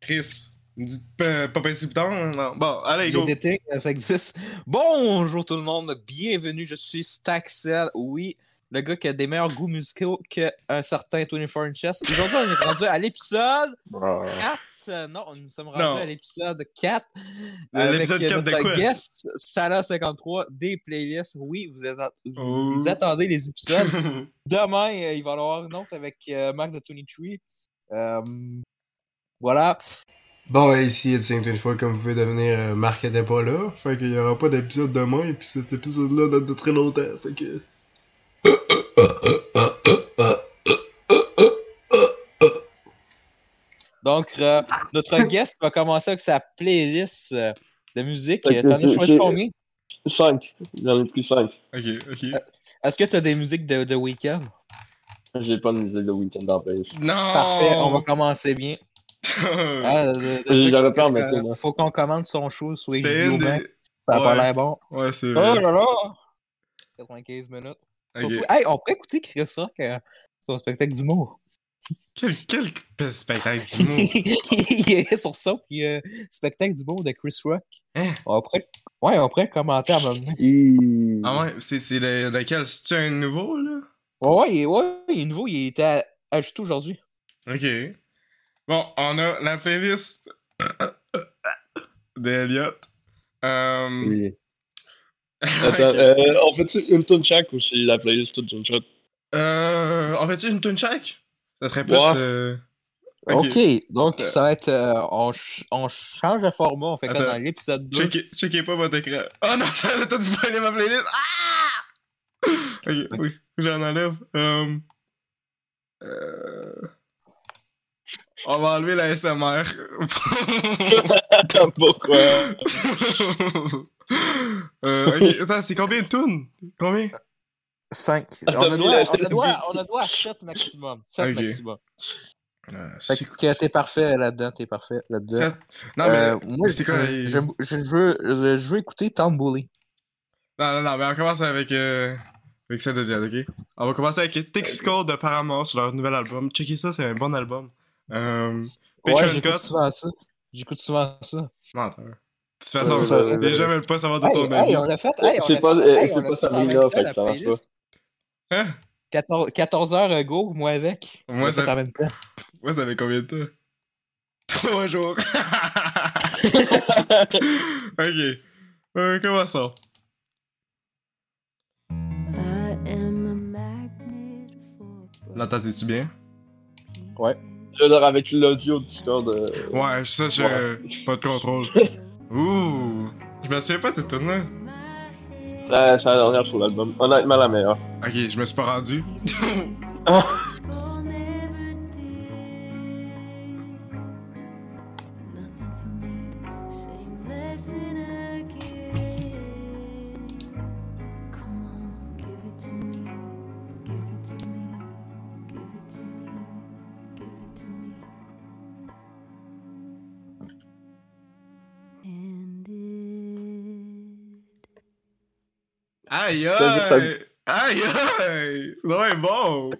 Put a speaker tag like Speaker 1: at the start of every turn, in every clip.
Speaker 1: Chris, me dites pas, pas pincer le bouton, hein? non. Bon, allez,
Speaker 2: Les
Speaker 1: go.
Speaker 2: dating, hein, ça existe. Bonjour tout le monde, bienvenue, je suis Staxel, oui, le gars qui a des meilleurs goûts musicaux qu'un certain Tony Chess. Aujourd'hui, on est rendu à l'épisode 4. Euh, non, nous sommes rendus
Speaker 1: Non.
Speaker 2: à l'épisode 4.
Speaker 1: À l'épisode 4 de quoi?
Speaker 2: guest, Sala53, des playlists. Oui, vous, êtes- vous
Speaker 1: Oh.
Speaker 2: attendez les épisodes. Demain, euh, il va y en avoir une autre avec euh, Marc de Tony Tree. Euh, voilà.
Speaker 3: Bon, ben, ici, Editing 24, comme vous pouvez devenir, euh, Marc était pas là. Fait qu'il y aura pas d'épisode demain, et puis cet épisode-là date de très longtemps. Fait que.
Speaker 2: Donc, euh, notre guest va commencer avec sa playlist euh, de musique.
Speaker 4: Fait que
Speaker 2: T'en as
Speaker 4: j'ai-
Speaker 2: choisi
Speaker 4: j'ai-
Speaker 2: combien?
Speaker 4: 5. J'en ai pris 5.
Speaker 1: ok, ok.
Speaker 2: Euh, Est-ce que t'as des musiques de, de week-end?
Speaker 4: J'ai pas de musique de week-end en place.
Speaker 1: Non!
Speaker 2: Parfait, on va commencer bien. Ah, euh,
Speaker 4: J'aurais
Speaker 2: euh,
Speaker 4: pas en
Speaker 2: euh,
Speaker 4: mettre une, hein.
Speaker 2: Faut qu'on commande son show sur les ben,
Speaker 1: C'est une des.
Speaker 2: Ça a pas
Speaker 1: ouais.
Speaker 2: l'air bon.
Speaker 1: Ouais, c'est
Speaker 2: Oh
Speaker 1: vrai.
Speaker 2: là là! 95 minutes.
Speaker 1: Ok.
Speaker 2: Surtout- Hey, on pourrait écouter Chris Rock euh, sur le spectacle d'humour.
Speaker 1: Quel, quel p- spectacle d'humour!
Speaker 2: Il est sur ça, puis euh, spectacle d'humour de Chris Rock.
Speaker 1: Hein?
Speaker 2: On pourrait... Ouais, on pourrait commenter à un moment donné.
Speaker 1: ah ouais, c'est, c'est le- lequel? C'est-tu un nouveau, là?
Speaker 2: Ouais, ouais, il est- ouais, il est nouveau, il était ajouté aujourd'hui.
Speaker 1: Ok. Bon, on a la playlist d'Eliot. Euh,
Speaker 4: Oui. Attends, euh, on fait-tu une tune check ou c'est la playlist toute une shot?
Speaker 1: Euh, on fait-tu une tune check? Ça serait plus.
Speaker 4: Ouais.
Speaker 1: euh,
Speaker 2: Ok,
Speaker 1: Ok.
Speaker 2: donc
Speaker 1: Euh.
Speaker 2: ça va être. euh, on, ch- on change de format, on fait comme
Speaker 1: Attends.
Speaker 2: dans l'épisode 2.
Speaker 1: Checkez, checkez pas votre écran. Oh non, j'avais tout spoilé ma playlist. Ah! Ok, oui, j'en enlève. Euh, euh, On va enlever la SMR.
Speaker 4: Attends, pourquoi?
Speaker 1: euh, ok, attends, c'est combien de tunes? Combien?
Speaker 2: 5.
Speaker 4: Attends,
Speaker 2: On a
Speaker 4: mais
Speaker 2: droit,
Speaker 4: là,
Speaker 2: on a
Speaker 4: c'est-
Speaker 2: droit, on a droit à 7 maximum. 7
Speaker 1: Ok.
Speaker 2: maximum.
Speaker 1: Euh,
Speaker 2: Fait
Speaker 1: c'est-
Speaker 2: que t'es parfait là-dedans, t'es parfait là-dedans.
Speaker 1: c'est- Non, mais.
Speaker 2: Euh, moi,
Speaker 1: c'est
Speaker 2: je,
Speaker 1: quoi,
Speaker 2: je,
Speaker 1: il-
Speaker 2: je veux, je- je veux écouter Tamboli.
Speaker 1: Non, non, non, mais on commence avec, euh, avec celle de Diane, ok? On va commencer avec Texco de Paramore sur leur nouvel album. Checkez ça, c'est un bon album. Euh, Patreon
Speaker 2: Ouais, j'écoute
Speaker 1: Cut.
Speaker 2: souvent ça. J'écoute souvent ça.
Speaker 1: menteur. De toute façon,
Speaker 4: Euh,
Speaker 1: les gens veulent pas savoir de
Speaker 2: Hey,
Speaker 1: ton
Speaker 2: hey,
Speaker 1: avis.
Speaker 2: on a fait. Hey, on
Speaker 4: C'est
Speaker 2: a
Speaker 4: pas-
Speaker 2: fait-
Speaker 4: euh,
Speaker 2: hey,
Speaker 4: c'est
Speaker 2: on a
Speaker 4: pas
Speaker 2: fait en
Speaker 4: Sabrina,
Speaker 2: même temps
Speaker 4: fait que
Speaker 2: la
Speaker 4: ça marche
Speaker 2: playlist.
Speaker 1: Hein?
Speaker 2: 14, 14 heures euh, go, moi avec.
Speaker 1: Moi,
Speaker 2: On l'a
Speaker 1: ça-
Speaker 2: fait en même temps.
Speaker 1: Moi, ça fait combien de temps? Trois jours. ok. Euh, commençons.
Speaker 5: I am a magnet for
Speaker 1: L'entendais-tu bien?
Speaker 2: Ouais.
Speaker 4: Je vais leur avec l'audio Discord. euh,
Speaker 1: Ouais, ça, j'ai
Speaker 4: Ouais.
Speaker 1: pas de contrôle. Ouh. Je me souviens pas de cette tune là
Speaker 4: la- c'est la dernière sur l'album. Oh, Honnêtement, la meilleure.
Speaker 1: Ok, je me suis pas rendu. Aïe
Speaker 4: Ça veut
Speaker 1: aïe! Aïe aïe! C'est dommage bon!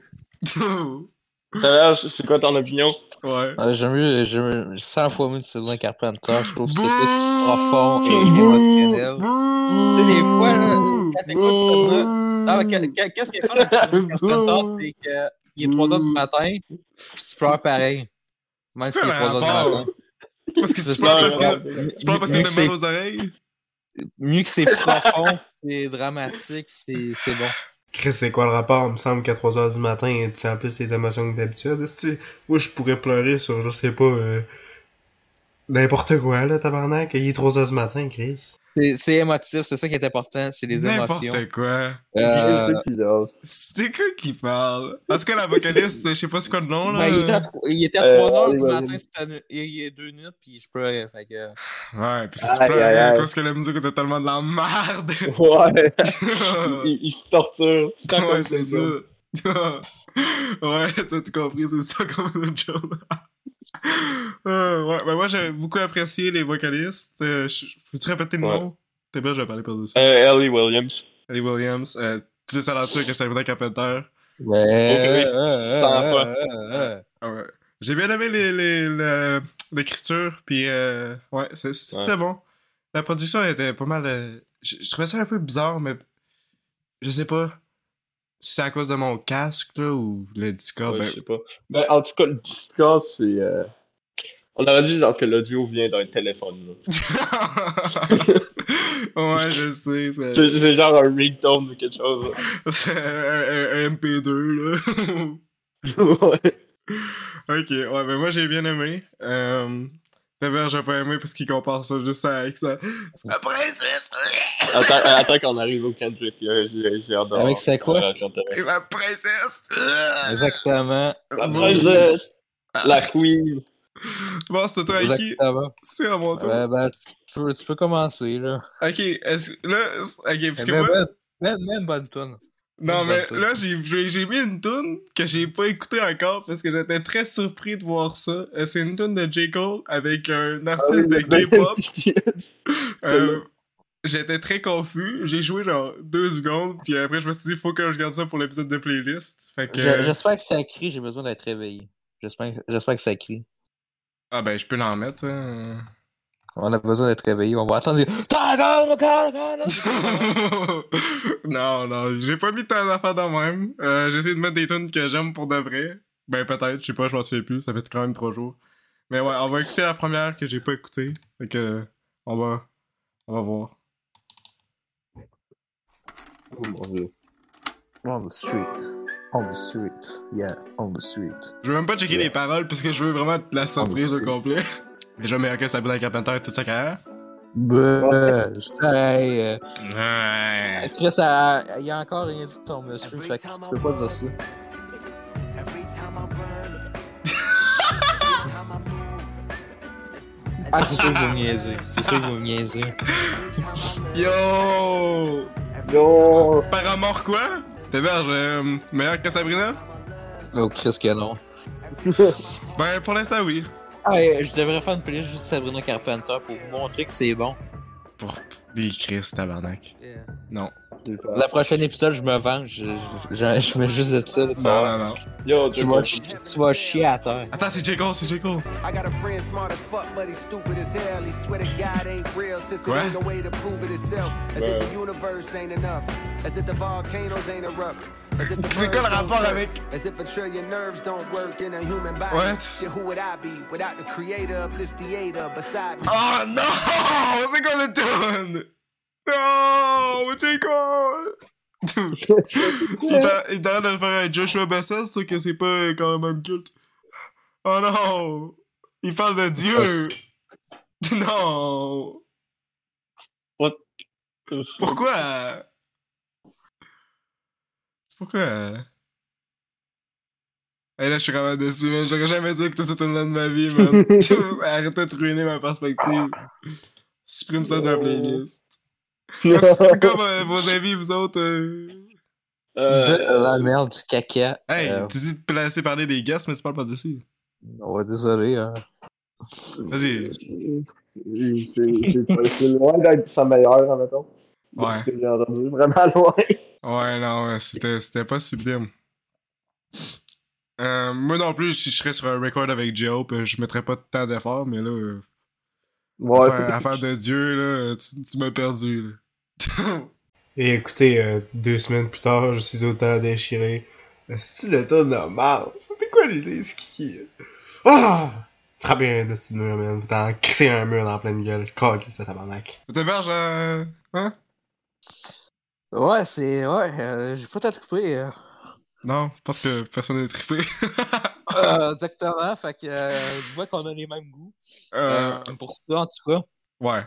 Speaker 4: D'ailleurs, C'est quoi ton opinion?
Speaker 1: ouais.
Speaker 2: Euh, J'aime mieux, j'aime mieux 100 fois mieux de Sylvain Carpenter. Je trouve que c'est plus
Speaker 1: Bouh!
Speaker 2: profond et
Speaker 1: Bouh!
Speaker 2: émotionnel.
Speaker 1: Bouh!
Speaker 2: Tu sais, des fois, là, quand t'écoutes Sylvain. Non, mais
Speaker 1: Bouh!
Speaker 2: que- que- qu'est-ce qui est fun avec Sylvain Carpenter, c'est qu'il est 3h du matin, puis tu pleures pareil. Même
Speaker 1: C'est
Speaker 2: s'il est
Speaker 1: quoi
Speaker 2: 3h du
Speaker 1: le rapport?
Speaker 2: matin.
Speaker 1: Parce que
Speaker 2: C'est
Speaker 1: tu penses
Speaker 4: ça,
Speaker 1: parce
Speaker 4: ouais.
Speaker 1: que tu penses parce que
Speaker 2: Mieux
Speaker 1: t'as
Speaker 2: que
Speaker 1: mal aux oreilles?
Speaker 2: Mieux que c'est profond, c'est dramatique, c'est c'est bon.
Speaker 3: Chris, c'est quoi le rapport? Il me semble qu'à 3h du matin, tu sens plus les émotions que d'habitude. Tu sais, Moi, je pourrais pleurer sur, je sais pas, euh, n'importe quoi, là, tabarnak. Il est 3h du matin, Chris.
Speaker 2: C'est- C'est émotif, c'est ça qui est important, c'est les émotions.
Speaker 1: N'importe quoi.
Speaker 2: Euh,
Speaker 4: C'est qui, là?
Speaker 1: C'est quoi qui parle? En tout cas, la vocaliste, je sais pas c'est quoi le nom là.
Speaker 2: ben, il était à tro- il était à
Speaker 4: Euh,
Speaker 2: 3h du
Speaker 4: ouais,
Speaker 2: matin,
Speaker 4: ouais.
Speaker 2: c'était à nu- il y a deux nuits, puis je pleurais. Fait que...
Speaker 1: Ouais, parce que tu
Speaker 4: Aïe, aïe,
Speaker 1: pleurais
Speaker 4: aïe.
Speaker 1: hein, parce que la musique était tellement de la merde.
Speaker 4: Ouais, il, il se torture. Euh,
Speaker 1: ouais, c'est ça. ouais, t'as tout compris, c'est ça comme une job. Euh, ouais, ben moi j'ai beaucoup apprécié les vocalistes. Euh, je- je- Peux-tu répéter le
Speaker 4: Ouais.
Speaker 1: nom? T'es bien, je vais parler par-dessus.
Speaker 4: Euh, Ellie Williams.
Speaker 1: Ellie Williams, euh, plus talentueux que Sabrina Carpenter.
Speaker 2: Ouais,
Speaker 4: Ok, oui.
Speaker 2: euh, euh,
Speaker 4: Ça va
Speaker 2: euh, euh, euh.
Speaker 1: Ah ouais. J'ai bien aimé les- les- le- l'écriture, puis euh, ouais, c'est- c'est-
Speaker 4: Ouais.
Speaker 1: c'était bon. La production était pas mal. euh, je, je trouvais ça un peu bizarre, mais je sais pas si c'est à cause de mon casque là, ou le Discord.
Speaker 4: Ouais,
Speaker 1: ben,
Speaker 4: Je sais pas. Mais en tout cas, le Discord, c'est. euh, On aurait dit genre que l'audio vient d'un téléphone. là.
Speaker 1: ben ouais, je sais, c'est
Speaker 4: C'est c'est genre un ringtone ou quelque chose.
Speaker 1: c'est un, un- un MP2 là.
Speaker 4: ouais.
Speaker 1: Ok, ouais, ben moi j'ai bien aimé. Euh, D'ailleurs, j'ai pas aimé parce qu'il compare ça juste avec ça. La princesse!
Speaker 4: Attends, euh, attends qu'on arrive au Kendrick, là, j'ai j'ai hâte d'avoir-
Speaker 2: Avec c'est quoi?
Speaker 4: euh, j'entends.
Speaker 1: Et la princesse! Ah!
Speaker 2: Exactement.
Speaker 4: La
Speaker 1: Bon,
Speaker 4: princesse, la queen.
Speaker 1: Bon, c'est toi avec qui?
Speaker 2: Exactement.
Speaker 1: C'est à mon tour.
Speaker 2: Ouais, ben, tu peux, tu peux commencer, là.
Speaker 1: Ok, est-ce là, c'est- ok, parce que
Speaker 2: Même,
Speaker 1: moi,
Speaker 2: même, même, même bonne tune.
Speaker 1: non, mais
Speaker 2: bonne
Speaker 1: là, j'ai- j'ai j'ai mis une tune que j'ai pas écoutée encore parce que j'étais très surpris de voir ça. Euh, C'est une tune de J. Cole avec un
Speaker 2: Ah
Speaker 1: artiste de K-pop. Euh, J'étais très confus. J'ai joué genre deux secondes, puis après, je me suis dit, faut que je garde ça pour l'épisode de playlist. Fait que.
Speaker 2: Je- J'espère que ça crie, j'ai besoin d'être réveillé. J'espère j'espère que ça crie.
Speaker 1: Ah ben je peux l'en mettre. hein.
Speaker 2: On a besoin d'être réveillé, on va attendre. Tagada, tagada.
Speaker 1: non, non, j'ai pas mis tant d'affaires dans même. Euh, J'essaie de mettre des tunes que j'aime pour de vrai. Ben peut-être, je sais pas, je m'en souviens plus, ça fait quand même trois jours. Mais ouais, on va écouter la première que j'ai pas écoutée. Fait que on va on va voir.
Speaker 4: Oh mon dieu.
Speaker 2: On the street. On the street. Yeah, on the street.
Speaker 1: Je veux même pas checker les paroles parce que je veux vraiment la surprise au complet. Déjà meilleur que Sabrina Carpenter et toute sa carrière.
Speaker 2: Buzz. Hey, euh,
Speaker 1: Ouais.
Speaker 2: Chris, euh, il y a encore rien dit de ton monsieur, fait que tu peux pas dire ça.
Speaker 6: Every time I run, every time I move,
Speaker 2: Ah, c'est sûr que vous me niaisez. C'est sûr que vous me niaisez.
Speaker 1: Yo!
Speaker 4: Yo!
Speaker 1: Paramore quoi? T'héberges euh, meilleur que Sabrina?
Speaker 2: Oh, Chris, que non.
Speaker 1: Ben pour l'instant oui.
Speaker 2: Ah, et je devrais faire une playlist juste de Sabrina Carpenter pour vous montrer que c'est bon.
Speaker 1: Des Chris, tabarnak. Non.
Speaker 2: La prochaine épisode, je me venge. Je, je, je- je mets juste de ça. là, tu
Speaker 1: Non,
Speaker 2: vas-
Speaker 1: non, non.
Speaker 4: Yo,
Speaker 2: Tu vas, chi- tu vas chier à terre.
Speaker 1: Attends, c'est Jaco, c'est Jaco.
Speaker 6: I got a friend smart as fuck, but he's stupid as hell. He swear to God ain't real, since there
Speaker 1: What?
Speaker 6: ain't no way to prove it itself. As if the universe ain't enough, as if the volcanoes ain't erupting. As if the
Speaker 1: C'est quoi le
Speaker 6: birds don't
Speaker 1: rapport
Speaker 6: chirp,
Speaker 1: avec-
Speaker 6: As if a trillion nerves don't work in a human body.
Speaker 1: What?
Speaker 6: Shit, who would I be without the creator of this theater beside me?
Speaker 1: Oh non! C'est quoi le tune? Non! Jaco! il t'a- il t'arrête de le faire avec Joshua Bassett, sauf que c'est pas euh, quand même culte. Oh non! Il parle de Dieu! non! Pourquoi? euh? Pourquoi? Et là, je suis vraiment déçu, man. J'aurais jamais dû écouter cette tune-là de ma vie, man. Arrêtez de ruiner ma perspective. Supprime ça de la playlist. C'est comme euh, vos avis, vous autres. euh.
Speaker 2: De
Speaker 4: Euh,
Speaker 2: la merde, du caca.
Speaker 1: Hey,
Speaker 2: Euh,
Speaker 1: tu dis de placer parler des guests, mais tu parles pas dessus.
Speaker 2: oh, désolé. hein.
Speaker 1: Vas-y.
Speaker 4: c'est- c'est- C'est loin d'être sa meilleure, en mettons. de
Speaker 1: Ouais.
Speaker 4: ce que j'ai entendu, vraiment loin.
Speaker 1: Ouais, non, ouais, c'était c'était pas sublime. Euh, moi non plus, si je serais sur un record avec J-Hope, euh, je mettrais pas tant d'efforts, mais là, euh,
Speaker 4: Ouais.
Speaker 1: affaire, affaire de Dieu, là, tu, tu m'as perdu, là.
Speaker 7: Et écoutez, euh, deux semaines plus tard, je suis autant déchiré. Le style de tonne normal. C'était quoi l'idée, ce qui. Ah! Frapper un destin de mur, man. T'en crisser un mur dans pleine gueule. Colle, ça tabarnak.
Speaker 1: T'es verge, euh, hein?
Speaker 2: Ouais, c'est. Ouais, euh, j'ai pas t'attrapé. Euh.
Speaker 1: Non, parce que personne n'est trippé.
Speaker 2: Euh, exactement, fait que euh, je vois qu'on a les mêmes goûts.
Speaker 1: Euh,
Speaker 7: Ah.
Speaker 2: Euh, pour ça, en tout cas.
Speaker 1: ouais.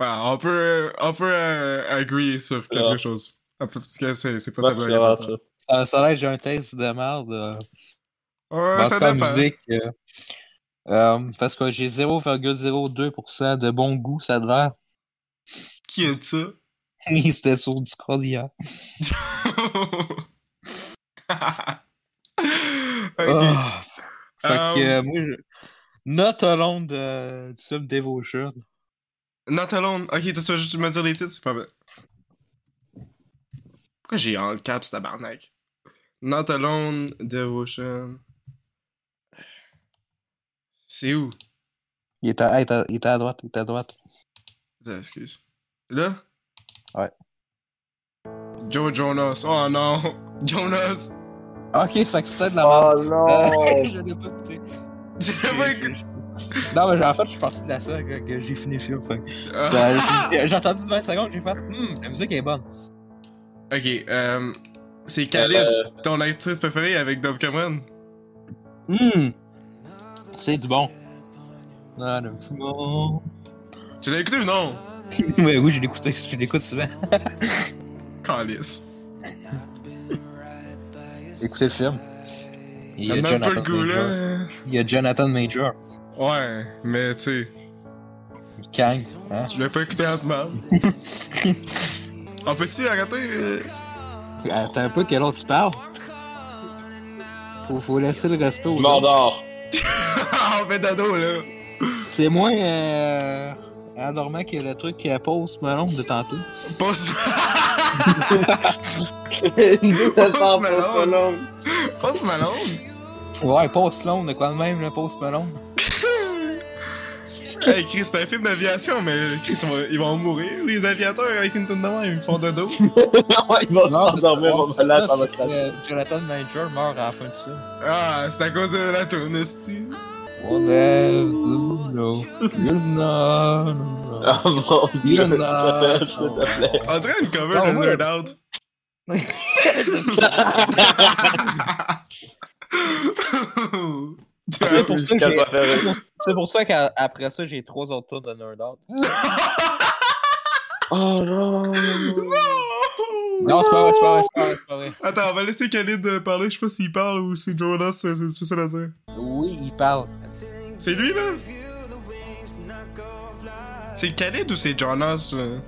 Speaker 1: Ouais, on peut, euh, on peut euh, agree sur quelque
Speaker 4: Ouais.
Speaker 1: chose. Un peu, parce que c'est c'est pas
Speaker 4: Ah. Ouais,
Speaker 1: ça.
Speaker 4: c'est vraiment ça.
Speaker 2: Euh, ça a l'air que j'ai un texte de merde. Euh,
Speaker 1: Ouais,
Speaker 2: en
Speaker 1: ça
Speaker 2: tout cas, en
Speaker 1: dépend.
Speaker 2: musique. euh, euh, parce que j'ai 0,02% de bon goût, ça a l'air.
Speaker 1: Qui est ça?
Speaker 2: C'était sur Discord hier.
Speaker 1: Ok.
Speaker 2: Ah, fait
Speaker 1: Um,
Speaker 2: que euh, moi, je... Note à l'onde euh, du sub Devotion.
Speaker 1: Not Alone. Ok, tu vas juste me dire les titres, c'est pas vrai. Pourquoi j'ai en caps, tabarnak? Not Alone, Devotion. C'est où?
Speaker 2: Il était, à, hey, t'as- il était à droite, il était à droite.
Speaker 1: Attends, excuse. Là?
Speaker 2: Ouais.
Speaker 1: Joe Jonas. Oh non! Jonas!
Speaker 2: Ok, fait que c'était de la merde.
Speaker 4: Oh non!
Speaker 2: je l'ai pas écouté.
Speaker 1: J'ai pas écouté.
Speaker 2: Non, mais en fait, je suis parti de la salle quand que j'ai fini le film. fait que-
Speaker 1: Ah!
Speaker 2: Ça- J'ai j'ai entendu 20 secondes, j'ai fait Hum, la musique est bonne.
Speaker 1: Ok, euh, c'est Khalid, ton actrice préférée avec Dove Cameron.
Speaker 2: Hum, c'est du bon. Non, Ah, le bon.
Speaker 1: Tu l'as écouté ou non?
Speaker 2: Mais oui, je l'écoute, je l'écoute souvent.
Speaker 1: Calice.
Speaker 2: Écoutez le film. Il y
Speaker 1: T'as
Speaker 2: a
Speaker 1: même pas
Speaker 2: Jonathan
Speaker 1: le goût
Speaker 2: Major.
Speaker 1: là.
Speaker 2: Il y a Jonathan Major.
Speaker 1: Ouais, mais tu sais,
Speaker 2: Kang. Hein?
Speaker 1: tu l'as pas écouté Ant-Man. On peut-tu arrêter? euh?
Speaker 2: Attends un peu, quel autre tu parles? Faut, faut laisser le respect
Speaker 4: Je
Speaker 2: aux autres.
Speaker 4: m'endors.
Speaker 1: Ah, on fait d'ado là.
Speaker 2: C'est moins euh, endormant que le truc qui pose Malone de tantôt.
Speaker 1: Post,
Speaker 4: Tellement
Speaker 1: Malone.
Speaker 4: pas trop long.
Speaker 1: Post Malone?
Speaker 2: Ouais, Post Malone, de quoi de même, le Post Malone.
Speaker 1: Hey Chris, c'est un film d'aviation, mais Chris, on va- ils vont mourir, les aviateurs, avec une tonne de main, ils font dodo.
Speaker 4: Ouais, il va
Speaker 2: Non,
Speaker 4: s'endormir, on va
Speaker 2: c'est
Speaker 4: là,
Speaker 2: pas-
Speaker 4: ça va
Speaker 2: c'est
Speaker 4: se
Speaker 2: pas-
Speaker 4: passer.
Speaker 2: euh, Jonathan Major meurt à la fin du film.
Speaker 1: Ah, c'est à cause de la tourne, aussi.
Speaker 2: On est- Non. Non, non.
Speaker 4: Ah mon dieu,
Speaker 2: Il y en a.
Speaker 4: s'il te plaît.
Speaker 1: On dirait une cover
Speaker 2: Ah,
Speaker 1: de
Speaker 2: ouais.
Speaker 1: Nerd Out.
Speaker 2: Ah, C'est pour ça que
Speaker 4: Qu'elle
Speaker 2: j'ai-
Speaker 4: va faire
Speaker 2: c'est pour ça qu'après ça, j'ai trois autres tours de Nerd Out.
Speaker 4: Oh non!
Speaker 2: Non, c'est pas vrai, c'est pas vrai, c'est pas vrai, c'est pas vrai.
Speaker 1: Attends, on va laisser Khalid euh, parler. Je sais pas s'il parle ou si Jonas, euh, c'est spécial à dire.
Speaker 2: Oui, il parle.
Speaker 1: C'est lui, là? C'est Khalid ou c'est Jonas? euh?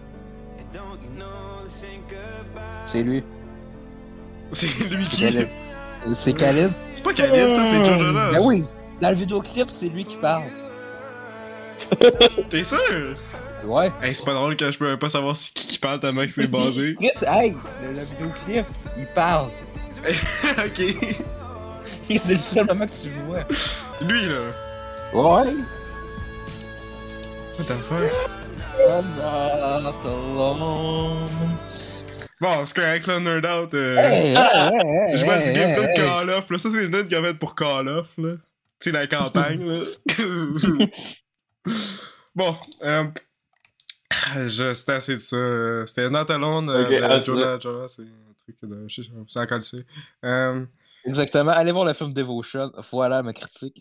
Speaker 2: C'est lui.
Speaker 1: C'est lui qui...
Speaker 2: Khalid. C'est Khalid.
Speaker 1: C'est pas Khalid, ça, c'est Joe Jonas.
Speaker 2: Ben oui, dans le vidéoclip, c'est lui qui parle.
Speaker 1: T'es sûr?
Speaker 2: Ouais.
Speaker 1: Hey, c'est pas drôle que je peux même pas savoir c'est qui qui parle tellement que c'est basé.
Speaker 2: Chris, hey, le, le vidéoclip, il parle.
Speaker 1: ok.
Speaker 2: C'est le seul moment que tu le vois.
Speaker 1: Lui, là.
Speaker 2: Ouais.
Speaker 1: What the fuck?
Speaker 2: I'm not alone.
Speaker 1: Bon, c'est correct, là, Nerd Out. euh,
Speaker 2: Hey, hey, hey,
Speaker 1: Je vois
Speaker 2: hey,
Speaker 1: du gameplay
Speaker 2: hey,
Speaker 1: de
Speaker 2: hey.
Speaker 1: Call of, là. Ça, c'est une note qu'il y avait pour Call of, là. C'est la campagne, là. bon, euh... je- c'était assez de ça. euh, C'était Not Alone, euh,
Speaker 4: Ok,
Speaker 1: de
Speaker 4: ah,
Speaker 1: Jonah, Jonah, c'est un truc de... Je sais pas, c'est encore le sait. Euh,
Speaker 2: Exactement. Allez voir le film Devotion. Voilà ma critique.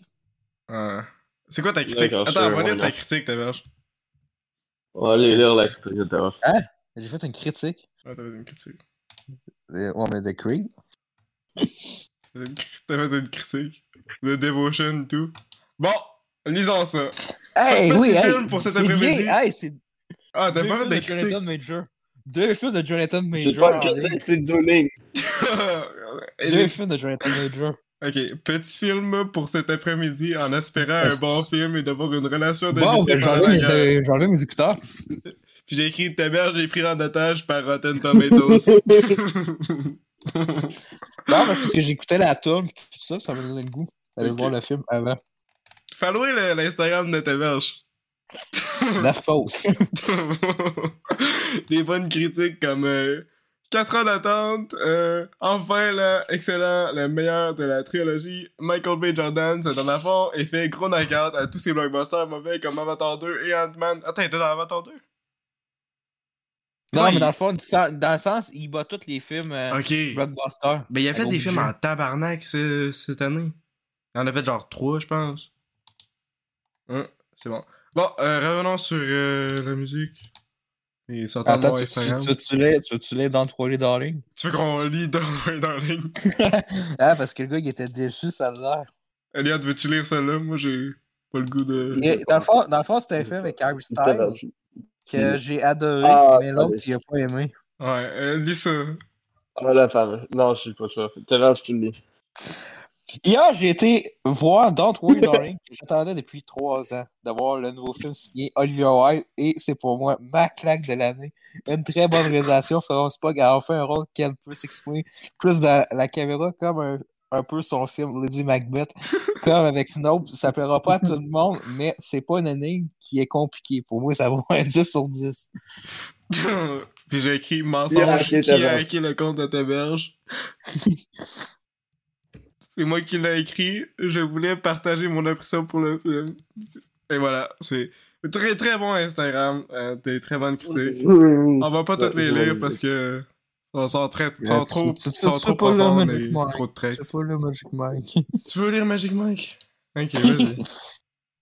Speaker 1: euh, C'est quoi ta critique?
Speaker 4: D'accord,
Speaker 1: Attends,
Speaker 4: sure,
Speaker 1: on va lire
Speaker 4: ouais,
Speaker 1: ta
Speaker 4: non.
Speaker 1: critique, ta verge.
Speaker 4: On va aller lire la critique de Thomas.
Speaker 2: J'ai fait une critique.
Speaker 1: Ah, t'avais une critique.
Speaker 2: Euh, Ouais, mais de Creed.
Speaker 1: T'avais une- T'avais fait une critique. De Devotion, et tout. Bon, lisons ça.
Speaker 2: Hey,
Speaker 1: Petit
Speaker 2: oui, hey.
Speaker 1: film pour cet
Speaker 2: c'est
Speaker 1: après-midi.
Speaker 2: bien, Hey, c'est
Speaker 1: Ah, t'as
Speaker 2: deux
Speaker 1: pas fait
Speaker 2: films
Speaker 1: des
Speaker 2: de
Speaker 1: critiques.
Speaker 2: Jonathan Major. Deux films de Jonathan
Speaker 4: C'est
Speaker 2: Major.
Speaker 4: pas une
Speaker 2: en ligne.
Speaker 4: critique, c'est deux lignes.
Speaker 1: Et
Speaker 2: Deux
Speaker 1: les-
Speaker 2: films de Jonathan Major.
Speaker 1: Ok, petit film pour cet après-midi en espérant un
Speaker 2: Est-ce-
Speaker 1: bon film et d'avoir une relation
Speaker 2: Bon,
Speaker 1: d'amitié
Speaker 2: ben,
Speaker 1: par
Speaker 2: j'enlève
Speaker 1: la
Speaker 2: mes,
Speaker 1: gueule.
Speaker 2: euh, j'enlève mes écouteurs.
Speaker 1: Puis j'ai écrit ta mère, j'ai pris en otage par Rotten Tomatoes.
Speaker 2: Non, mais c'est parce que j'écoutais la tourne pis tout ça, ça me donnait le goût d'aller
Speaker 1: Ok.
Speaker 2: voir le film avant.
Speaker 1: Fallouer le- l'Instagram de ta verge.
Speaker 2: La fausse.
Speaker 1: Des bonnes critiques comme 4 ans d'attente, euh, enfin là, excellent, le meilleur de la trilogie, Michael B. Jordan se donne à fond et fait gros knock-out à tous ses blockbusters mauvais comme Avatar 2 et Ant-Man. Attends, il était dans Avatar 2?
Speaker 2: Non,
Speaker 1: Ouais,
Speaker 2: mais dans le fond, du sen- dans le sens, il bat tous les films euh,
Speaker 1: Ok.
Speaker 2: blockbuster.
Speaker 1: Ben, il a
Speaker 2: fait des films en
Speaker 1: tabarnak cette année. Il en a fait genre 3, je pense. Hein, c'est bon. Bon, euh, revenons sur euh, la musique. Et sortons de
Speaker 2: Attends,
Speaker 1: mon
Speaker 2: tu, tu,
Speaker 1: Instagram.
Speaker 2: tu veux-tu lire, tu veux-tu lire Don't Worry Darling?
Speaker 1: Tu veux qu'on lit dans Darling?
Speaker 2: Ah, parce que le gars, il était déçu, ça a l'air.
Speaker 1: Elliot, veux-tu lire celle-là? Moi, j'ai pas le goût de.
Speaker 2: Et Dans le fond, dans le fond c'était un film avec Harry Styles que j'ai adoré,
Speaker 4: Ah,
Speaker 2: mais
Speaker 4: allez.
Speaker 2: l'autre, il a pas aimé.
Speaker 1: Ouais, euh, lis ça.
Speaker 4: Ah, la femme. Non, je suis pas ça. Thomas, je te le lis.
Speaker 2: Hier, j'ai été voir Don't Worry Darling, que j'attendais depuis trois ans, d'avoir le nouveau film signé Olivia Wilde, et c'est pour moi ma claque de l'année. Une très bonne réalisation, Florence Pugh a enfin un rôle qu'elle peut s'exprimer plus dans la caméra comme un un peu son film Lady Macbeth, comme avec Nope. Ça plaira pas à tout le monde, mais c'est pas une énigme qui est compliquée. Pour moi, ça vaut un 10 sur 10.
Speaker 1: Puis j'ai écrit
Speaker 4: Il a
Speaker 1: mensonge
Speaker 4: hacké
Speaker 1: qui a
Speaker 4: Taberge.
Speaker 1: hacké le compte de Taberge. c'est moi qui l'ai écrit. Je voulais partager mon impression pour le film. Et voilà, c'est un très très bon Instagram. euh, des très bonnes critiques. On va pas toutes les lire parce que sont, sont, très, sont
Speaker 2: Ouais,
Speaker 1: trop,
Speaker 2: c'est- c'est-
Speaker 1: sont
Speaker 2: c'est
Speaker 1: trop
Speaker 2: pas le
Speaker 1: profondes
Speaker 2: Magic
Speaker 1: et
Speaker 2: Mike.
Speaker 1: trop de
Speaker 2: C'est
Speaker 1: traits.
Speaker 2: pas le Magic Mike.
Speaker 1: Tu veux lire Magic Mike? Ok, vas-y.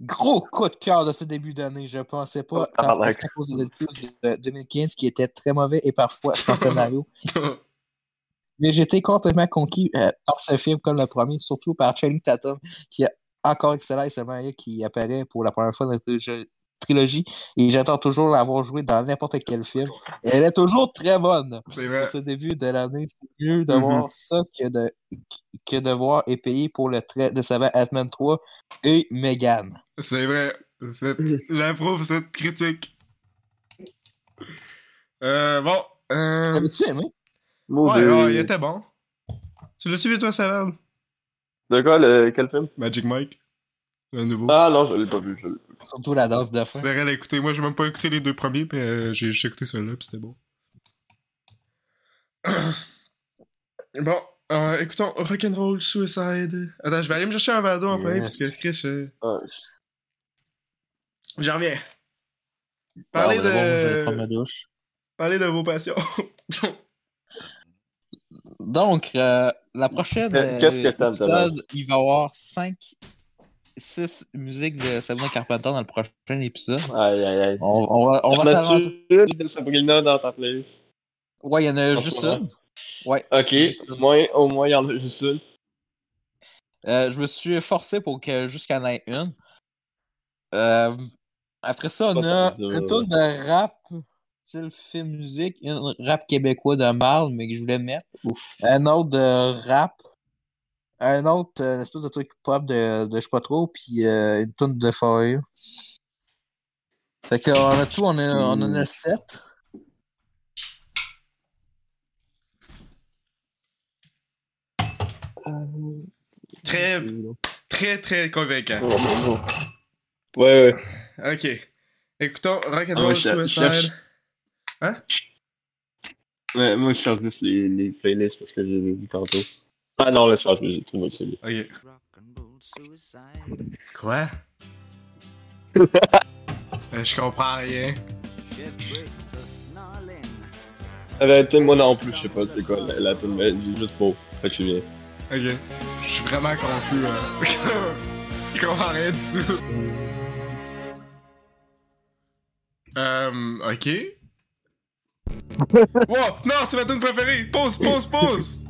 Speaker 2: Gros coup de cœur de ce début d'année. Je pensais pas
Speaker 4: Ah,
Speaker 2: tant à
Speaker 4: mec.
Speaker 2: ce cause de plus de 2015 qui était très mauvais et parfois sans scénario. Mais j'étais complètement conquis euh, par ce film comme le premier, surtout par Channing Tatum qui a encore excellé ce Mario qui apparaît pour la première fois dans la tri- trilogie et j'attends toujours l'avoir joué dans n'importe quel film. Elle est toujours très bonne.
Speaker 1: C'est
Speaker 2: Pour
Speaker 1: vrai.
Speaker 2: ce début de l'année, c'est mieux de
Speaker 4: Mhm.
Speaker 2: voir ça que de, que de voir et payer pour le trait de Savant Atman 3 et Megan.
Speaker 1: C'est vrai. C'est- J'approuve cette critique. Euh, bon. Euh...
Speaker 2: T'avais-tu aimé?
Speaker 1: Ouais, ouais, il était bon. Tu l'as suivi, toi, Salade?
Speaker 4: De quoi, le... quel film?
Speaker 1: Magic Mike. Le nouveau.
Speaker 4: Ah non, je l'ai pas vu. Je... l'ai-
Speaker 2: Surtout la danse de
Speaker 1: C'est
Speaker 2: fin.
Speaker 1: réel à écouter. Moi, j'ai même pas écouté les deux premiers, puis euh, j'ai juste écouté celui-là, puis c'était bon. bon, euh, écoutons Rock'n'Roll Suicide. Attends, je vais aller me chercher un verre d'eau en premier, parce
Speaker 2: Yes.
Speaker 1: que Chris, euh,
Speaker 4: Ah,
Speaker 1: j'en reviens. Parlez,
Speaker 8: Ah,
Speaker 1: de...
Speaker 8: ouais, bon, je vais prendre ma douche.
Speaker 1: Parlez de vos passions.
Speaker 2: Donc, euh, la prochaine
Speaker 4: Qu'est- qu'est-ce que
Speaker 2: euh,
Speaker 4: t'aimes,
Speaker 2: épisode, il va y avoir 5, 6 musiques de Sabrina Carpenter dans le prochain épisode.
Speaker 4: Aïe, aïe, aïe.
Speaker 2: On, on va, on va s'avancer.
Speaker 4: s'avancer. de Sabrina dans ta playlist.
Speaker 2: Ouais, il y en a
Speaker 4: On
Speaker 2: juste
Speaker 4: s'en
Speaker 2: une. Ouais.
Speaker 4: Ok, au moins, au moins, il y en a juste une.
Speaker 2: Euh, je me suis forcé pour que jusqu'à en ait une. Euh, après ça, on
Speaker 4: Pas
Speaker 2: a
Speaker 4: tant de-
Speaker 2: une tour de rap, style film musique, un rap québécois de marde, mais que je voulais mettre. Un autre de rap, un autre, euh, une espèce de truc pop de, de je sais pas trop, puis euh, une tonne de feuilles. Fait qu'on a tout, on, a, on en a 7.
Speaker 1: très, très, très convaincant.
Speaker 4: Ouais, ouais.
Speaker 1: Ok. Écoutons
Speaker 4: Ah
Speaker 1: Rock'n'Roll
Speaker 4: oui, je- je
Speaker 1: Suicide.
Speaker 4: Ouais, moi, je cherche juste les, les playlists parce que j'ai vu tantôt. Ah non, laisse faire, je les ai trouvés, c'est lui.
Speaker 1: Ok. Quoi? Euh, je comprends rien.
Speaker 4: Arrêtez, moi non plus, je sais pas c'est quoi la, la tune, mais c'est juste beau. Fait que je viens.
Speaker 1: Ok. Je suis vraiment confus. hein. je comprends rien du tout. Euh, ok. wow! Non, c'est ma tune préférée! Pause, pause, pause!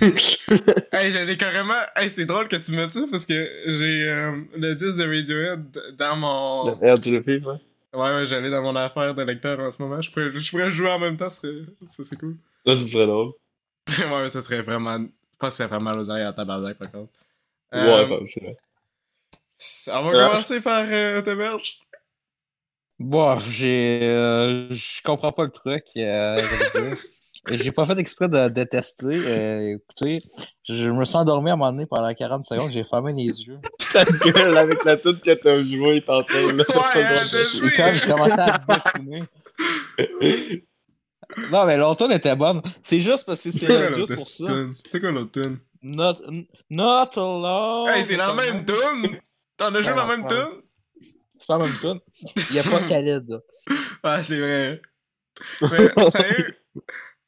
Speaker 1: hey, j'allais carrément. Hey, c'est drôle que tu me dis ça parce que j'ai euh, le 10 de Radiohead dans mon.
Speaker 4: La merde, tu le fais, ouais.
Speaker 1: Ouais, ouais, j'allais dans mon affaire de lecteur en ce moment. Je pourrais, je pourrais jouer en même temps, ça, serait- ça, c'est cool.
Speaker 4: Ça, c'est très drôle.
Speaker 1: ouais, ouais, ça serait vraiment. Je pense que ça ferait mal aux oreilles en tabarnak, par contre.
Speaker 4: Ouais,
Speaker 1: Euh,
Speaker 4: comme c'est vrai.
Speaker 1: On va
Speaker 4: Ouais.
Speaker 1: commencer par euh, ta merge.
Speaker 2: Bon, j'ai, euh, je comprends pas le truc. euh, je veux dire. j'ai pas fait exprès de détester. euh, écoutez, je me suis endormi à un moment donné pendant 40 secondes, j'ai fermé les yeux.
Speaker 4: Ta gueule avec la tune que t'as joué tantôt, là.
Speaker 1: Ouais, hein,
Speaker 4: C'est
Speaker 1: t'as
Speaker 2: Et quand j'ai commencé à déprimer. Non, mais l'automne était bonne. C'est juste parce que c'est
Speaker 1: quoi
Speaker 2: juste
Speaker 1: l'autre
Speaker 2: pour ça.
Speaker 1: tune? C'était quoi l'autre tune?
Speaker 2: Not, not alone.
Speaker 1: hey, c'est la
Speaker 2: Not
Speaker 1: même
Speaker 2: alone.
Speaker 1: tune! T'en as joué
Speaker 2: Ouais,
Speaker 1: la même
Speaker 2: Ah, ouais.
Speaker 1: tune?
Speaker 2: C'est pas la même tune. Il y a pas Khaled. là.
Speaker 1: Ah, c'est vrai. Mais, sérieux?
Speaker 4: drôle.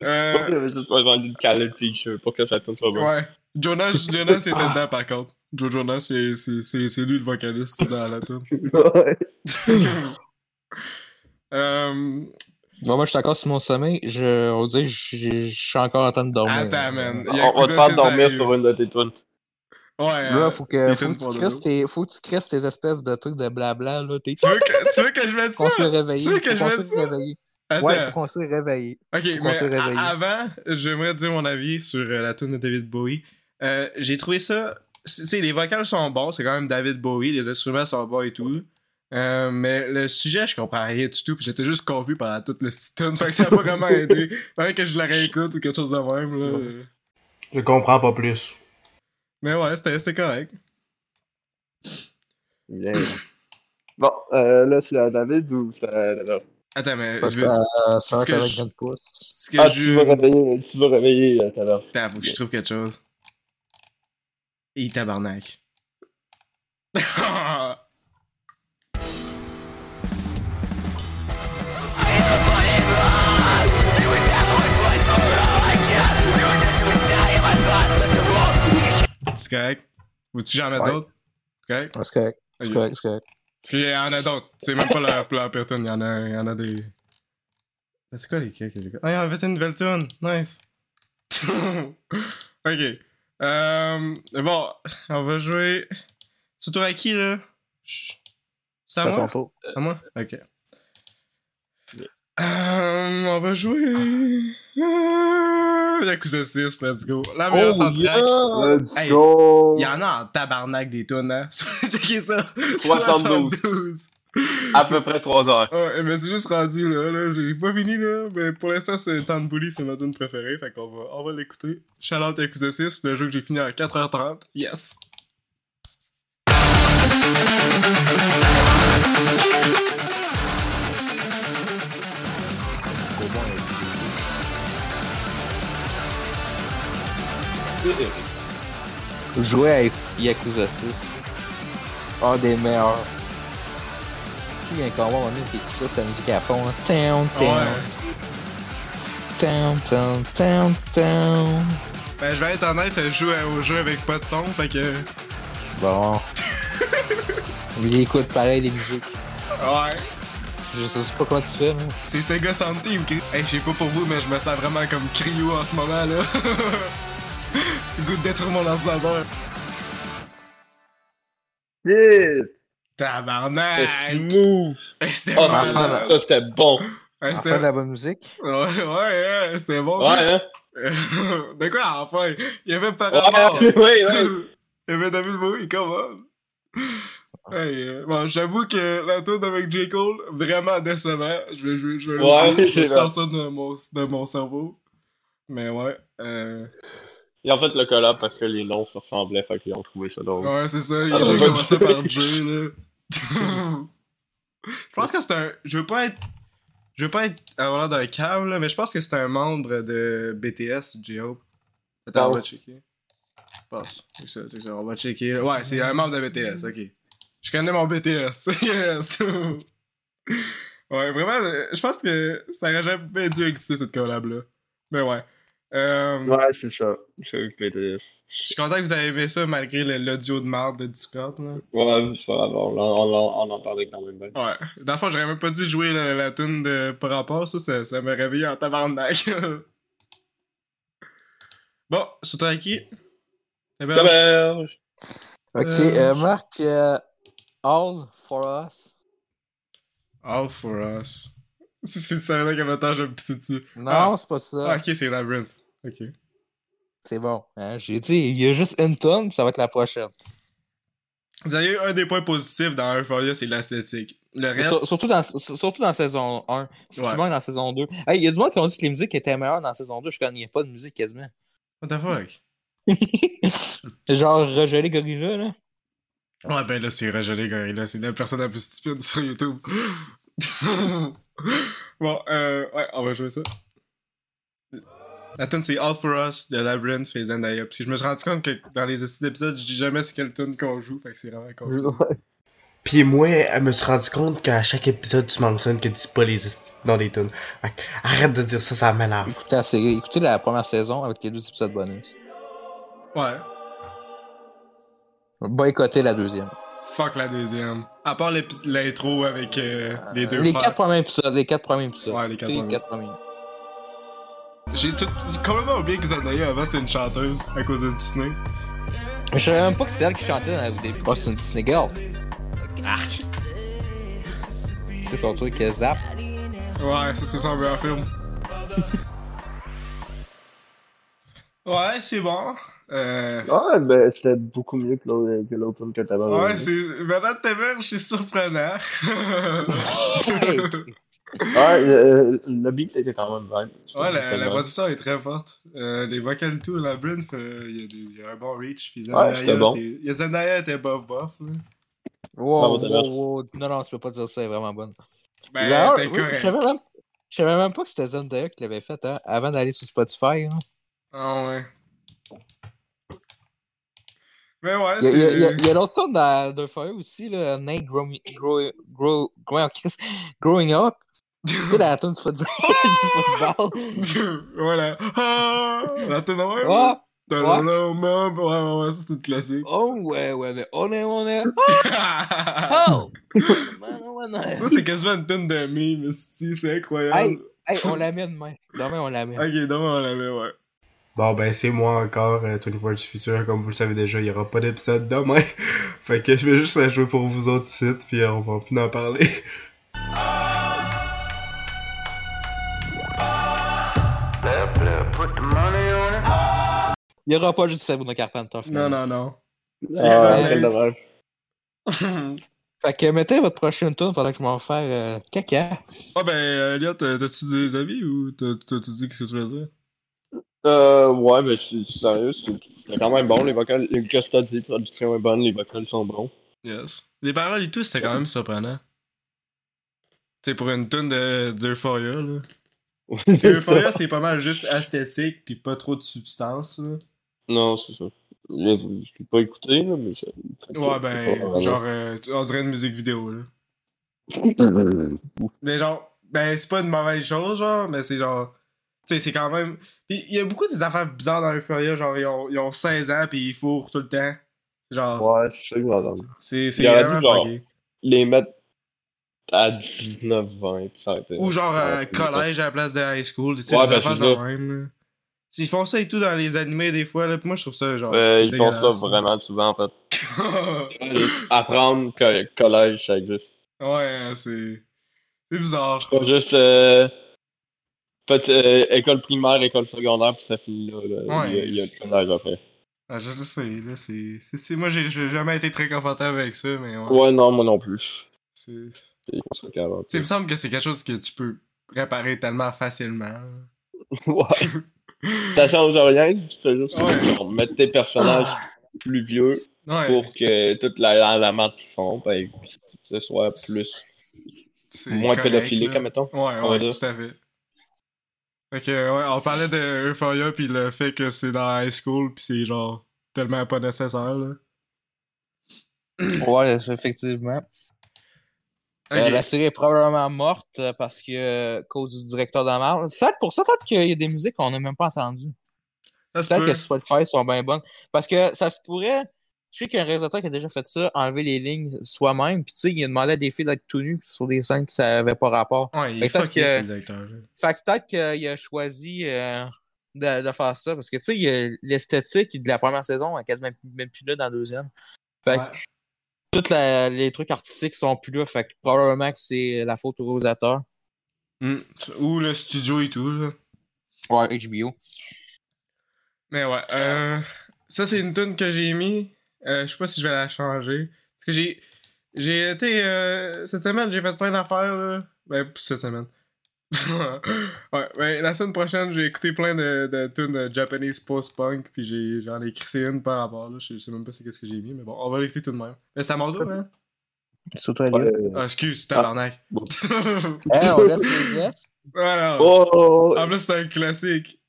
Speaker 1: Euh,
Speaker 4: J'avais juste pas vendu de calendrier feature pour que sa tune soit bonne.
Speaker 1: ouais. Jonas, Jonas était dedans, par contre. Joe Jonas, c'est- c'est c'est- c'est lui le vocaliste dans la tune.
Speaker 4: Ouais.
Speaker 1: euh,
Speaker 2: Bon, moi, je suis encore sur mon sommeil. Je, on dirait que je je suis encore en train de dormir.
Speaker 1: Attends, man.
Speaker 4: On
Speaker 1: Yakuza,
Speaker 4: on va te faire
Speaker 1: c'est
Speaker 4: dormir
Speaker 1: sérieux.
Speaker 4: sur une de tes tunes.
Speaker 1: Ouais.
Speaker 2: Là,
Speaker 1: euh,
Speaker 2: faut
Speaker 1: des
Speaker 2: que, faut,
Speaker 1: tunes
Speaker 2: que
Speaker 1: pour
Speaker 2: tu
Speaker 1: dodo.
Speaker 2: crisses tes, faut que tu crisses tes espèces de trucs de blabla, là. T'es...
Speaker 1: Tu veux que, tu veux que je mette ça?
Speaker 2: Qu'on soit réveillé.
Speaker 1: Tu veux que
Speaker 2: faut
Speaker 1: je
Speaker 2: qu'on
Speaker 1: mette
Speaker 2: soit
Speaker 1: ça?
Speaker 2: réveillé.
Speaker 1: Attends.
Speaker 2: Ouais, faut qu'on soit réveillé.
Speaker 1: ok,
Speaker 2: qu'on se
Speaker 1: mais
Speaker 2: réveille.
Speaker 1: a- avant, j'aimerais dire mon avis sur euh, la tune de David Bowie. Euh, J'ai trouvé ça. c'est- Tu sais, les vocales sont bons, c'est quand même David Bowie, les instruments sont bons et tout. Euh, mais le sujet, je comprends rien du tout, puis j'étais juste confus pendant toute le tune, fait que ça m'a pas vraiment aidé. Faudrait que je la réécoute ou quelque chose de même, là.
Speaker 9: Je comprends pas plus.
Speaker 1: Mais ouais, c'était c'était correct.
Speaker 4: Bien. Bon, euh, là, c'est à David ou c'est à Nana?
Speaker 1: Attends, mais
Speaker 2: Parce
Speaker 1: je
Speaker 2: que,
Speaker 1: veux-
Speaker 2: euh, ça va
Speaker 1: Est-ce que
Speaker 2: avec
Speaker 1: je-
Speaker 2: notre pouce.
Speaker 1: ce que
Speaker 4: Ah, tu
Speaker 1: je...
Speaker 4: vas réveiller, tu vas réveiller euh, Nana.
Speaker 1: Attends, faut que je trouve quelque chose. Et tabarnak. C'est correct? Veux-tu que j'en mette
Speaker 2: Ouais.
Speaker 1: d'autres? C'est correct?
Speaker 2: C'est correct, c'est
Speaker 1: Ok.
Speaker 2: correct, c'est correct.
Speaker 1: Parce qu'il y en a d'autres. C'est même pas leur, leur pire tune. Il y en a, il y en a des. C'est quoi les cas que j'ai Ah, il y en avait une nouvelle tune. Nice. ok. Euh, bon, on va jouer. C'est tour à qui là Chut. C'est à
Speaker 2: C'est
Speaker 1: Ah, moi
Speaker 2: à ton tour.
Speaker 1: À moi Ok. Euh, on va jouer. Euh, Yakuza 6, let's go. La meilleure
Speaker 10: Oh, yeah!
Speaker 1: soundtrack.
Speaker 4: Let's
Speaker 1: Hey,
Speaker 4: go!
Speaker 1: Il y en a en tabarnak des tunes, hein. Checkez ça.
Speaker 4: 72.
Speaker 1: 72.
Speaker 4: À peu près 3 heures.
Speaker 1: Ouais, mais c'est juste rendu là, là, j'ai pas fini là, mais pour l'instant c'est Tant de Bully, c'est ma tune préférée, fait qu'on va, on va l'écouter. Shout-out Yakuza 6, le jeu que j'ai fini à 4h30, yes!
Speaker 2: Jouer avec Yakuza 6. Un des meilleurs. Tu viens quand même, on est qui écoute sa musique à fond. là. Town, town,
Speaker 1: Ah Ouais,
Speaker 2: town, town, town, town.
Speaker 1: ben je vais être honnête, je joue à- au jeu avec pas de son, fait que...
Speaker 2: Bon. Il écoute pareil les musiques.
Speaker 1: Ouais,
Speaker 2: Je sais pas comment tu fais, mais.
Speaker 1: c'est Sega Sound Team, qui... Hey, je sais pas pour vous, mais je me sens vraiment comme Cryo en ce moment là. Le goût de détruire mon ordinateur.
Speaker 4: Shit!
Speaker 1: Tabarnak!
Speaker 4: Move!
Speaker 1: C'était
Speaker 4: Oh,
Speaker 1: malade.
Speaker 2: enfin,
Speaker 4: ça, c'était bon.
Speaker 1: Ouais,
Speaker 2: En
Speaker 1: c'était-
Speaker 2: fait de la bonne musique.
Speaker 1: Ouais, ouais, ouais, c'était bon.
Speaker 4: Ouais, hein?
Speaker 1: de quoi enfin? Il y avait pas
Speaker 4: Ouais, ouais, ouais.
Speaker 1: Il y avait Eh ben, David Bowie, comment? Hey, euh, bon, j'avoue que la tourne avec J. Cole, vraiment décevant. Je vais jouer, je vais
Speaker 4: Ouais,
Speaker 1: le- je
Speaker 4: c'est
Speaker 1: sors ça de mon, de mon cerveau. Mais ouais, euh,
Speaker 4: Et en fait, le collab, parce que les noms se ressemblaient, fait qu'ils ont trouvé ça drôle.
Speaker 1: ouais, c'est ça. Il
Speaker 4: Ah,
Speaker 1: a tout
Speaker 4: ouais.
Speaker 1: commencé par J, là. je pense que c'est un, je veux pas être, je veux pas être, avoir l'air d'un câble, là, mais je pense que c'est un membre de BTS, J. Hope. Attends, on va
Speaker 4: Pense.
Speaker 1: checker. Je pense. C'est ça, c'est ça. On va checker. Ouais, c'est un membre de BTS, ok. Je connais mon BTS. yes! ouais, vraiment, euh, je pense que ça aurait jamais dû exister cette collab-là. Mais ouais. Euh,
Speaker 4: Ouais, c'est ça. C'est le PDS.
Speaker 1: Je suis content que vous avez aimé ça malgré le- l'audio de marde de Discord. Là.
Speaker 4: Ouais, c'est pas grave, on, en- on, en- on en parlait quand même bien.
Speaker 1: Ouais. Dans le fond, j'aurais même pas dû jouer la, la tune de par rapport, ça, ça, ça m'a réveillé en tabarnak. bon, c'est toi à qui? Eh ben,
Speaker 4: Ça marche.
Speaker 2: Ok,
Speaker 1: Euh,
Speaker 2: euh, Marc, euh, All for Us.
Speaker 1: All for us. Si c'est ça, là, comme attends, je vais me pisser dessus.
Speaker 2: Non, c'est pas ça.
Speaker 1: Ah, ok, c'est Labyrinth. Ok.
Speaker 2: C'est bon. Hein, J'ai dit, il y a juste une tonne, ça va être la prochaine.
Speaker 1: Vous avez un des points positifs dans Euphoria, c'est l'esthétique. Le reste.
Speaker 2: Sur- surtout, dans, sur- surtout dans saison 1. Ce
Speaker 1: Ouais.
Speaker 2: qui manque dans saison 2. Hey, il y a du monde qui ont dit que les musiques étaient meilleures dans saison 2. Je connais pas de musique quasiment.
Speaker 1: What the fuck?
Speaker 2: Genre Regelé Gorilla, là.
Speaker 1: Ouais, ben là, c'est Regelé Gorilla, c'est la personne la plus stupide sur YouTube. bon, euh, ouais, on va jouer ça. La tune, c'est All for Us de Labyrinth et Zendaya. Puis je me suis rendu compte que dans les six épisodes, je dis jamais c'est quelle tune qu'on joue, fait que c'est vraiment con.
Speaker 9: Puis moi, elle me suis rendu compte qu'à chaque épisode, tu mentionnes que tu dis pas les esti dans les tunes. Fait que Arrête de dire ça, ça m'énerve.
Speaker 2: Écoutez la série- écoutez la première saison avec les deux épisodes bonus.
Speaker 1: Ouais,
Speaker 2: Boycotter la deuxième.
Speaker 1: fuck la deuxième. À part l'épi- l'intro avec euh, les deux
Speaker 2: les
Speaker 1: frères.
Speaker 2: quatre premiers épisodes. Les quatre premiers épisodes.
Speaker 1: Ouais, les quatre
Speaker 2: Écoutez
Speaker 1: premiers. J'ai tout... j'ai complètement oublié que Zendaya avant c'était une chanteuse à cause de Disney.
Speaker 2: Je savais même pas que c'est elle qui chantait dans- au début. Oh, c'est une Disney Girl. C'est son truc euh, Zap.
Speaker 1: Ouais, ça c'est son meilleur film. ouais, c'est bon. Euh...
Speaker 4: Ouais, ben, c'était beaucoup mieux que l'autre, que l'autre film que t'avais.
Speaker 1: Ouais, c'est. Madame Tever, je suis surprenant.
Speaker 2: Hey,
Speaker 4: Ouais, euh, le, le beat était quand même bien.
Speaker 1: Ouais, la, la
Speaker 4: voix
Speaker 1: production est très forte. Euh, les vocales tout, la Brinf, euh, il y, a des- il y a un bon reach. Puis Zendaya,
Speaker 4: Ouais, c'était bon.
Speaker 1: c'est- il y a Zendaya était bof bof. là.
Speaker 2: Wow,
Speaker 4: Bravo, Taylor.
Speaker 2: wow, wow. Non, non, tu peux pas dire ça, elle est vraiment bonne.
Speaker 1: Ben,
Speaker 2: Là,
Speaker 1: t'es
Speaker 2: oui, je
Speaker 1: correct.
Speaker 2: savais même, je savais même pas que c'était Zendaya qui l'avait faite hein, avant d'aller sur Spotify. hein.
Speaker 1: Ah ouais. Mais ouais,
Speaker 2: Il y a- il y a- il y a,
Speaker 1: c'est.
Speaker 2: il y a l'autre tourne dans de Fire aussi, là, Nate Growing, Grow, Grow, Grow- Chris, Growing Up. Tu sais, la tourne du football. du football.
Speaker 1: voilà. Ah, la tonne ouais. ouais.
Speaker 2: Ah,
Speaker 1: Dans
Speaker 2: ouais.
Speaker 1: le moment, Ouais, ouais, ouais, ça, c'est une classique.
Speaker 2: oh, ouais, ouais, mais on est, on est.
Speaker 1: ça,
Speaker 2: Oh! Man, on est.
Speaker 1: c'est quasiment une tonne de meme, c'est c'est incroyable.
Speaker 2: Hey. Hey, on la met demain. Demain, on la met.
Speaker 1: Ok, demain on la met, ouais.
Speaker 9: Bon, ben, c'est moi encore, euh, 24 du futur. Comme vous le savez déjà, il n'y aura pas d'épisode demain. fait que je vais juste la jouer pour vous autres sites, puis euh, on va plus en parler.
Speaker 2: Il y aura pas juste Sabrina Carpenter.
Speaker 1: Non,
Speaker 2: finalement.
Speaker 1: non, non.
Speaker 4: Ah,
Speaker 2: Ouais.
Speaker 4: quel dommage.
Speaker 1: Ah
Speaker 2: Fait que mettez votre prochaine tourne pendant que je m'en vais faire euh, caca.
Speaker 1: ben, Elliot, t'as- t'as-tu des avis ou t'as- t'as-tu dit qu'est-ce que tu veux dire?
Speaker 4: Euh, ouais, mais c'est c'est sérieux, c'est c'est quand même bon, les vocales, les que t'as dit, production est bonne, les vocales sont bons.
Speaker 1: Yes. Les paroles et tout, c'était quand même surprenant. C'est pour une tonne d'Euphoria, là.
Speaker 4: C'est ça.
Speaker 1: Euphoria, c'est pas mal juste esthétique puis pas trop de substance, là.
Speaker 4: Non, c'est ça. Je je l'ai pas écouté, là, mais ça...
Speaker 1: Ouais, ben,
Speaker 4: c'est pas-
Speaker 1: genre, euh, tu- on dirait une musique vidéo, là. Mais genre, ben, c'est pas une mauvaise chose, genre, mais c'est genre. Tu sais, c'est quand même. Pis il y a beaucoup des affaires bizarres dans Euphoria, genre, ils ont, ils ont 16 ans pis ils fourrent tout le temps. C'est genre.
Speaker 4: Ouais, je sais que j'entends.
Speaker 1: C'est c'est
Speaker 4: Il aurait dû,
Speaker 1: vraiment
Speaker 4: genre,
Speaker 1: fucké.
Speaker 4: Les mettre à 19, 20, pis ça a été...
Speaker 1: Ou genre euh,
Speaker 4: Ouais, c'est-
Speaker 1: collège à la place de high school, tu sais,
Speaker 4: Ouais,
Speaker 1: des
Speaker 4: ben,
Speaker 1: affaires
Speaker 4: c'est
Speaker 1: de
Speaker 4: ça.
Speaker 1: même. là. Ils font ça et tout dans les animés des fois, là. pis moi je trouve ça genre.
Speaker 4: Euh,
Speaker 1: c'est
Speaker 4: ils font ça
Speaker 1: dégueulasse.
Speaker 4: vraiment souvent, en fait. Juste apprendre que collège, ça existe.
Speaker 1: ouais, c'est. C'est bizarre.
Speaker 4: Pas juste euh, peut- euh, école primaire, école secondaire, puis ça finit là. là.
Speaker 1: Ouais.
Speaker 4: Il, y a, il y a le collège après.
Speaker 1: Ah, je je sais, là, c'est. c'est- c'est- Moi j'ai j'ai jamais été très confortable avec ça, mais ouais.
Speaker 4: Ouais, non, moi non plus.
Speaker 1: C'est. c'est-
Speaker 4: C'est pour ça qu'avant.
Speaker 1: Tu sais, il me semble que c'est quelque chose que tu peux réparer tellement facilement.
Speaker 4: Ouais. Ça change rien, c'est juste
Speaker 1: Ouais. Ah.
Speaker 4: genre, mettre tes personnages plus vieux
Speaker 1: Ouais,
Speaker 4: pour que toute la, la, la merde qu'ils font, ben, ce soit plus,
Speaker 1: c'est
Speaker 4: moins
Speaker 1: correct,
Speaker 4: pédophilique,
Speaker 1: là.
Speaker 4: admettons.
Speaker 1: Ouais,
Speaker 4: On va
Speaker 1: ouais,
Speaker 4: dire.
Speaker 1: tout à fait. Fait que, ouais, on parlait de Euphoria puis le fait que c'est dans high school puis c'est genre tellement pas nécessaire, là.
Speaker 2: Ouais, effectivement. Euh,
Speaker 1: Ok.
Speaker 2: la série est probablement morte euh, parce que euh, cause du directeur de la marge. 7%, peut-être qu'il y a des musiques qu'on n'a même pas entendues.
Speaker 1: Ça se
Speaker 2: Peut-être
Speaker 1: peut.
Speaker 2: que Spotify sont bien bonnes. Parce que ça se pourrait. Je sais qu'il y a un réalisateur qui a déjà fait ça, enlever les lignes soi-même. Puis tu sais, il a demandé à des filles d'être tout nues sur des scènes qui n'avaient pas rapport.
Speaker 1: Ouais, il est
Speaker 2: Fait que
Speaker 1: fucké,
Speaker 2: peut-être
Speaker 1: ce
Speaker 2: que-
Speaker 1: directeur. là.
Speaker 2: Fait que peut-être qu'il a choisi euh, de, de faire ça. Parce que tu sais, il y a l'esthétique de la première saison elle est quasiment même plus là dans la deuxième. Fait que
Speaker 1: Ouais.
Speaker 2: tous les trucs artistiques sont plus là. Fait que probablement que c'est la faute au réalisateur.
Speaker 1: Mm. Ou le studio et tout, là.
Speaker 2: Ouais, HBO.
Speaker 1: Mais ouais, euh, ça c'est une tune que j'ai mis. Euh, je sais pas si je vais la changer. Parce que j'ai. J'ai été. euh, cette semaine, j'ai fait plein d'affaires, là. Ben, p- cette semaine. ouais, ben, la semaine prochaine, j'ai écouté plein de, de tunes de Japanese post-punk, puis j'ai, j'en ai crissé une par rapport, là. Je je sais même pas c'est qu'est-ce que j'ai mis, mais bon, on va l'écouter tout de même. Mais c'est à mon tour, hein?
Speaker 2: Surtout à
Speaker 1: Ah, excuse, tabarnak.
Speaker 2: on laisse les gestes.
Speaker 1: voilà.
Speaker 4: Oh!
Speaker 1: En plus, c'est un classique.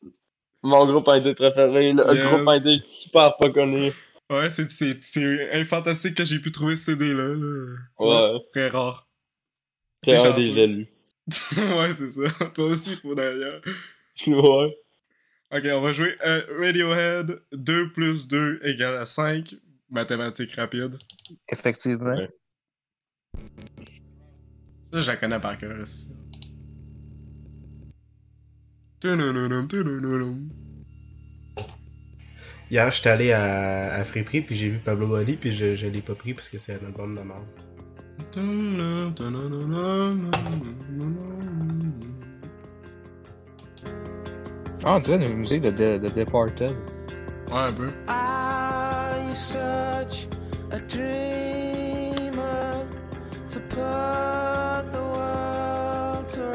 Speaker 4: Mon groupe indé préféré, le
Speaker 1: Yes.
Speaker 4: groupe indé super pas connu.
Speaker 1: Ouais, c'est, c'est, c'est un fantastique que j'ai pu trouver ce CD-là, là.
Speaker 4: Ouais,
Speaker 1: C'est très rare.
Speaker 4: c'est
Speaker 1: T'es
Speaker 4: un
Speaker 1: chanceux.
Speaker 4: des élus.
Speaker 1: ouais, c'est ça. Toi aussi, il faut d'ailleurs.
Speaker 4: Ouais.
Speaker 1: Ok, on va jouer euh, Radiohead 2 plus 2 égale à 5. Mathématiques rapides.
Speaker 2: Effectivement.
Speaker 4: Ouais.
Speaker 1: Ça, je la connais par cœur aussi. Tudunudum, tudunudum.
Speaker 9: Hier, j'étais allé à, à Friperie, puis j'ai vu Pablo Loli, puis je, je l'ai pas pris parce que c'est un album de merde.
Speaker 1: Tudunudum, tudunudum.
Speaker 2: Ah, on dirait une musique de, de, de Departed.
Speaker 1: Ouais, un peu.
Speaker 6: Are you such a dreamer to put the world to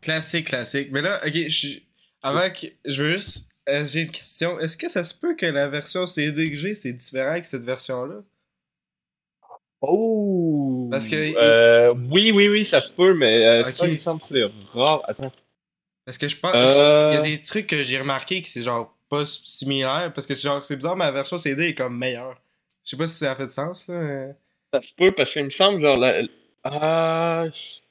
Speaker 1: Classique, classique. Mais là, ok, je- avant que. Je veux juste. euh, J'ai une question. Est-ce que ça se peut que la version CD que j'ai, c'est différent que cette version-là?
Speaker 4: Oh!
Speaker 1: Parce que-
Speaker 4: Euh, oui, oui, oui, ça se peut, mais euh, ça,
Speaker 1: Ok. Ah,
Speaker 4: il me semble que c'est rare. Attends.
Speaker 1: Parce que je pense.
Speaker 4: Euh.
Speaker 1: Il y a des trucs que j'ai remarqué que c'est genre pas similaire. Parce que c'est genre, c'est bizarre, ma version CD est comme meilleure. Je sais pas si ça a fait de sens, là. mais-
Speaker 4: Ça se peut parce qu'il me semble, genre, la... Ah, je-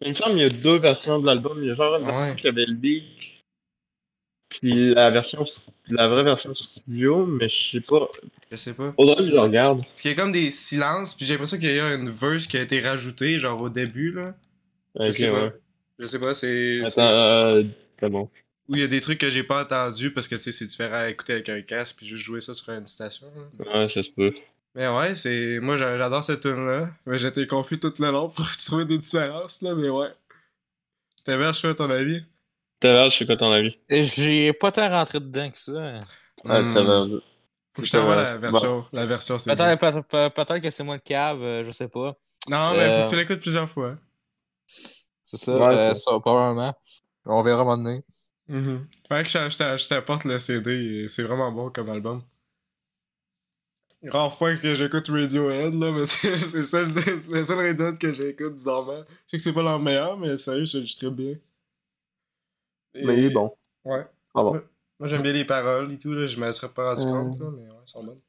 Speaker 4: Il me semble qu'il y a deux versions de l'album. Il y a genre une version
Speaker 1: Ouais.
Speaker 4: qui avait le leak, puis la version, la vraie version studio, mais je sais pas.
Speaker 1: Je sais pas.
Speaker 4: Faudrait que je regarde.
Speaker 1: Parce qu'il y a comme des silences, puis j'ai l'impression qu'il y a une verse qui a été rajoutée, genre au début, là. Je
Speaker 4: Ok,
Speaker 1: sais
Speaker 4: ouais.
Speaker 1: pas. Je sais pas, c'est. c'est-
Speaker 4: Attends, euh, c'est bon.
Speaker 1: Ou il y a des trucs que j'ai pas entendu parce que tu sais, c'est différent à écouter avec un casque puis juste jouer ça sur une station. là.
Speaker 4: Ouais, ça se peut.
Speaker 1: Mais ouais, c'est. Moi j'a- j'adore cette tune là. Mais j'étais confus tout le long pour trouver des différences là, mais ouais. T'as bien choisi ton avis?
Speaker 4: Tout à l'heure, je sais quoi ton avis?
Speaker 10: J'ai pas tant rentré dedans que ça.
Speaker 4: Ah,
Speaker 1: Hmm.
Speaker 4: tout à l'heure.
Speaker 1: Faut que je t'envoie
Speaker 4: Euh,
Speaker 1: la version. La version c'est.
Speaker 10: Peut-être peut- peut- peut-être que c'est moi le cave, euh, je sais pas.
Speaker 1: Non, mais faut
Speaker 10: Euh,
Speaker 1: que tu l'écoutes plusieurs fois.
Speaker 10: C'est ça,
Speaker 4: Ouais,
Speaker 10: euh,
Speaker 4: ouais.
Speaker 10: ça, probablement. On verra à un moment donné.
Speaker 1: Mhm. Faudrait que je t'a- je t'a- je t'apporte le CD, et c'est vraiment bon comme album. Rare fois que j'écoute Radiohead, là, mais c'est c'est le seul, c'est le seul Radiohead que j'écoute, bizarrement. Je sais que c'est pas leur meilleur, mais sérieux, je je tripe bien. Et-
Speaker 4: Mais il est bon.
Speaker 1: Ouais.
Speaker 4: Ah bon.
Speaker 1: Moi, j'aime bien les paroles et tout, là, je me serais pas rendu
Speaker 2: Euh.
Speaker 1: compte, là, mais ouais, elles sont bonnes.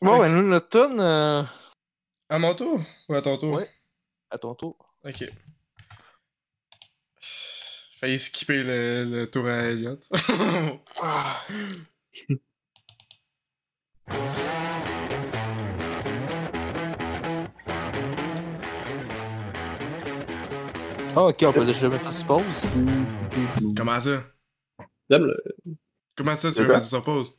Speaker 10: Bon,
Speaker 1: Ok.
Speaker 10: ben nous, notre tonne, euh,
Speaker 1: À mon tour ou à ton tour
Speaker 10: Ouais. à ton tour.
Speaker 1: Ok. Failli skipper le, le tour à Elliot.
Speaker 10: Ah, ok, on peut déjà mettre ça suppose.
Speaker 1: Comment ça
Speaker 4: J'aime le-
Speaker 1: Comment ça, tu
Speaker 4: De
Speaker 1: veux
Speaker 4: quoi?
Speaker 1: mettre ça pause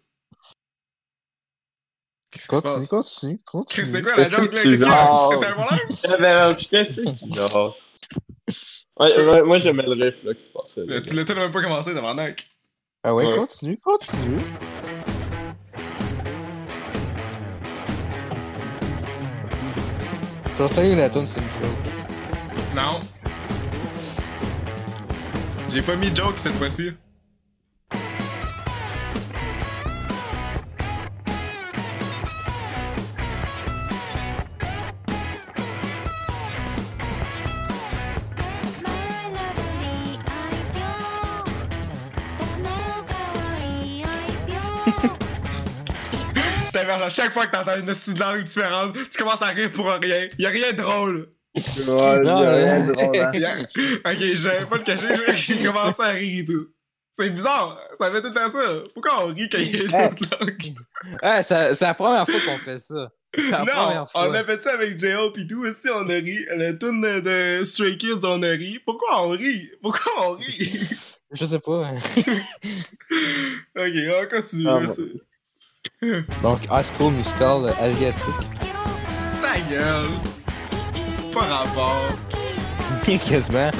Speaker 1: Qu'est-ce qui se
Speaker 2: Continue,
Speaker 1: passe
Speaker 2: continue, continue.
Speaker 1: Qu'est-ce- C'est quoi la joke là Qu'est-ce qu'il y
Speaker 4: Ah,
Speaker 1: a
Speaker 4: ouais.
Speaker 1: C'est un problème
Speaker 4: Ah, ben, je sais ce qui se passe. Ouais, ouais, moi, j'aimais le riff, là, qui se passait. là.
Speaker 1: Le le tour n'a même pas commencé devant Nock.
Speaker 2: Ah ouais,
Speaker 4: Ouais.
Speaker 2: continue, continue. Je vais retenir la tonne, c'est une joke.
Speaker 1: Non. J'ai pas mis joke cette fois-ci. T'inverses à chaque fois que t'entends une style langue différente, tu commences à rire pour rien. Y'a rien de drôle.
Speaker 4: Ouais,
Speaker 10: Non,
Speaker 4: j'avais
Speaker 10: mais-
Speaker 4: un drôle, hein.
Speaker 1: Y a- ok, j'avais pas le cacher, mais j'ai commencé à rire et tout. C'est bizarre, ça fait tout le temps ça. Pourquoi on rit quand il y a une autre langue?
Speaker 10: Ouais, ça- c'est la première fois qu'on fait ça. C'est la
Speaker 1: Non,
Speaker 10: première fois.
Speaker 1: on a fait ça avec J-Hope et tout, aussi on a ri. Le tune de, de Stray Kids, on a ri. Pourquoi on rit? Pourquoi on rit?
Speaker 10: Je sais pas. hein.
Speaker 1: ok, on continue.
Speaker 4: Ah,
Speaker 1: merci.
Speaker 2: Donc, High School Musical euh, asiatique.
Speaker 1: Ta gueule! Pas rapport.
Speaker 2: Quasiment.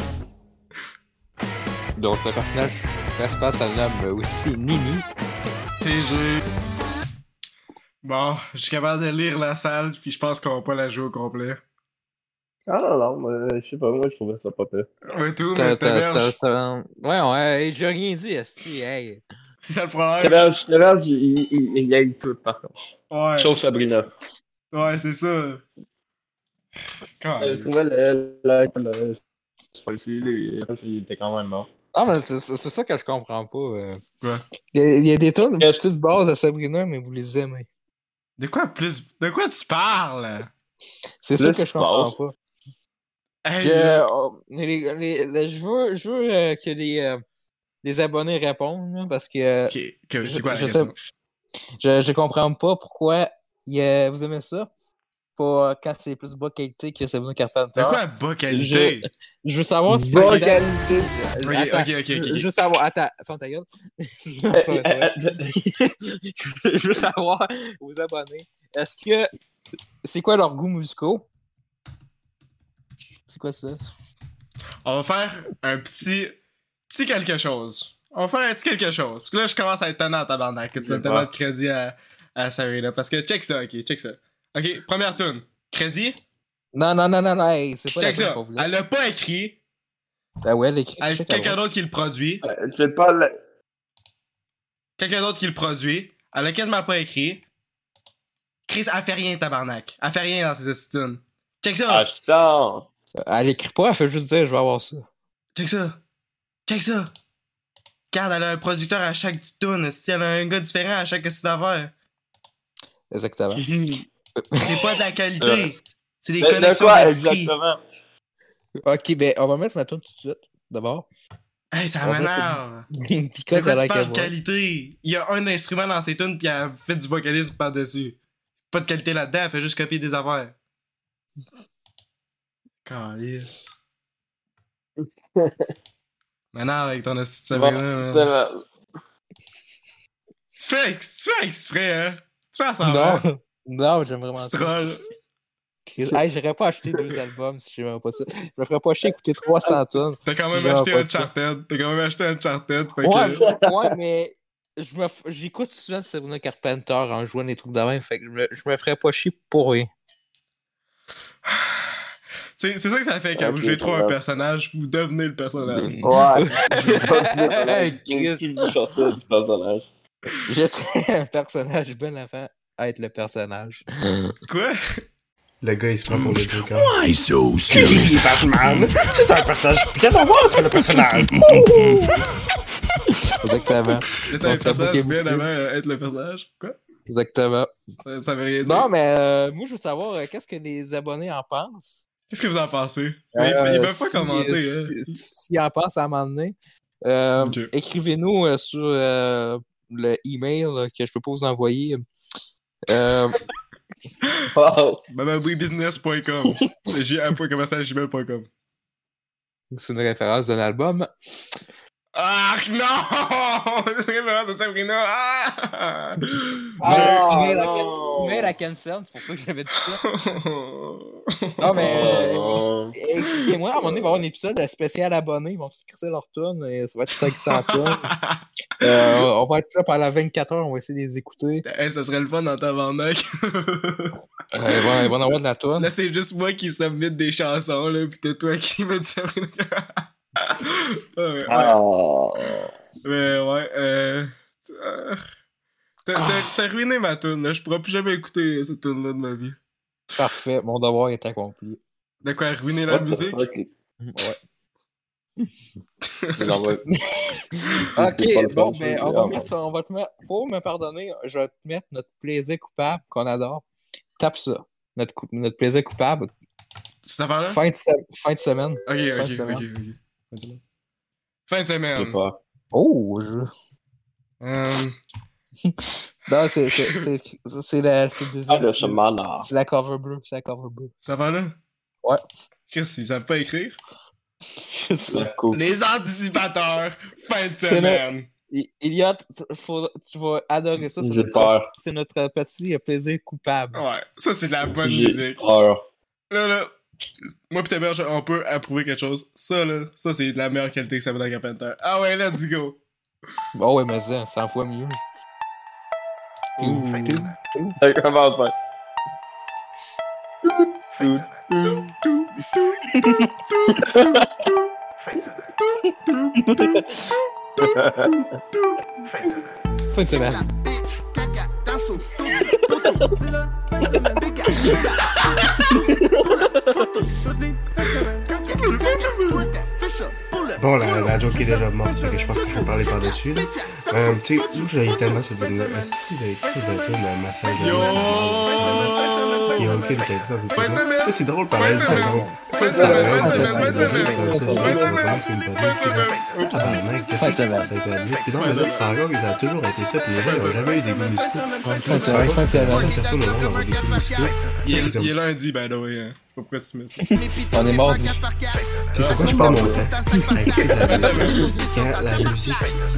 Speaker 2: Donc, le personnage principal se nomme aussi Nini.
Speaker 1: TG. Bon, je suis capable de lire la salle, puis je pense qu'on va pas la jouer au complet.
Speaker 4: Ah, non, non, mais je sais pas, moi, je trouvais ça pas pire.
Speaker 1: Mais tout,
Speaker 10: Ta-
Speaker 1: mais
Speaker 10: ta-
Speaker 1: t'héberges.
Speaker 10: ta- ta- Ouais, ouais, j'ai rien dit, esti, hey.
Speaker 1: C'est ça le problème.
Speaker 4: T'avais il, il, il, il aille tout, par contre.
Speaker 1: Ouais,
Speaker 4: Sauf Sabrina.
Speaker 1: ouais, c'est ça. Quand
Speaker 4: Je
Speaker 10: Euh,
Speaker 4: trouvais le, le, le, spicy, les riffs, il était quand même mort.
Speaker 10: Non, mais c'est c'est- c'est ça que je comprends pas. euh.
Speaker 1: Quoi?
Speaker 2: Il y a- il y a des tonnes
Speaker 4: Qu'est-ce-
Speaker 2: plus bases à Sabrina, mais vous les aimez.
Speaker 1: De quoi plus. De quoi tu parles?
Speaker 2: C'est
Speaker 4: Plus
Speaker 2: ça que je comprends
Speaker 4: bases.
Speaker 2: pas.
Speaker 1: Hey,
Speaker 10: Que, euh, oh, mais les- les- les- je veux, je veux euh, que les, euh, les abonnés répondent, là, parce que euh,
Speaker 1: Ok, que-
Speaker 10: je-
Speaker 1: c'est quoi la
Speaker 10: je sais-
Speaker 1: question?
Speaker 10: je, je comprends pas pourquoi il y a- vous aimez ça. Pas quand c'est plus bas qualité que Sabrina Carpenter.
Speaker 1: De quoi bas qualité?
Speaker 10: Je veux savoir si.
Speaker 4: Bas
Speaker 10: Attends,
Speaker 1: Ok,
Speaker 10: attends,
Speaker 1: ok, ok, ok, Euh,
Speaker 10: Je
Speaker 1: ok.
Speaker 10: veux savoir. Attends, ferme ta gueule.
Speaker 1: euh,
Speaker 10: je veux savoir aux abonnés. Est-ce que. C'est quoi leur goût musicaux? C'est quoi ça?
Speaker 1: On va faire un petit. petit quelque chose. On va faire un petit quelque chose. Parce que là, je commence à être tannant à tabarnak que tu donnes tellement de crédit à, à Sarah, là. Parce que check ça, ok, check ça. Ok, première tune. Crédit,
Speaker 2: Non, non, non, non, non, hey, c'est pas la
Speaker 1: Check
Speaker 2: bonne
Speaker 1: ça.
Speaker 2: qu'on voulait.
Speaker 1: Elle l'a pas écrit.
Speaker 2: Ah ouais, l'écrit.
Speaker 1: Elle-
Speaker 2: check,
Speaker 1: Quelqu'un
Speaker 2: elle-
Speaker 1: d'autre qui le produit.
Speaker 8: Euh, C'est pas la...
Speaker 1: Quelqu'un d'autre qui le produit. Elle a quasiment pas écrit. Chris, elle fait rien, tabarnak. Elle fait rien dans ses assistunes. Check ça.
Speaker 4: Ah, ça!
Speaker 2: Elle écrit pas, elle fait juste dire, je vais avoir ça.
Speaker 1: Check ça. Check ça. Regarde, elle a un producteur à chaque petite tune. Si elle a un gars différent à chaque petite affaire.
Speaker 2: Exactement.
Speaker 1: Mhm. C'est pas de la
Speaker 4: Euh.
Speaker 1: qualité. C'est des
Speaker 8: De- de
Speaker 1: connexions
Speaker 8: quoi
Speaker 1: d'industrie.
Speaker 4: Exactement.
Speaker 2: ok, ben, on va mettre ma tune tout de suite, d'abord.
Speaker 1: Hey, ça
Speaker 2: On va
Speaker 1: m'énerve. C'est quoi
Speaker 2: Because I
Speaker 1: tu
Speaker 2: like
Speaker 1: parles de
Speaker 2: it.
Speaker 1: qualité? Il y a un instrument dans ses tunes, puis elle fait du vocalisme par-dessus. Pas de qualité là-dedans, elle fait juste copier des affaires. Calice. Maintenant, avec ton astuce
Speaker 4: Bon,
Speaker 1: Sabrina,
Speaker 4: c'est
Speaker 1: man.
Speaker 4: la-
Speaker 1: Tu fais, tu fais exprès, hein? Tu fais
Speaker 2: Non,
Speaker 1: semblant.
Speaker 2: non, j'aime vraiment
Speaker 1: Tu
Speaker 2: ça.
Speaker 1: trolles.
Speaker 2: Hey, j'aurais pas acheté deux albums si j'aimais pas ça. Je me ferais pas chier écouter 300 tonnes.
Speaker 1: T'as quand
Speaker 2: Si
Speaker 1: même
Speaker 2: j'en
Speaker 1: acheté
Speaker 2: vois pas.
Speaker 1: Uncharted. T'as quand même acheté Uncharted. Fait
Speaker 2: Ouais,
Speaker 1: que... euh,
Speaker 2: ouais, mais je me f- j'écoute souvent de Sabrina Carpenter en jouant des trucs de même, fait que je me, je me ferais pas chier pour rien.
Speaker 1: C'est c'est ça que ça fait quand
Speaker 8: Ok,
Speaker 1: vous jouez trop un
Speaker 8: ouais.
Speaker 1: personnage, vous devenez le personnage.
Speaker 8: Ouais.
Speaker 2: Chris.
Speaker 4: Qui veut sortir du personnage?
Speaker 2: J'étais un personnage ben avant à être le personnage.
Speaker 1: Quoi?
Speaker 9: Le gars, il se prend pour le Joker.
Speaker 11: Crazy Batman, c'est un personnage bien à voir, le personnage.
Speaker 2: Exactement.
Speaker 1: C'est
Speaker 2: On
Speaker 1: un
Speaker 2: fait
Speaker 1: personnage
Speaker 2: beaucoup,
Speaker 1: bien
Speaker 2: beaucoup.
Speaker 1: avant euh, être le personnage. Quoi?
Speaker 2: Exactement.
Speaker 1: Ça, ça veut rien dire.
Speaker 2: Non, mais euh, moi, je veux savoir euh, qu'est-ce que les abonnés en pensent.
Speaker 1: Qu'est-ce que vous en pensez? Mais,
Speaker 2: Euh,
Speaker 1: mais ils peuvent pas
Speaker 2: si- euh,
Speaker 1: commenter. hein.
Speaker 2: si- S'ils en pensent à un moment donné, euh,
Speaker 1: Ok.
Speaker 2: écrivez-nous euh, sur euh, le email euh, que je peux pas vous envoyer. Euh,
Speaker 4: Wow!
Speaker 1: Bababouybusiness.com. J'ai un point commercial gmail.com.
Speaker 2: c'est une référence d'un album.
Speaker 1: Ah non! C'est une référence à Sabrina! Ah!
Speaker 4: Ah,
Speaker 2: email, à
Speaker 4: non.
Speaker 2: Ken- email à Kenson, c'est pour ça que j'avais dit ça.
Speaker 1: Je-
Speaker 2: Non, mais euh,
Speaker 4: Oh.
Speaker 2: expliquez-moi, à un moment donné, il va y avoir un épisode spécial abonné. Ils vont se crisser leur tonne et ça va être 500 tonnes. Euh, on va être là pendant 24 heures, on va essayer de les écouter.
Speaker 1: Hey, Eh, ça serait le fun dans ta mec.
Speaker 2: Euh, ils, vont, ils vont en avoir de la tonne.
Speaker 1: Là, c'est juste moi qui submit des chansons, là, pis t'es toi qui mets du Sabrina. Ouais, ouais.
Speaker 2: Ah.
Speaker 1: Mais ouais, euh. euh, T'as t'as- t'as ruiné ma tune, là. Je pourrais plus jamais écouter cette tune-là de ma vie.
Speaker 2: Parfait, mon devoir est accompli.
Speaker 1: De quoi ruiner la musique?
Speaker 4: Il envoie-
Speaker 2: Ok, bon, ben, on va, mettre, on va te mettre, pour me pardonner, je vais te mettre notre plaisir coupable qu'on adore. Tape ça. Notre, coup- notre plaisir coupable.
Speaker 1: Cette affaire-là?
Speaker 2: Fin de, se- fin de semaine.
Speaker 1: Ok,
Speaker 2: Fin de
Speaker 1: ok, ok,
Speaker 2: semaine.
Speaker 1: ok. Fin de semaine. Fin de
Speaker 4: C'est
Speaker 1: semaine.
Speaker 4: pas-
Speaker 2: Oh, je...
Speaker 1: Euh,
Speaker 2: Non, c'est, c'est, c'est, c'est la, c'est le deuxième.
Speaker 4: Ah, le chemin, là.
Speaker 2: C'est la cover bleue, c'est la cover bleue.
Speaker 1: cette affaire-là?
Speaker 2: Ouais.
Speaker 1: Qu'est-ce qu'ils savent pas écrire?
Speaker 2: Je sais.
Speaker 4: C'est cool.
Speaker 1: Les anticipateurs, fin de
Speaker 2: C'est
Speaker 1: semaine.
Speaker 2: I- Elliot, t- faudra- tu vas adorer ça. C'est
Speaker 4: J'ai
Speaker 2: notre,
Speaker 4: peur.
Speaker 2: c'est notre petit euh, plaisir coupable.
Speaker 1: Ouais, ça c'est de la bonne
Speaker 4: J'ai
Speaker 1: musique.
Speaker 4: peur.
Speaker 1: Là, là, moi pis ta mère, on peut approuver quelque chose. Ça, là, ça c'est de la meilleure qualité que ça va dans Carpenter. Ah ouais, let's go.
Speaker 2: Oh, ouais, mais c'est 100 fois mieux.
Speaker 1: Ouh.
Speaker 4: Ça commence bien.
Speaker 2: Fin de semaine.
Speaker 9: Bon, la, la joke est déjà morte, fait que je pense que je vais parler par-dessus. là. Euh, tu sais, moi, j'ai tellement cette tune-là. Ah, si, j'avais écrit dans un massage de
Speaker 1: Yo!
Speaker 9: Parce qu'il y a aucune qualité dans cette tune-là. Tu sais, c'est drôle par la
Speaker 1: Fin de
Speaker 9: saison.
Speaker 1: Fin de
Speaker 9: Ça va
Speaker 1: semaine,
Speaker 9: être
Speaker 1: fin de
Speaker 9: ça,
Speaker 1: semaine,
Speaker 9: ça
Speaker 1: fin
Speaker 9: va
Speaker 1: de
Speaker 9: être
Speaker 1: semaine.
Speaker 9: comme ça, ça va
Speaker 1: Fin de semaine. Fin
Speaker 9: être vraiment que c'est une bonne
Speaker 1: de semaine.
Speaker 9: idée. Ah, mec, qu'est-ce que ça s'est interdit? Puis non, mais là, c'est encore, il a toujours été ça, puis les gens, ils ont jamais eu des goûts musclés.
Speaker 2: Fin de semaine, fin de
Speaker 9: La
Speaker 2: semaine.
Speaker 9: seule personne au monde à avoir des goûts musclés,
Speaker 1: Il est, il est lundi, by the way. Hein. Je sais pas pourquoi tu mets ça.
Speaker 2: On est mardi.
Speaker 9: Tu sais pourquoi je parle mon temps? Ben, écoute, la musique, Quand la musique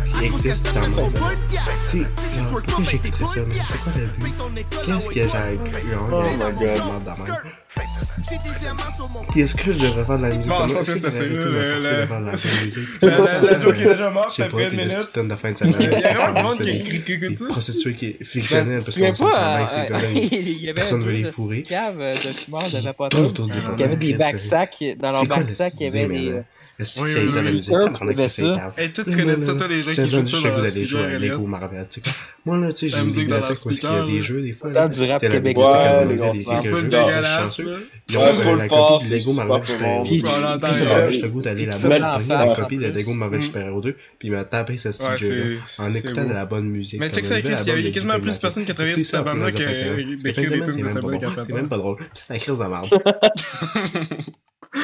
Speaker 9: qui- qui existe dans mon temps. Tu sais, genre, pourquoi j'écouterais ça, mais c'est quoi le but? Qu'est-ce que j'ai eu en
Speaker 4: Oh my God.
Speaker 9: dans ma Puis est-ce que je devrais faire de la musique?
Speaker 1: Bon, je
Speaker 9: Comment-
Speaker 1: pense
Speaker 9: est-ce
Speaker 1: que c'est assez,
Speaker 9: t'aurais arrêté de me
Speaker 1: là,
Speaker 9: forcer
Speaker 1: le-
Speaker 9: de faire de la bonne musique?
Speaker 1: La, la, la joke est déjà
Speaker 9: Je
Speaker 1: morte
Speaker 9: sais
Speaker 1: après
Speaker 9: pas,
Speaker 1: une
Speaker 9: des
Speaker 1: minute.
Speaker 9: astuces de fin de
Speaker 1: Il
Speaker 9: semaine.
Speaker 1: y a vraiment du monde
Speaker 9: c'est
Speaker 1: qui
Speaker 9: des-
Speaker 1: écrit que
Speaker 9: des
Speaker 1: ça.
Speaker 9: prostituées qui est
Speaker 10: Je
Speaker 2: Ben,
Speaker 9: fictionnelle parce
Speaker 10: souviens
Speaker 9: qu'on sait
Speaker 10: pas,
Speaker 9: pas
Speaker 10: euh,
Speaker 9: que ces
Speaker 10: euh,
Speaker 9: gars-là,
Speaker 10: il y avait
Speaker 9: personne veut les
Speaker 10: deux
Speaker 9: fourrer.
Speaker 10: caves euh, de fumeurs de
Speaker 9: ils
Speaker 10: vapotum
Speaker 9: tournent autour des
Speaker 10: qui avaient des
Speaker 9: bananes,
Speaker 10: backpacks. Dans leur
Speaker 9: C'est quoi le
Speaker 10: backpack, il y
Speaker 9: style,
Speaker 10: avait
Speaker 9: mais, euh,
Speaker 10: des.
Speaker 9: le style
Speaker 1: Oui,
Speaker 9: que
Speaker 1: oui,
Speaker 9: j'aime la
Speaker 1: oui.
Speaker 9: musique, t'en connais
Speaker 10: trouvais
Speaker 9: que c'est
Speaker 10: ça.
Speaker 9: grave.
Speaker 1: Hey, toi, tu connais ça, toi, les gens
Speaker 9: C'est
Speaker 1: qui
Speaker 9: le
Speaker 1: jouent
Speaker 9: fun,
Speaker 1: tout
Speaker 9: je
Speaker 1: ça
Speaker 9: sais que
Speaker 1: dans
Speaker 9: vous
Speaker 1: la
Speaker 9: allez jouer à Lego
Speaker 1: speeder,
Speaker 9: Marvel. tu sais. Moi, là, tu sais, j'ai
Speaker 1: La
Speaker 9: une
Speaker 1: musique dans leur
Speaker 9: bibliothèque où est-ce qu'il y a
Speaker 1: speaker,
Speaker 9: des
Speaker 1: là.
Speaker 9: jeux, des fois.
Speaker 2: Dans
Speaker 9: là.
Speaker 2: du rap euh,
Speaker 9: Tu sais, la
Speaker 2: Québec.
Speaker 9: bibliothèque,
Speaker 4: Ouais,
Speaker 9: on
Speaker 4: les
Speaker 9: a
Speaker 4: gars,
Speaker 9: dit, il y
Speaker 4: c'est
Speaker 9: a
Speaker 4: un
Speaker 1: Un
Speaker 9: quelques
Speaker 1: peu
Speaker 9: jeux. là, je suis
Speaker 1: dégueulasse,
Speaker 9: chanceux.
Speaker 1: là.
Speaker 9: Ils
Speaker 4: Ouais,
Speaker 9: ont
Speaker 4: faut
Speaker 9: euh,
Speaker 4: le
Speaker 9: la
Speaker 4: passer,
Speaker 9: copie de Lego
Speaker 4: c'est
Speaker 9: Marvel
Speaker 4: pas
Speaker 9: Super-Héros.
Speaker 1: Puis, on l'entend,
Speaker 9: Plus
Speaker 1: là.
Speaker 9: j'avais j'étais goût d'aller
Speaker 10: Ils
Speaker 9: là-bas,
Speaker 10: te mettent en
Speaker 9: pogner la
Speaker 10: face,
Speaker 9: copie
Speaker 10: en
Speaker 9: de
Speaker 10: plus.
Speaker 9: Lego Marvel
Speaker 1: Mm.
Speaker 9: Super-Héros 2, puis me taper ce
Speaker 1: Ouais,
Speaker 9: petit jeu-là.
Speaker 1: c'est.
Speaker 9: En
Speaker 1: c'est
Speaker 9: écoutant
Speaker 1: beau.
Speaker 9: de la bonne musique.
Speaker 1: Mais
Speaker 9: On
Speaker 1: check
Speaker 9: a
Speaker 1: ça,
Speaker 9: levé
Speaker 1: Chris, il y
Speaker 9: l'album
Speaker 1: avait
Speaker 9: de
Speaker 1: quasiment
Speaker 9: Jupiter
Speaker 1: plus de personnes qui travaillaient
Speaker 9: Écoutez
Speaker 1: sur cette
Speaker 9: ça, puis
Speaker 1: bande-là
Speaker 9: on les a fait,
Speaker 1: que
Speaker 9: hein.
Speaker 1: d'écrire
Speaker 9: Cette
Speaker 1: euh, des
Speaker 9: fin de
Speaker 1: tunes de
Speaker 9: semaine,
Speaker 1: sa
Speaker 9: c'est
Speaker 1: bonne
Speaker 9: même pas bon. C'est même pas drôle. C'est la crise de merde.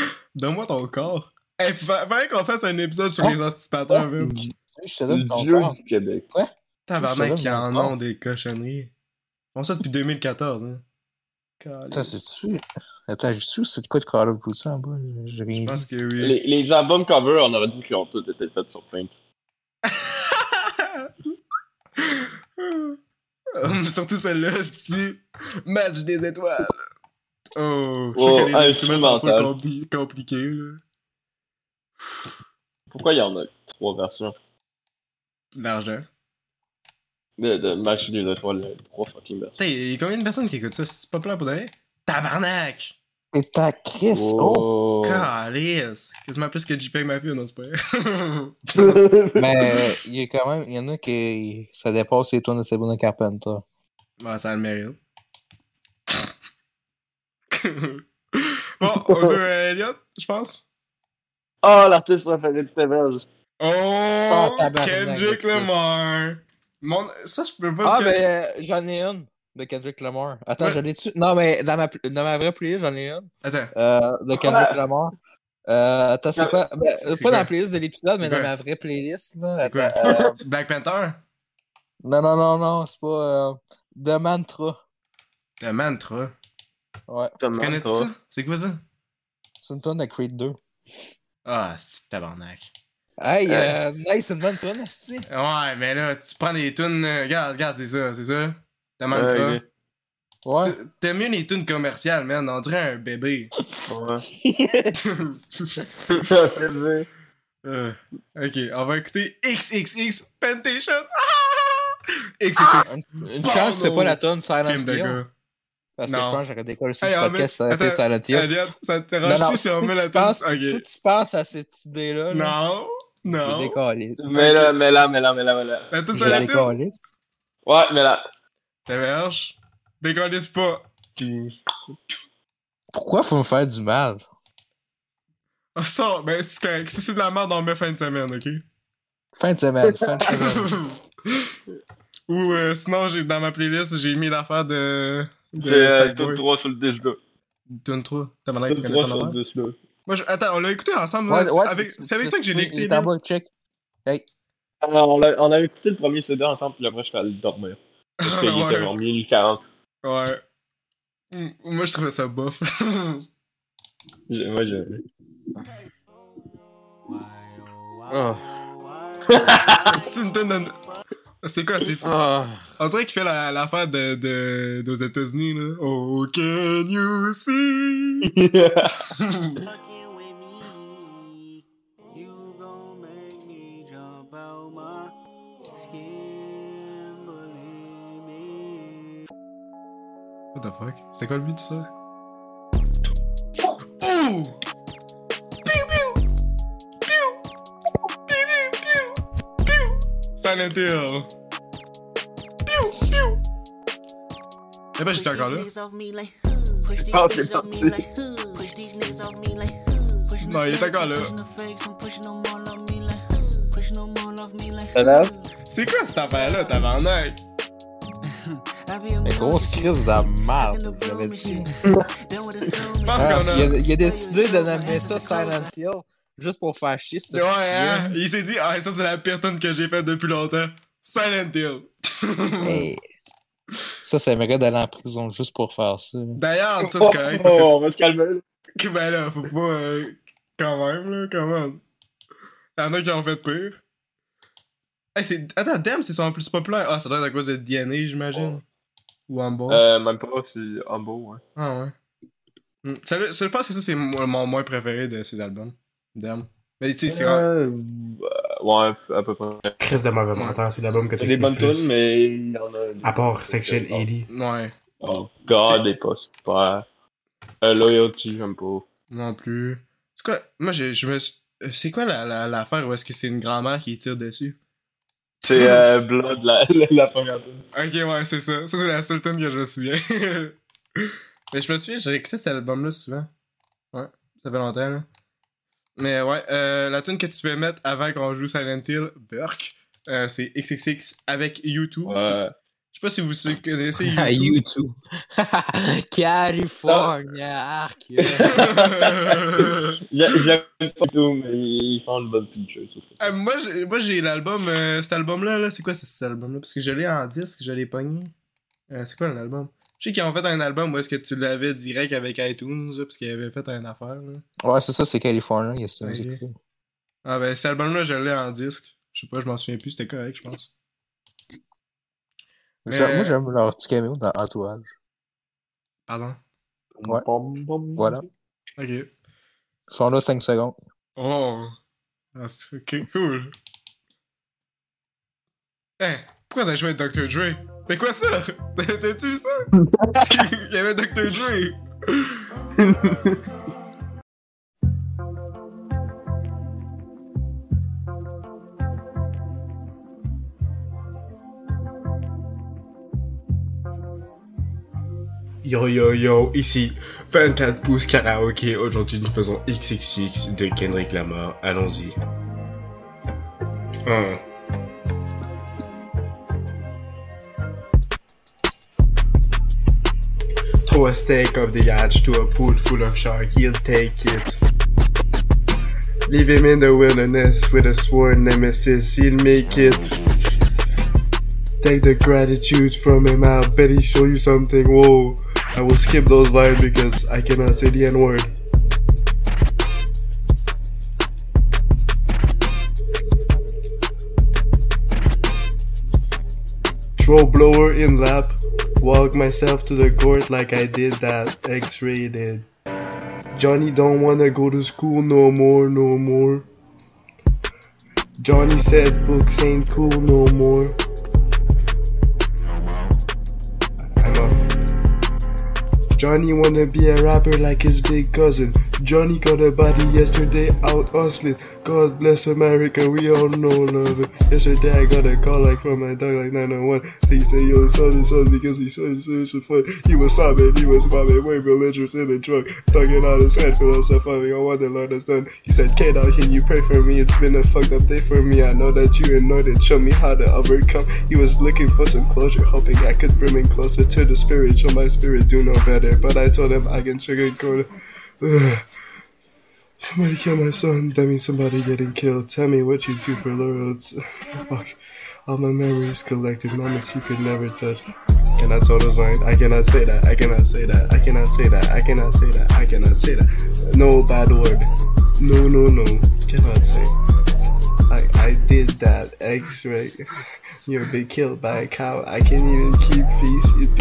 Speaker 1: Donne-moi ton corps. Hey, fa- fallait qu'on fasse un épisode sur les anticipateurs, man.
Speaker 2: Oh! Je te donne ton
Speaker 4: Dieu
Speaker 2: corps.
Speaker 4: du Québec.
Speaker 1: Tabarnak, qui en
Speaker 2: corps.
Speaker 1: ont des cochonneries. On fait ça depuis 2014, hein.
Speaker 2: Ça, c'est-tu? Attends, j'ai-tu c'est de quoi de Call of Duty en bas? J'ai rien
Speaker 1: Je
Speaker 2: vu.
Speaker 1: pense que oui.
Speaker 4: Les, les albums cover, on aurait dit qu'ils ont tous été faits sur Paint.
Speaker 1: Hum, Surtout celle-là, c'est match des étoiles. Oh, je
Speaker 4: Oh,
Speaker 1: sais que les instruments sont full
Speaker 4: instrumental.
Speaker 1: compli- compliqués, là.
Speaker 4: Pourquoi il y en a trois versions
Speaker 1: L'argent.
Speaker 4: de, de Match des étoiles? Trois fucking versions.
Speaker 1: Putain, il y a combien de personnes qui écoutent ça? C'est pas plein pour d'ailleurs? Tabarnak!
Speaker 2: Et ta Chris! Oh!
Speaker 4: Oh.
Speaker 1: Calice! Quasiment plus que JPEG Mafia, non, c'est pas vrai.
Speaker 2: oh, Mais il y a quand même, il y en a qui. Ça dépasse les toits de Sabrina Carpenter.
Speaker 1: Bon, ça a le mérite. bon, on dit à Elliot, je pense.
Speaker 4: Ah, l'artiste préféré de Théberge.
Speaker 1: Oh!
Speaker 2: tabarnak,
Speaker 1: Kendrick
Speaker 2: le Chris.
Speaker 1: Lamar! Mon... Ça, je peux pas...
Speaker 10: Ah,
Speaker 1: que-
Speaker 10: ben, euh, j'en ai une de Kendrick Lamar. Attends,
Speaker 1: Ouais.
Speaker 10: j'en ai-tu? Non, mais dans ma, pl- dans ma vraie playlist, j'en ai une
Speaker 1: Attends.
Speaker 10: euh, de Kendrick Lamar. Euh, attends, c'est
Speaker 1: Non,
Speaker 10: quoi? Ben,
Speaker 1: c'est
Speaker 10: euh,
Speaker 1: quoi?
Speaker 10: pas dans la playlist de l'épisode, mais
Speaker 1: C'est
Speaker 10: dans
Speaker 1: quoi?
Speaker 10: ma vraie playlist. Là.
Speaker 1: Quoi?
Speaker 10: Attends, euh,
Speaker 1: Black Panther?
Speaker 2: Non, non, non, non, c'est pas. Euh, The Mantra.
Speaker 1: Le mantra.
Speaker 2: Ouais.
Speaker 1: Tu connais-tu ça? C'est quoi ça?
Speaker 2: C'est une tonne de Creed 2.
Speaker 1: Ah, c'est tabarnak.
Speaker 10: hey, euh, nice, une bonne tonne, esti.
Speaker 1: Ouais, mais là, tu prends des tunes... euh, Regarde, regarde, c'est ça, c'est ça. Le mantra.
Speaker 4: Ouais,
Speaker 2: Ouais.
Speaker 1: T- T'aimes mieux les tunes commerciales, man. On dirait un bébé.
Speaker 4: Ouais.
Speaker 1: Euh, ok, on va écouter XXX Pentation. Ah! XXX.
Speaker 10: Une chance, c'est pas la tonne
Speaker 2: Ah!
Speaker 10: Silent
Speaker 1: Film de
Speaker 10: Hill.
Speaker 1: gars.
Speaker 2: Parce que
Speaker 1: Non.
Speaker 2: je pense que j'aurais décollé sur
Speaker 1: Hey,
Speaker 2: le
Speaker 1: ah,
Speaker 2: podcast, ça
Speaker 1: mais-
Speaker 2: aurait été
Speaker 1: attends,
Speaker 2: Silent Hill.
Speaker 1: Elliot, ça te
Speaker 2: Non,
Speaker 1: dérange
Speaker 2: non,
Speaker 1: si,
Speaker 2: si,
Speaker 1: on met la
Speaker 2: tu
Speaker 1: tonne?
Speaker 2: penses, si
Speaker 1: Ok.
Speaker 2: tu penses à cette idée-là, là,
Speaker 1: Non,
Speaker 2: je
Speaker 1: non.
Speaker 2: décollé.
Speaker 4: Mais là, mais là, mais là, mais là, mais là.
Speaker 1: La tune
Speaker 2: Je
Speaker 1: sur la tune.
Speaker 2: décollé.
Speaker 4: Ouais, mais là.
Speaker 1: T'héberges. Décollisse pas.
Speaker 2: Pourquoi faut me faire du mal?
Speaker 1: Ah, Ça, ben c'est correct. Si c'est de la merde, on met fin de semaine, ok?
Speaker 2: Fin de semaine, fin de semaine.
Speaker 1: Ou euh, sinon, j'ai dans ma playlist, j'ai mis l'affaire de. de
Speaker 4: C'est euh,
Speaker 1: Sackboy.
Speaker 4: tout 3 sur le 10 2.
Speaker 1: Tune 3. T'as mal à
Speaker 4: Tout
Speaker 1: tu
Speaker 4: 3
Speaker 1: connais ton
Speaker 4: sur
Speaker 1: affaire?
Speaker 4: le 10 2.
Speaker 1: Moi, je- attends, on l'a écouté ensemble.
Speaker 2: Ouais,
Speaker 1: là.
Speaker 2: ouais,
Speaker 1: C'est avec,
Speaker 2: tu-
Speaker 1: c'est avec
Speaker 2: tu-
Speaker 1: toi que j'ai
Speaker 2: tu-
Speaker 1: écouté.
Speaker 2: il est en
Speaker 1: là.
Speaker 2: bas, check. Hey,
Speaker 4: Alors, Ah, on a, on a écouté le premier CD ensemble, puis après, je suis allé dormir. Parce qu'il était genre
Speaker 1: Ah, ouais.
Speaker 4: minuit 40.
Speaker 1: ouais. Mm, Moi, je trouvais ça bof.
Speaker 4: J'ai- Moi, j'ai.
Speaker 1: Ah, c'est une tonne de... C'est quoi, c'est...
Speaker 2: Ah.
Speaker 1: On dirait qu'il fait la- l'affaire de, de, d'aux États-Unis, là. Oh, can you see?
Speaker 6: Fucking with me, you gon' make me jump out my skin, believe me.
Speaker 1: What the fuck? C'était quoi le but de ça? Oh! Pew, pew! Pew! Pew, pew, pew! Pew! Silent Hill! Pew, pew! Eh ben, j'étais encore là.
Speaker 4: Ah, c'est parti.
Speaker 1: Non, il est encore là. C'est quoi cette affaire-là, tabarnak?
Speaker 2: une grosse crise de merde, j'aurais dit.
Speaker 1: Je pense
Speaker 2: Ah,
Speaker 1: qu'on a...
Speaker 2: il, a, il a décidé de nommer ça Silent Hill juste pour faire chier ce
Speaker 1: Ouais, hein?
Speaker 2: petit
Speaker 1: Il s'est dit, ah, ça c'est la pire tonne que j'ai faite depuis longtemps. Silent Hill.
Speaker 2: vieux. Hey. Ça, ça mérite d'aller en prison juste pour faire ça.
Speaker 1: D'ailleurs, ça
Speaker 4: Oh,
Speaker 1: c'est correct. parce que
Speaker 4: on va se calmer.
Speaker 1: c'est- Ben là, faut pas. euh, Quand même, là, comment. Y'en a qui ont fait pire. Hey, c'est... Attends, Damn, c'est son plus populaire. Ah, ça doit être à cause de DNA, j'imagine. Ou Humble.
Speaker 4: Euh, même pas, c'est Humble, ouais.
Speaker 1: Ah ouais. Mm. Ça, là, ça, je pense que ça, c'est mo- mon moins préféré de ses albums. Damn. Mais tu sais, c'est rare.
Speaker 4: Euh, ouais, à peu près.
Speaker 9: Chris de mauvais menteur, c'est l'album
Speaker 4: Il
Speaker 9: que
Speaker 4: y
Speaker 9: t'as
Speaker 4: a des
Speaker 9: écouté le
Speaker 4: bonnes
Speaker 9: plus.
Speaker 4: tunes, mais il y en a. des-
Speaker 9: À part Section 80.
Speaker 1: Ouais,
Speaker 4: Oh, God, est pas super. Euh, Loyalty, j'aime pas.
Speaker 1: non plus. C'est quoi, moi, j'ai- je me suis- euh, C'est quoi l'affaire la, l'affaire où est-ce que c'est une grand-mère qui tire dessus?
Speaker 4: C'est euh, Blood, la, la, la première tune.
Speaker 1: Ok, ouais, c'est ça. Ça, c'est la seule tune que je me souviens. Mais je me souviens, j'ai écouté cet album-là souvent. Ouais, ça fait longtemps, là. Mais ouais, euh, la tune que tu veux mettre avant qu'on joue Silent Hill, Burke, euh, c'est XXX avec YouTube.
Speaker 4: Ouais.
Speaker 1: Je sais pas si vous connaissez
Speaker 2: À
Speaker 1: YouTube.
Speaker 2: YouTube. California, arc.
Speaker 4: J'a- J'aime pas tout, mais ils font le bon feature. c'est ça.
Speaker 1: Euh, moi, j'ai- moi, j'ai l'album, euh, cet album-là, là, c'est quoi c'est cet album-là? Parce que je l'ai en disque, je l'ai pogné. Euh, c'est quoi l'album? Je sais qu'ils ont fait un album où est-ce que tu l'avais direct avec iTunes, là, parce qu'ils avaient fait une affaire. Là.
Speaker 2: Ouais, c'est ça, c'est California. qu'est-ce que tu veux
Speaker 1: Ok.
Speaker 2: dire?
Speaker 1: Ah ben, cet album-là, je l'ai en disque. Je sais pas, je m'en souviens plus, c'était correct, je pense. Mais-
Speaker 2: J'a- Moi, j'aime leur petit caméo dans Entourage.
Speaker 1: Pardon.
Speaker 2: Ouais. Voilà.
Speaker 1: Ok.
Speaker 2: Ils sont là 5 secondes.
Speaker 1: Oh! Ah, c'est- Ok, cool. Hein, pourquoi ça jouait avec Dr. Dre? C'était quoi ça? T'as-tu vu ça? Il y avait Dr. Dre!
Speaker 9: Yo yo yo, ici 24 pouces karaoké. Aujourd'hui, nous faisons XXX de Kendrick Lamar. Allons-y. Hum. Throw a steak of the yacht to a pool full of shark, he'll take it. Leave him in the wilderness with a sworn nemesis, he'll make it. Take the gratitude from him, I'll bet he show you something. Whoa, I will skip those lines because I cannot say the N word. Throw blower in lap, walk myself to the court like I did that X-ray did. Johnny don't wanna go to school no more, no more. Johnny said books ain't cool no more. I'm off. Johnny wanna be a rapper like his big cousin. Johnny got a body yesterday out hustling. God bless America, we all know love. it. Yesterday I got a call like from my dog like 901. They say yo son is son because he's so such a fun. He was sobbing, he was bobbing, way belligerent in the truck, talking out his head, philosophizing on what the Lord has done. He said, Kate out here, you pray for me. It's been a fucked up day for me. I know that you anointed. Show me how to overcome. He was looking for some closure, hoping I could bring him closer to the spirit. Show my spirit do no better. But I told him I can sugarcoat it. Ugh. Somebody kill my son. That means somebody getting killed. Tell me what you do for laurels. Fuck. All my memories collected, moments you could never touch. Cannot tell those lines. I cannot say that. I cannot say that. I cannot say that. I cannot say that. I cannot say that. No bad word. No, no, no. Cannot say. I, I did that. X-ray. You'll be killed by a cow. I can't even keep peace. It'd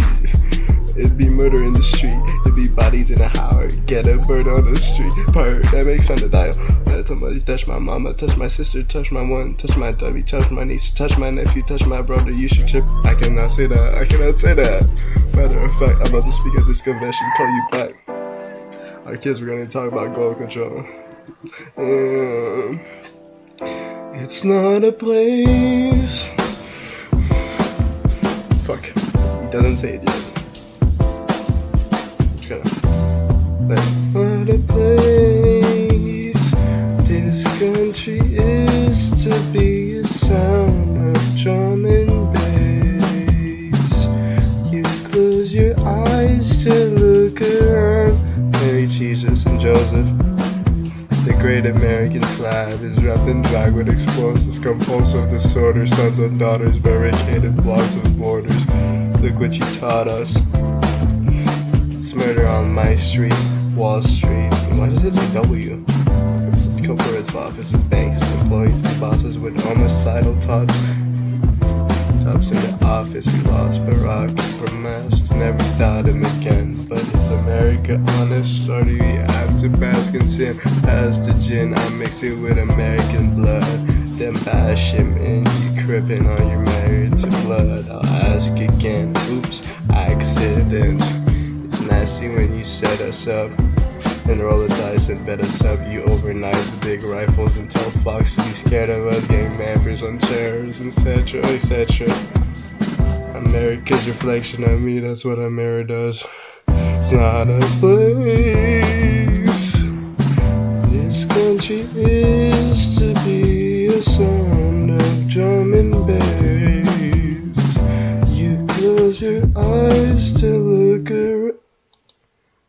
Speaker 9: be, it'd be murder in the street. It'd be bodies in a hour. Get a bird on the street. Paramedics on the dial. Let somebody touch my mama, touch my sister, touch my one, touch my dummy, touch my niece, touch my nephew, touch my brother. You should trip. I cannot say that. I cannot say that. Matter of fact, I'm about to speak at this convention. Call you back. Our kids were gonna talk about global control. Um, it's not a place. Fuck. He doesn't say it yet. It's gonna. But what a place this country is to be a sound of drum and bass. You close your eyes to look around. Mary, Jesus, and Joseph. The great American flag is wrapped in drag with explosives, compulsive disorder, sons and daughters, barricaded blocks of borders. Look what you taught us. It's murder on my street, Wall Street. Why does it say W? Corporates, offices, banks, employees, and bosses with homicidal thoughts. Cops in the office, we lost Barack from last. Never thought him again, but is America honest? Or do we have to bask in sin? Pass the gin, I mix it with American blood. Then bash him in, you crippin' on your married to blood. I'll ask again, oops, accident. It's nasty when you set us up. And roll the dice and bet us up. You overnight the big rifles and tell Fox to be scared of us, gang members on chairs, etc., etc. America's reflection on me, that's what a mirror does. It's not a place. This country is to be a sound of drum and bass. You close your eyes to look around.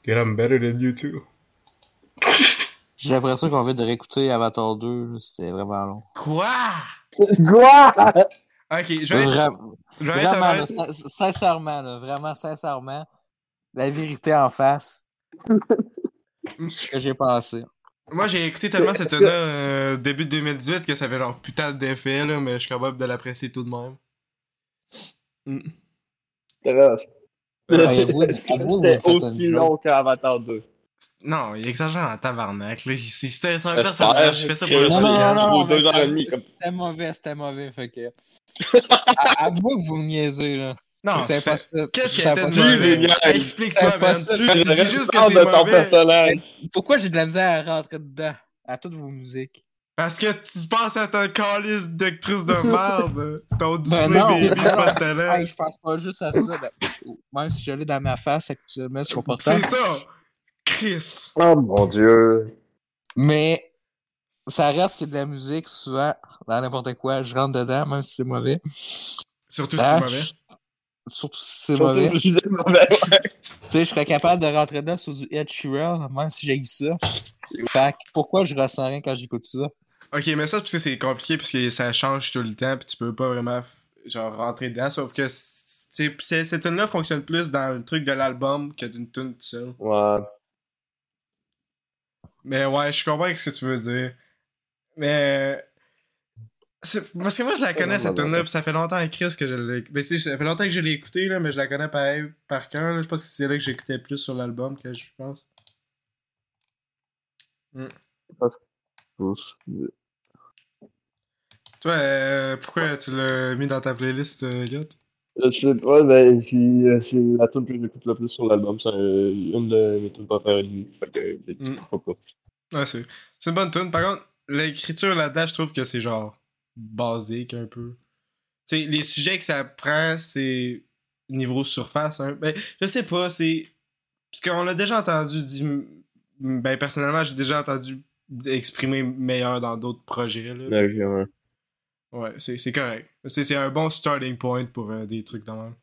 Speaker 9: Dude, I'm better than you two.
Speaker 2: J'ai l'impression qu'on vient de réécouter Avatar 2, là, c'était vraiment long.
Speaker 1: Quoi?
Speaker 11: Quoi?
Speaker 1: Ok, je vais,
Speaker 2: Vra-
Speaker 1: je vais être
Speaker 2: Vraiment, là,
Speaker 1: honnête.
Speaker 2: sin- sincèrement, là, vraiment, sincèrement, la vérité en face. ce que j'ai pensé.
Speaker 1: Moi, j'ai écouté tellement cette tune-là euh, début 2018 que ça avait genre putain d'effet, là, mais je suis capable de l'apprécier tout de même.
Speaker 2: Voyez-vous, vous, vous
Speaker 4: C'était
Speaker 2: faites une
Speaker 4: aussi
Speaker 2: joke.
Speaker 4: long qu'Avatar 2.
Speaker 1: Non, il exagère en tabarnak, là. C'est c'est un
Speaker 2: Euh,
Speaker 4: J'espère
Speaker 1: personnage, je fais ça pour le
Speaker 4: que-
Speaker 2: Non, non, non,
Speaker 1: podcast.
Speaker 2: non,
Speaker 4: Faut
Speaker 2: mais
Speaker 4: deux heures
Speaker 2: ça-
Speaker 4: et demie, comme-
Speaker 2: C'était mauvais, c'était mauvais, fait que. A- Avouez que vous me niaisez, là.
Speaker 1: Non,
Speaker 2: c'est
Speaker 1: Ah, c'était-
Speaker 2: impossible.
Speaker 1: Qu'est-ce qui
Speaker 2: C'est
Speaker 1: était de
Speaker 2: impossible.
Speaker 1: mauvais?
Speaker 4: Julien,
Speaker 1: Explique-toi,
Speaker 2: c'est
Speaker 1: man. Tu,
Speaker 2: impossible.
Speaker 1: tu dis juste que
Speaker 4: de
Speaker 1: c'est
Speaker 4: ton
Speaker 1: mauvais
Speaker 4: personnage.
Speaker 2: Pourquoi j'ai de la misère à rentrer dedans, à toutes vos musiques?
Speaker 1: parce que tu penses à ta calice d'actrice de merde. Ton Disney
Speaker 2: Ben non.
Speaker 1: Baby, pas de talent.
Speaker 2: Hey, je pense pas juste à ça. là. Même si je l'ai dans ma face actuellement sur mon portable.
Speaker 1: C'est ça! Chris!
Speaker 11: Oh mon dieu.
Speaker 2: Mais ça reste que de la musique, souvent, dans n'importe quoi, je rentre dedans, même si c'est mauvais.
Speaker 1: Surtout si
Speaker 2: Ah,
Speaker 1: c'est mauvais.
Speaker 2: Surtout si c'est mauvais.
Speaker 4: Surtout, je disais mauvais.
Speaker 2: Tu sais, je serais capable de rentrer dedans sur du Ed Sheeran, même si j'ai eu ça. Fait que pourquoi je ressens rien quand j'écoute ça?
Speaker 1: Ok, mais ça, c'est parce que c'est compliqué, parce que ça change tout le temps, puis tu peux pas vraiment genre rentrer dedans, sauf que c- c'est- c'est- cette tune-là fonctionne plus dans le truc de l'album que d'une tune toute seule.
Speaker 4: Ouais.
Speaker 1: Mais ouais, je comprends ce que tu veux dire. Mais. c'est- Parce que moi, je la connais, cette tune-là, puis ça fait longtemps à Chris que je l'ai. Mais tu sais, ça fait longtemps que je l'ai écoutée, là, mais je la connais pareil par cœur, là. Je pense que c'est là que j'écoutais plus sur l'album que je pense. Toi, euh, pourquoi tu l'as mis dans ta playlist, euh, Elliot?
Speaker 4: Je sais pas, mais c'est euh, c'est la tune que j'écoute le plus sur l'album. C'est euh, une de mes tunes préférées. Fait que je
Speaker 1: Mm.
Speaker 4: comprends pas.
Speaker 1: Ouais, c'est c'est une bonne tune. Par contre, l'écriture là-dedans, je trouve que c'est genre basique un peu. Tu sais, les sujets que ça prend, c'est niveau surface. Hein. Ben, je sais pas, c'est. Parce qu'on l'a déjà entendu dire. Ben, personnellement, j'ai déjà entendu exprimer meilleur dans d'autres projets. Là.
Speaker 4: Ouais, ok, ouais.
Speaker 1: Ouais, c'est c'est correct. C'est c'est un bon starting point pour euh, des trucs de même.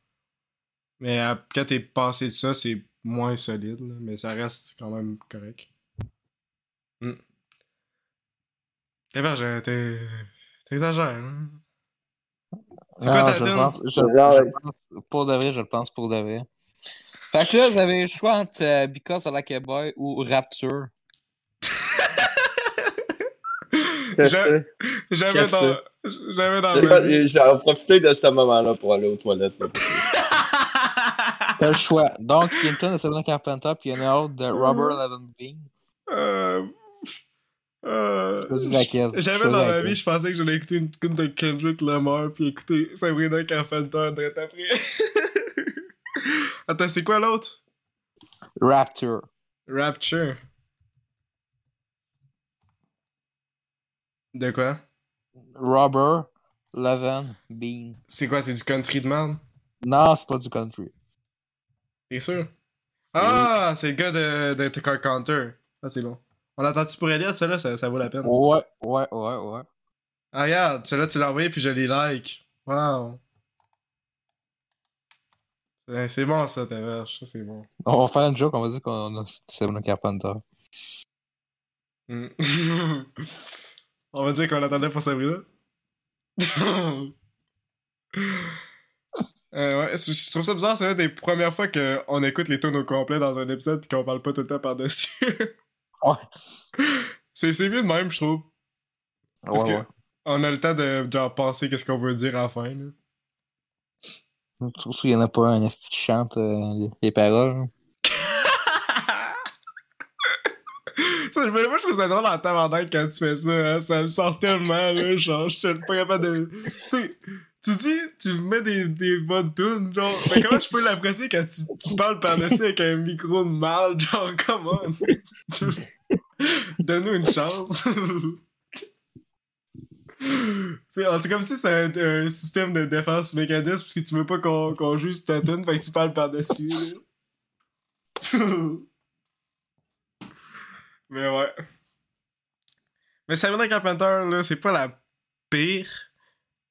Speaker 1: Mais euh, quand t'es passé de ça, c'est moins solide, là, mais ça reste quand même correct. Mm. T'es verge, Eh ben, t'es- T'exagères, hein? C'est quoi ta
Speaker 2: Ah, je
Speaker 1: tune?
Speaker 2: le pense, je,
Speaker 11: Genre-
Speaker 2: je le pense pour de vrai, je le pense pour de vrai. Fait que là, vous avez le choix entre euh, Because I Like a Boy ou Rapture.
Speaker 1: J'a-
Speaker 4: Caché.
Speaker 1: Jamais
Speaker 4: Cache
Speaker 1: dans...
Speaker 4: ça.
Speaker 1: Jamais dans
Speaker 4: J'ai
Speaker 1: ma
Speaker 4: pas-
Speaker 1: vie.
Speaker 4: J'ai en profité de ce moment-là pour aller aux toilettes. là.
Speaker 2: T'as le choix. Donc, il y a une tune de Sabrina Carpenter, puis il y en a une autre de
Speaker 1: Mm.
Speaker 2: Robert Levenbean.
Speaker 1: Euh, euh,
Speaker 2: Choisis laquelle.
Speaker 1: Jamais
Speaker 2: Choisis
Speaker 1: dans ma
Speaker 2: laquelle.
Speaker 1: vie, je pensais que j'allais écouter une tune de Kendrick Lamar puis écouter Sabrina Carpenter direct après. Attends, c'est quoi l'autre?
Speaker 2: Rapture.
Speaker 1: Rapture. De quoi?
Speaker 2: Robert Levenbean.
Speaker 1: C'est quoi? C'est du country de merde?
Speaker 2: Non, c'est pas du country.
Speaker 1: T'es sûr? Ah! C'est le gars de, de The Car Counter. Ah, c'est bon. On lentend tu pour Elliot? Celui-là, ça, ça vaut la peine.
Speaker 2: Ouais, ouais, ouais, ouais.
Speaker 1: Ah, regarde, celui-là, tu l'as envoyé puis je l'ai like. Wow. Eh, C'est bon, ça, ta vache. Ça, c'est bon.
Speaker 2: On va faire une joke, on va dire qu'on a Sabrina Carpenter. Hmm.
Speaker 1: Mm. On va dire qu'on l'attendait pour Sabrina. euh, ouais, c'est- je trouve ça bizarre, c'est l'une des premières fois qu'on écoute les tunes au complet dans un épisode et qu'on parle pas tout le temps par-dessus.
Speaker 2: Ouais.
Speaker 1: C'est c'est mieux de même, je trouve. Parce
Speaker 2: Ouais,
Speaker 1: que
Speaker 2: ouais.
Speaker 1: on a le temps de genre penser qu'est-ce qu'on veut dire à la fin. là.
Speaker 2: Surtout, il n'y en a pas un esti qui chante euh, les- les paroles.
Speaker 1: Ça, je, me- moi, je trouve ça drôle en tabarnak quand tu fais ça. hein. Ça me sort tellement, là. Genre, je suis pas capable de. Tu sais, tu dis, tu me mets des, des bonnes tunes, genre. Mais comment je peux l'apprécier quand tu, tu parles par-dessus avec un micro de mal, genre, come on. Donne-nous une chance. C'est ah, c'est comme si c'était un, un système de défense mécanisme parce que tu veux pas qu'on qu'on juge ta tune, fait que tu parles par-dessus. là. Mais ouais. Mais Sabrina Carpenter, là, c'est pas la pire.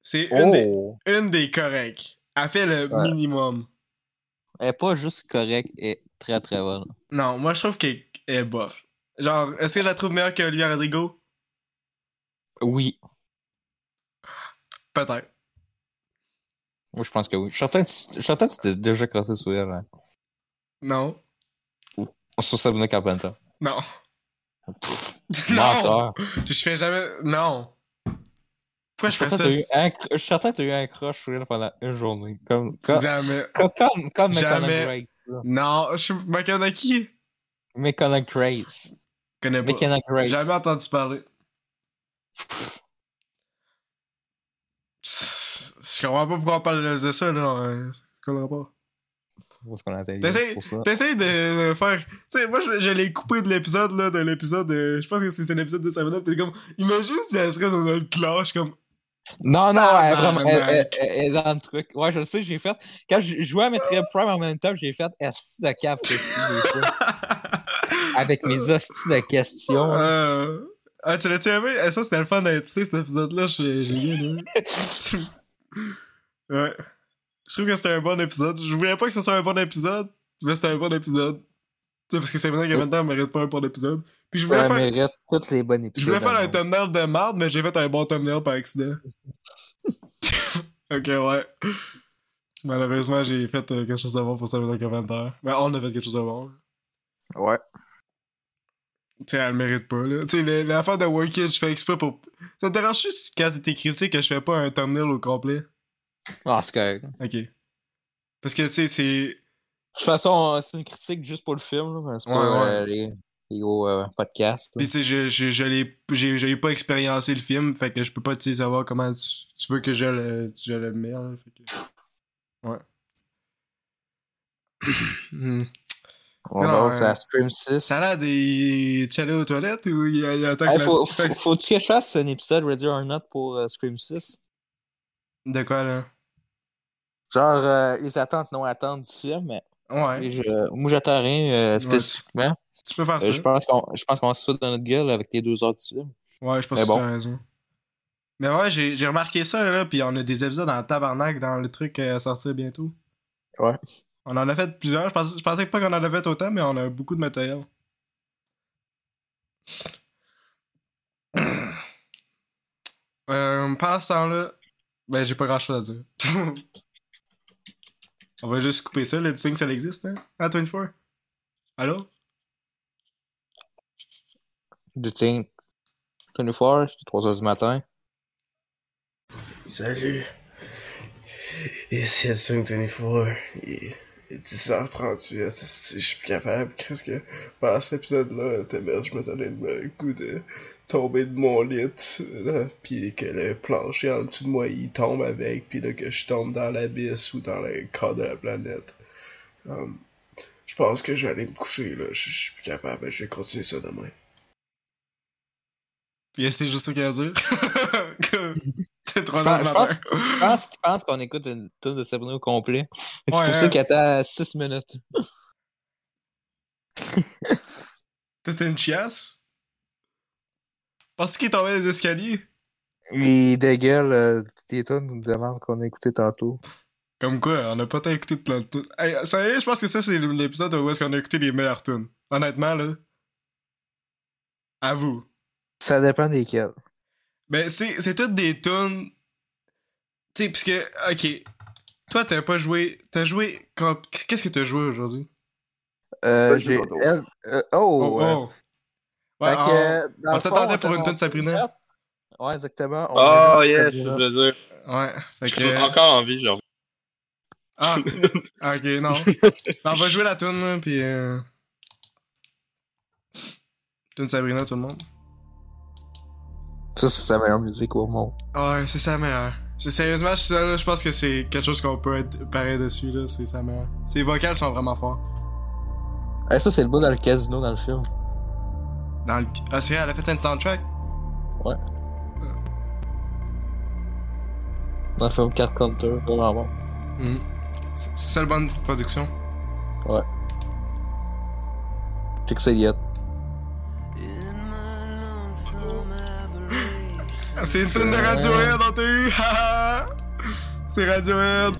Speaker 1: C'est une, des,
Speaker 2: Oh!
Speaker 1: une des correctes. Elle fait le
Speaker 2: Ouais.
Speaker 1: minimum.
Speaker 2: Elle est pas juste correcte, elle est très très bonne.
Speaker 1: Non, moi je trouve qu'elle elle est bof. Genre, est-ce que je la trouve meilleure que Olivia Rodrigo?
Speaker 2: Oui.
Speaker 1: Peut-être.
Speaker 2: Moi, je pense que oui. Je suis certain que tu- je suis certain que tu t'es déjà crossé sur elle. hein.
Speaker 1: Non.
Speaker 2: Sur Sabrina Carpenter.
Speaker 1: Non. non!
Speaker 2: Menteur.
Speaker 1: Je fais jamais. Non. Pourquoi je
Speaker 2: Je
Speaker 1: fais
Speaker 2: suis
Speaker 1: ça?
Speaker 2: certain que t'as eu un cr- je suis certain que t'as eu un crush sur elle pendant une journée. Comme, comme,
Speaker 1: Jamais.
Speaker 2: comme, comme, comme McConnell
Speaker 1: Jamais.
Speaker 2: Grace. là.
Speaker 1: Non, je suis Makanaki.
Speaker 2: McConnell Grace.
Speaker 1: Je connais pas.
Speaker 2: McKenna Grace.
Speaker 1: Jamais entendu parler. Je comprends pas pourquoi on parle de ça, là. euh, C'est quoi le rapport?
Speaker 2: Où est-ce qu'on a intelligence
Speaker 1: T'essayes
Speaker 2: pour ça?
Speaker 1: t'essayes de de faire. Tu sais, moi, je, je l'ai coupé de l'épisode, là, de l'épisode. euh, Je pense que c'est c'est l'épisode de Sabrina. T'es comme, imagine si elle serait dans notre clash, comme.
Speaker 2: Non, non,
Speaker 1: Ah,
Speaker 2: elle, est
Speaker 1: non,
Speaker 2: vraiment,
Speaker 1: non.
Speaker 2: elle, elle- elle- elle est dans le truc. Ouais, je le sais, j'ai fait. Quand je je jouais à Metroid Prime en même temps, j'ai fait Asti de cave que je suis, des fois, avec mes hosties de questions.
Speaker 1: Euh, Ah, tu l'as-tu aimé? Eh, Ça, c'était le fun d'être, tu sais, cet épisode-là, je je l'ai bien aimé. ouais. Je trouve que c'était un bon épisode. Je voulais pas que ce soit un bon épisode, mais c'était un bon épisode. Tu sais, parce que c'est maintenant que maintenant, on mérite pas un bon épisode. Puis je voulais
Speaker 2: Elle
Speaker 1: faire,
Speaker 2: mérite toutes les bonnes épisodes.
Speaker 1: je voulais faire
Speaker 2: dans
Speaker 1: un
Speaker 2: le monde.
Speaker 1: thumbnail de merde, mais j'ai fait un bon thumbnail par accident. ok, ouais. Malheureusement, j'ai fait euh, quelque chose de bon pour ça dans commentaire. Ben, on a fait quelque chose de bon.
Speaker 2: Ouais.
Speaker 1: Tu sais, elle le mérite pas, là. Tu sais, le- l'affaire de Work It, je fais exprès pour. Ça te dérange juste quand t'es critique que je fais pas un thumbnail au complet?
Speaker 2: Ah, c'est correct. De
Speaker 1: Ok. Parce que, tu sais, c'est.
Speaker 2: toute façon, euh, c'est une critique juste pour le film. là, C'est
Speaker 1: Ouais,
Speaker 2: pas
Speaker 1: ouais.
Speaker 2: euh, les, les gros euh, podcasts. là.
Speaker 1: Puis, tu sais, je, je, je l'ai j'ai- je l'ai pas expériencé le film, fait que je peux pas, tu sais, savoir comment tu, tu veux que je le, je le mets, là. Fait que- Ouais. Hmm.
Speaker 2: On
Speaker 1: non,
Speaker 2: va voir
Speaker 1: euh,
Speaker 2: la Stream 6.
Speaker 1: Ça a l'air des. Tu es allé aux toilettes ou il y a, il y a un temps
Speaker 2: Hey,
Speaker 1: que la-
Speaker 2: Ah, faut,
Speaker 1: fait que-
Speaker 2: faut, faut-tu que je fasse un épisode Ready or Not pour euh, Scream 6?
Speaker 1: De quoi, là?
Speaker 2: Genre, euh, les attentes non attentes du film. mais-
Speaker 1: Ouais.
Speaker 2: Et je- moi, j'attends rien euh, spécifiquement.
Speaker 1: Tu peux faire
Speaker 2: Euh,
Speaker 1: ça.
Speaker 2: je pense qu'on je pense qu'on va se foutre dans notre gueule avec les deux heures du film.
Speaker 1: Ouais, je pense
Speaker 2: Mais
Speaker 1: que
Speaker 2: bon.
Speaker 1: tu as raison. Mais ouais, j'ai j'ai remarqué ça, là, puis on a des épisodes en tabarnak dans le truc euh, à sortir bientôt.
Speaker 2: Ouais.
Speaker 1: On en a fait plusieurs, je pensais, je pensais pas qu'on en avait fait autant, mais on a beaucoup de matériel. euh, pendant ce temps-là, ben j'ai pas grand-chose à dire. on va juste couper ça, le signe ça existe, hein? À 24? Allô?
Speaker 2: Du team 24, c'est 3 heures du matin.
Speaker 9: Salut. Ici le Swing 24. Il il est 10h38. Si Je suis plus capable. Qu'est-ce que. Pendant cet épisode-là, ta mère, je me donnais le goût de tomber de mon lit. euh, Puis que le plancher en dessous de moi, il tombe avec. Puis là, que je tombe dans l'abysse ou dans le corps de la planète. Hum, je pense que je vais aller me coucher. là. Je je suis plus capable. Je vais continuer ça demain.
Speaker 1: Puis c'est juste ça qu'il y a à dire. Que- T'es trois
Speaker 2: Je
Speaker 1: heures
Speaker 2: pense-
Speaker 1: du
Speaker 2: je
Speaker 1: matin.
Speaker 2: pense- Je pense qu'il pense qu'on écoute une tune de Sabrina au complet. Fait que
Speaker 1: Ouais,
Speaker 2: c'est pour
Speaker 1: hein.
Speaker 2: ça qu'il attend 6 minutes.
Speaker 1: T'étais une chiasse? Penses-tu qu'il est tombé des escaliers?
Speaker 2: Il dégueule euh, des tunes de demande qu'on a écouté tantôt.
Speaker 1: Comme quoi, on n'a pas tant écouté de la tune. Hey, sérieux, je pense que ça, c'est l'épisode où est-ce qu'on a écouté les meilleures tunes. Honnêtement, là. À vous.
Speaker 2: Ça dépend desquels.
Speaker 1: Ben, c'est c'est toutes des tunes. Tu sais, puisque. Ok. Toi, t'as pas joué. T'as joué. quand- Qu'est-ce que t'as joué aujourd'hui?
Speaker 2: Euh,
Speaker 11: Ben,
Speaker 2: j'ai.
Speaker 11: j'ai-
Speaker 2: elle- euh, oh! euh,
Speaker 1: oh. Ouais,
Speaker 2: fait que,
Speaker 1: on-
Speaker 2: euh, dans
Speaker 1: on
Speaker 2: le fond,
Speaker 1: t'attendait pour
Speaker 2: t'a
Speaker 1: une tune de Sabrina.
Speaker 2: rendu- Ouais, exactement. on a
Speaker 4: Oh
Speaker 2: joué
Speaker 4: yes,
Speaker 2: Sabrina.
Speaker 4: je veux dire.
Speaker 1: Ouais, fait
Speaker 4: Je
Speaker 1: que.
Speaker 4: suis encore en vie, genre.
Speaker 1: Ah, ok, non. Ben, on va jouer la tune, là, pis. Euh... Tune Sabrina, tout le monde.
Speaker 2: Ça, c'est sa meilleure musique au monde.
Speaker 1: Ah, Ouais, c'est sa meilleure. C'est sérieusement, je, là, je pense que c'est quelque chose qu'on peut être pareil dessus, là, c'est sa meilleure. Ses vocales sont vraiment forts.
Speaker 2: Eh, ça, c'est le bout dans le casino dans le film.
Speaker 1: Dans le... Ah, c'est vrai, elle a fait un soundtrack?
Speaker 2: Dans le film Cat Counter, vraiment bon.
Speaker 1: Mhm. C'est c'est ça le bonne production.
Speaker 2: Check ça, Elliot.
Speaker 1: Ah, C'est une tune de Radiohead, on t'a eu! haha. c'est Radiohead!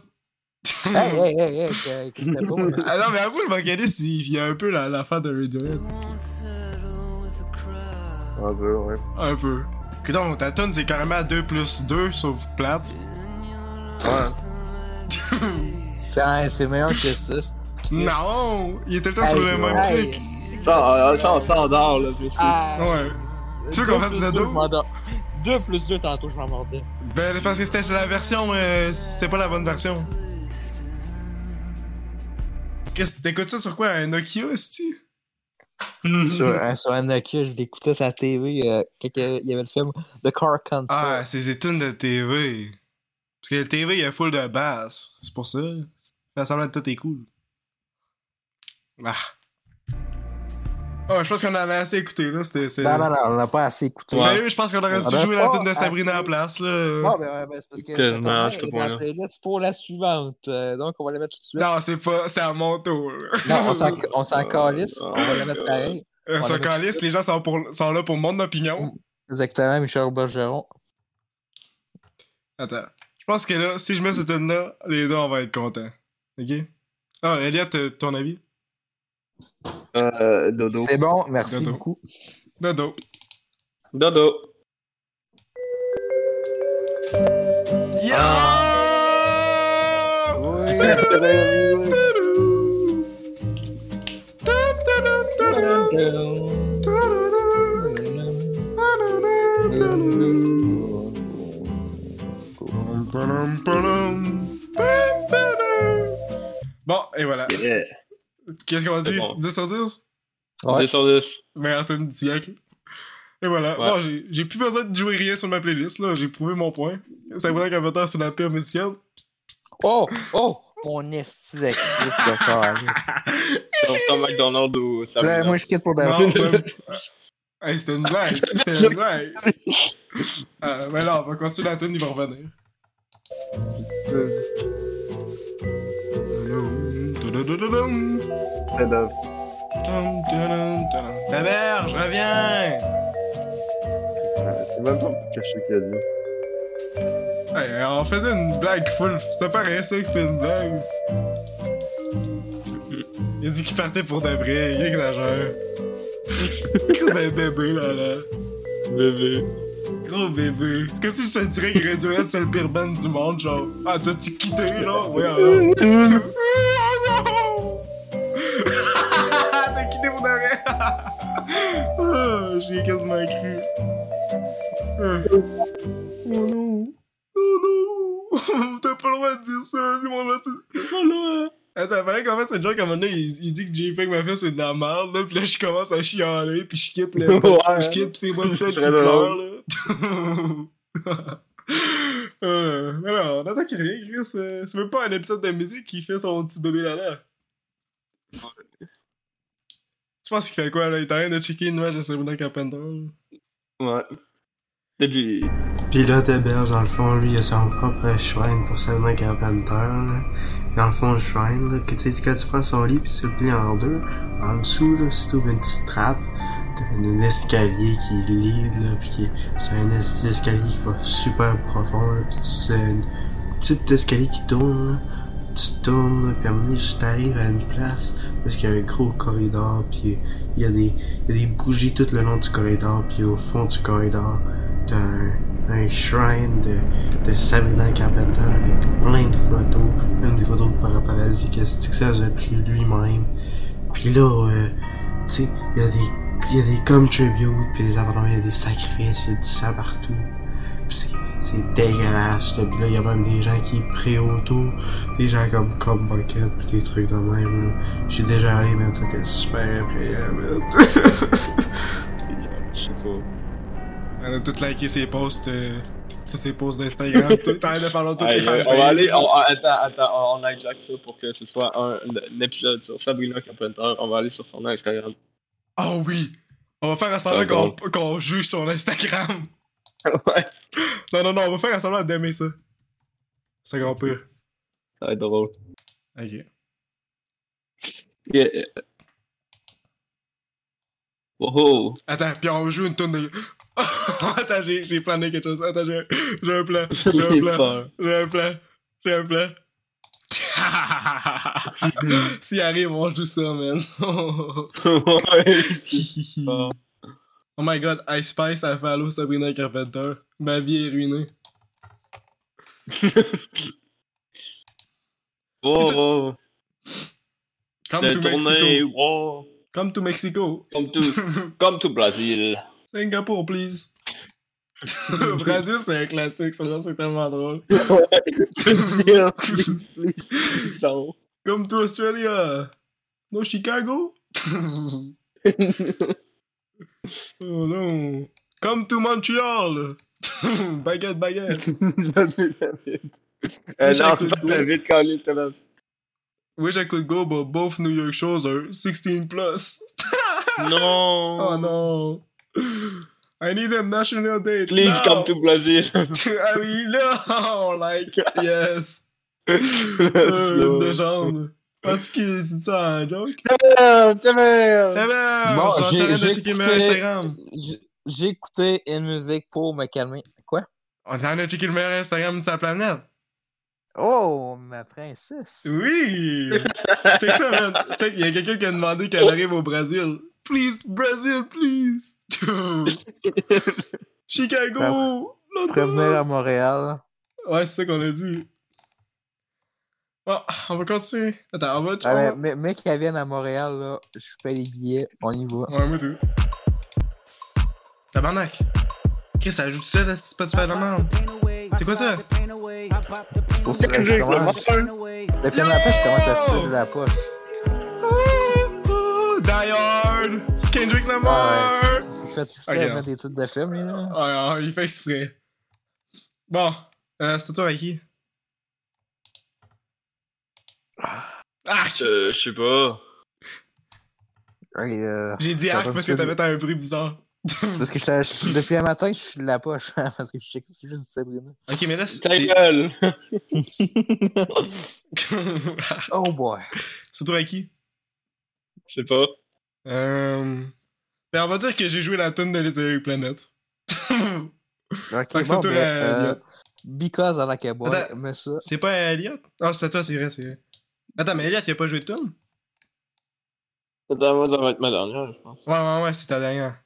Speaker 2: hey, hey, hey, hey, que- que c'était beau, hein.
Speaker 1: Ah non, mais avoue, le vocaliste, il y a un peu la, la fin de Radiohead.
Speaker 8: Un peu, ouais.
Speaker 1: Un peu. Que donc, ta tune, c'est carrément à 2 plus 2, sauf plate.
Speaker 8: Ouais.
Speaker 2: Tiens, C'est meilleur que ça. c'est-
Speaker 1: Non! Il est tout le temps sur le
Speaker 2: Hey,
Speaker 1: même
Speaker 2: hey.
Speaker 1: truc.
Speaker 4: Ça, euh, ça, on s'endort, là. plus que-
Speaker 2: Ah,
Speaker 1: Ouais. Tu veux qu'on
Speaker 2: deux
Speaker 1: fasse
Speaker 2: plus
Speaker 1: le
Speaker 2: deux,
Speaker 1: dos?
Speaker 2: je m'endors. Deux plus deux, tantôt, je m'en mordais.
Speaker 1: Ben, parce que c'était la version, euh, c'est pas la bonne version. Qu'est-ce que t'écoutes ça sur quoi? Un Nokia, tu
Speaker 2: Sur, un- sur un Nokia, je l'écoutais sur la TV euh, quand il y avait le film The Car Country.
Speaker 1: Ah, c'est des tunes de TV. Parce que la TV, il y a full de basse. C'est pour ça. Ça semble être tout est cool. Ah. Oh, je pense qu'on en a assez écouté, là. C'était. c'est-
Speaker 2: non, non, non, on l'a pas assez écouté.
Speaker 1: Sérieux, je pense qu'on aurait dû
Speaker 2: On a
Speaker 1: jouer la
Speaker 2: pas
Speaker 1: tune de Sabrina
Speaker 2: assez.
Speaker 1: en place, là.
Speaker 2: Non, mais ouais, ben, c'est parce que
Speaker 4: Ok,
Speaker 2: cette
Speaker 4: non,
Speaker 2: affaire
Speaker 4: je
Speaker 2: est
Speaker 4: comprends,
Speaker 2: dans
Speaker 4: là.
Speaker 2: la playlist pour la suivante. euh, donc, on va la mettre tout de suite.
Speaker 1: Non, c'est pas. C'est à mon tour, là.
Speaker 2: Non, on s'en- on s'en
Speaker 4: Euh,
Speaker 2: calisse. On va la
Speaker 4: euh,
Speaker 2: mettre pareil.
Speaker 1: Euh, sur
Speaker 2: On la met tout de
Speaker 1: Calice,
Speaker 2: suite.
Speaker 1: les gens sont, pour- sont là pour mon opinion.
Speaker 2: Mm. Exactement, Michel Bergeron.
Speaker 1: Attends. Je pense que là, si je mets cette tune-là, les deux, on va être contents. OK? Ah, Elliot, euh, ton avis?
Speaker 8: Euh, dodo.
Speaker 2: C'est bon, merci
Speaker 1: Dodo.
Speaker 2: beaucoup.
Speaker 1: Dodo.
Speaker 4: Dodo.
Speaker 1: Yo!
Speaker 2: Oui.
Speaker 1: Bon, et voilà.
Speaker 4: Yeah.
Speaker 1: Qu'est-ce qu'on
Speaker 4: C'est
Speaker 1: dit?
Speaker 4: bon.
Speaker 1: 10 sur 10?
Speaker 2: Ouais.
Speaker 4: 10 sur 10.
Speaker 1: Meilleur tune du siècle. Et voilà.
Speaker 4: Ouais.
Speaker 1: Bon, j'ai j'ai plus besoin de jouer rien sur ma playlist, là. J'ai prouvé mon point. Ça voudrait qu'un voteur sur la pire musicienne.
Speaker 2: Oh, oh, mon esti de Christ de calice.
Speaker 4: Sur Tom McDonald ou
Speaker 2: Là,
Speaker 4: Sabrina.
Speaker 2: Ben, Moi, je quitte pour
Speaker 1: Non,
Speaker 2: d'abord.
Speaker 1: même- Hey, c'était une blague. C'était une blague. Euh, mais là, on va continuer la tune, il va revenir.
Speaker 8: C'est de-
Speaker 1: La berge, reviens!
Speaker 8: euh, C'est même pas quelque chose qu'il a dit.
Speaker 1: Hey, euh, on faisait une blague full. Ça paraissait que c'était une blague. Il a dit qu'il partait pour de vrai, il est nageur. C'est comme un bébé, là, là.
Speaker 4: Bébé.
Speaker 1: Gros bébé. C'est comme si je te dirais que Radiohead, c'est le pire band du monde, genre. Ah, tu vas-tu quitter, genre? Ouais, alors. Tu- Oh non! T'as quitté mon oreille! Ah, J'y ai quasiment cru. Ah. Oh non! Oh non! T'as pas le droit de dire ça, c'est mon artiste.
Speaker 4: Oh là.
Speaker 1: Attends, pareil qu'en fait, c'est genre qu'à un moment donné, il, il dit que JPEG m'a fait c'est de la merde, là, pis là, je commence à chialer, pis je quitte le.
Speaker 8: Ouais.
Speaker 1: je quitte, pis c'est moi tout seul qui
Speaker 8: Très
Speaker 1: pleure, là. euh, alors, on attend qu'il revienne, Chris. euh, c'est même pas un épisode de musique qui fait son petit bébé là-là. Tu penses qu'il fait quoi, là? Il est en train de checker une image de Sabrina Carpenter, là.
Speaker 4: Ouais. Digi.
Speaker 9: Pilote héberge, dans le fond, lui, il a son propre shrine pour Sabrina Carpenter, là. Dans le fond, le shrine, là, que tu sais, quand tu prends son lit puis tu le plies en deux, en dessous, là, si tu ouvres une petite trappe, t'as un escalier qui lead, là, pis qui, c'est un es- escalier qui va super profond, là, pis tu- c'est un petit escalier qui tourne, là. Tu tournes, là, pis à un moment donné, tu t'arrives à une place, parce qu'il y a un gros corridor, pis il y a des, il y a des bougies tout le long du corridor, pis au fond du corridor, t'as un, un shrine de, de Sabrina Carpenter avec plein de photos, même des photos de Paraparazzi que Stixage a pris lui-même. Puis là, euh, tu sais, il y a des, il y a des comme tributes, puis les avant il y a des sacrifices, il y a du ça partout. Puis c'est C'est dégueulasse. là. Puis là, il y a même des gens qui pré auto des gens comme Cobb Bucket, pis des trucs de même. là. J'ai déjà allé, man, c'était super effrayant, man.
Speaker 4: Je sais pas.
Speaker 1: On a tout liké ses posts, euh, toutes ses posts d'Instagram, tout. T'arrêtes de faire l'autre, toutes les
Speaker 4: Hey, euh,
Speaker 1: fanpages.
Speaker 4: on va aller, on, on- attends, attends, on, on hijack ça pour que ce soit un, un épisode sur Sabrina Carpenter. On va aller sur son Instagram.
Speaker 1: Ah oui! On va faire à semblant
Speaker 4: Ah,
Speaker 1: qu'on qu'on juge sur Instagram.
Speaker 4: ouais,
Speaker 1: Non, non, non, on va faire à semblant d'aimer ça. C'est grand pire.
Speaker 4: ça va être drôle.
Speaker 1: Ok.
Speaker 4: Yeah. Oh,
Speaker 1: Attends, puis on joue une tonne de. Attends, j'ai j'ai plané quelque chose. Attends, j'ai un- j'ai un plan. J'ai un plan. J'ai un plan. J'ai un plan. S'il arrive, on joue ça, man. oh my god, Ice Spice a fait Allo Sabrina Carpenter. Ma vie est ruinée.
Speaker 4: oh, oh.
Speaker 1: Come
Speaker 4: Le
Speaker 1: to
Speaker 4: tournée,
Speaker 1: Mexico.
Speaker 4: wow.
Speaker 1: Come to Mexico.
Speaker 4: Comme tout, comme tout Brésil.
Speaker 1: Singapour, please. Brésil, c'est un classique, ça, c'est tellement drôle.
Speaker 4: Eh, Genre.
Speaker 1: Come to Australia. No Chicago. oh non. Come to Montreal. baguette, baguette.
Speaker 4: Euh,
Speaker 1: J'ai un
Speaker 4: non,
Speaker 1: coup de
Speaker 4: pas
Speaker 1: goût.
Speaker 4: très vite, Colin, t'as la-
Speaker 1: Wish I could go, but both New York shows are 16 plus.
Speaker 4: Non.
Speaker 1: Oh no. I need them national dates.
Speaker 4: Please
Speaker 1: now.
Speaker 4: come to Brazil.
Speaker 1: I mean, no. Like, yes. Euh, une
Speaker 4: Non.
Speaker 1: légende. Parce que c'est ça, un joke.
Speaker 4: Merde, merde.
Speaker 1: Eh ben,
Speaker 10: Bon,
Speaker 1: je suis en
Speaker 10: j'ai-
Speaker 1: train de
Speaker 10: j'ai
Speaker 1: checker mes
Speaker 10: écouté-
Speaker 1: Instagram.
Speaker 10: J- J'ai écouté une musique pour me calmer. Quoi?
Speaker 1: On est en train de checker le meilleur Instagram de sa planète.
Speaker 2: Oh, ma princesse.
Speaker 1: Oui! Check ça, man. Check, il y a quelqu'un qui a demandé qu'elle arrive au Brésil. Please, Brésil, please! Chicago! l'autre
Speaker 2: Prévenir
Speaker 1: là.
Speaker 2: à Montréal.
Speaker 1: Ouais, c'est ça qu'on a dit. Bon, on va continuer. Attends, on va...
Speaker 2: Ah, mais, mais, mais qu'elle vienne à Montréal, là, je paye les billets, on y va.
Speaker 1: Ouais, moi tout. Tabarnak! Chris, ça joue tout seul à ce Spotify de la merde. C'est quoi ça?
Speaker 2: C'est pour ça que je commence. Le premier après, je commence à suivre la poche.
Speaker 1: Oh, oh, Die Hard! Kendrick Lamar!
Speaker 2: Je fais exprès
Speaker 1: Ok,
Speaker 2: de
Speaker 1: non.
Speaker 2: mettre des titres de films, lui, là.
Speaker 1: Ah, ah, il fait exprès. Bon, euh, c'est toi avec qui?
Speaker 2: Ah.
Speaker 1: Arc!
Speaker 4: Euh, Je sais pas.
Speaker 2: Ok, euh,
Speaker 1: J'ai dit
Speaker 2: ça
Speaker 1: arc
Speaker 2: va,
Speaker 1: parce que
Speaker 2: ça va.
Speaker 1: t'avais un bruit bizarre.
Speaker 2: c'est parce que je- je- depuis un matin, je suis de la poche. hein, parce que je sais que c'est juste du Sabrina.
Speaker 1: Ok, mais là, c'est
Speaker 4: Ta gueule.
Speaker 2: Oh boy.
Speaker 1: c'est toi avec qui?
Speaker 4: Je sais pas.
Speaker 1: Euh... Ben, on va dire que j'ai joué la tune de Les Électriques Planètes.
Speaker 2: Ok,
Speaker 1: Fait que
Speaker 2: bon,
Speaker 1: c'est toi,
Speaker 2: ben,
Speaker 1: euh,
Speaker 2: euh, because I like a boy,
Speaker 1: Attends.
Speaker 2: mais ça.
Speaker 1: c'est pas Elliot? Ah, c'est à toi, c'est vrai, c'est vrai. Attends, mais Elliot, il a pas joué de tune?
Speaker 4: Attends, moi, ça va être ma dernière, je pense.
Speaker 1: Ouais, ouais, ouais, c'est ta dernière.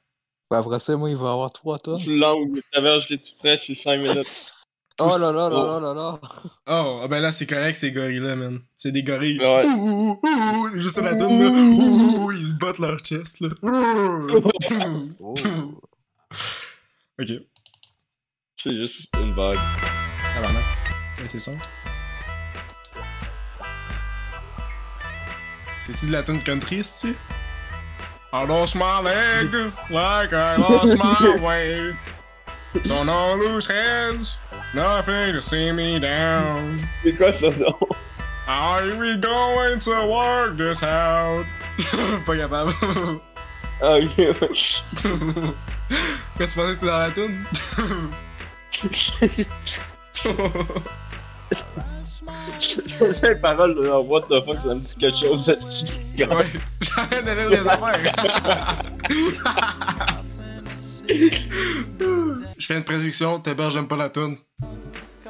Speaker 2: Ben, après ça, moi, il va y avoir trois tonnes.
Speaker 4: Langue de taverge, j'ai tout prêt, c'est 5 minutes.
Speaker 2: Oh là là là là là là.
Speaker 1: Oh, ah ben là, c'est correct, ces gorilles-là, man. C'est des gorilles.
Speaker 4: Ouais.
Speaker 1: Ouh, ouh, ouh, ouh, c'est juste la donne, là. Ouh, ouh, ouh, ils se battent leur chest, là. ok.
Speaker 2: Oh.
Speaker 4: C'est juste une vague.
Speaker 1: Ah, bah, non. Ouais, c'est ça. C'est-tu de la tune country, c'est-tu? I lost my leg, like I lost my way. So no loose hands, nothing to see me down.
Speaker 4: C'est quoi ça, non?
Speaker 1: Are we going to work this out? Pas capable.
Speaker 4: Ah, ok, ouais.
Speaker 1: Qu'est-ce que tu pensais que c'était dans la toune?
Speaker 4: Les paroles de genre, What the fuck, ça me dit quelque chose, ça se
Speaker 1: ouais, j'arrête de lire les affaires. Je fais une prédiction, Tébert, j'aime pas la toune.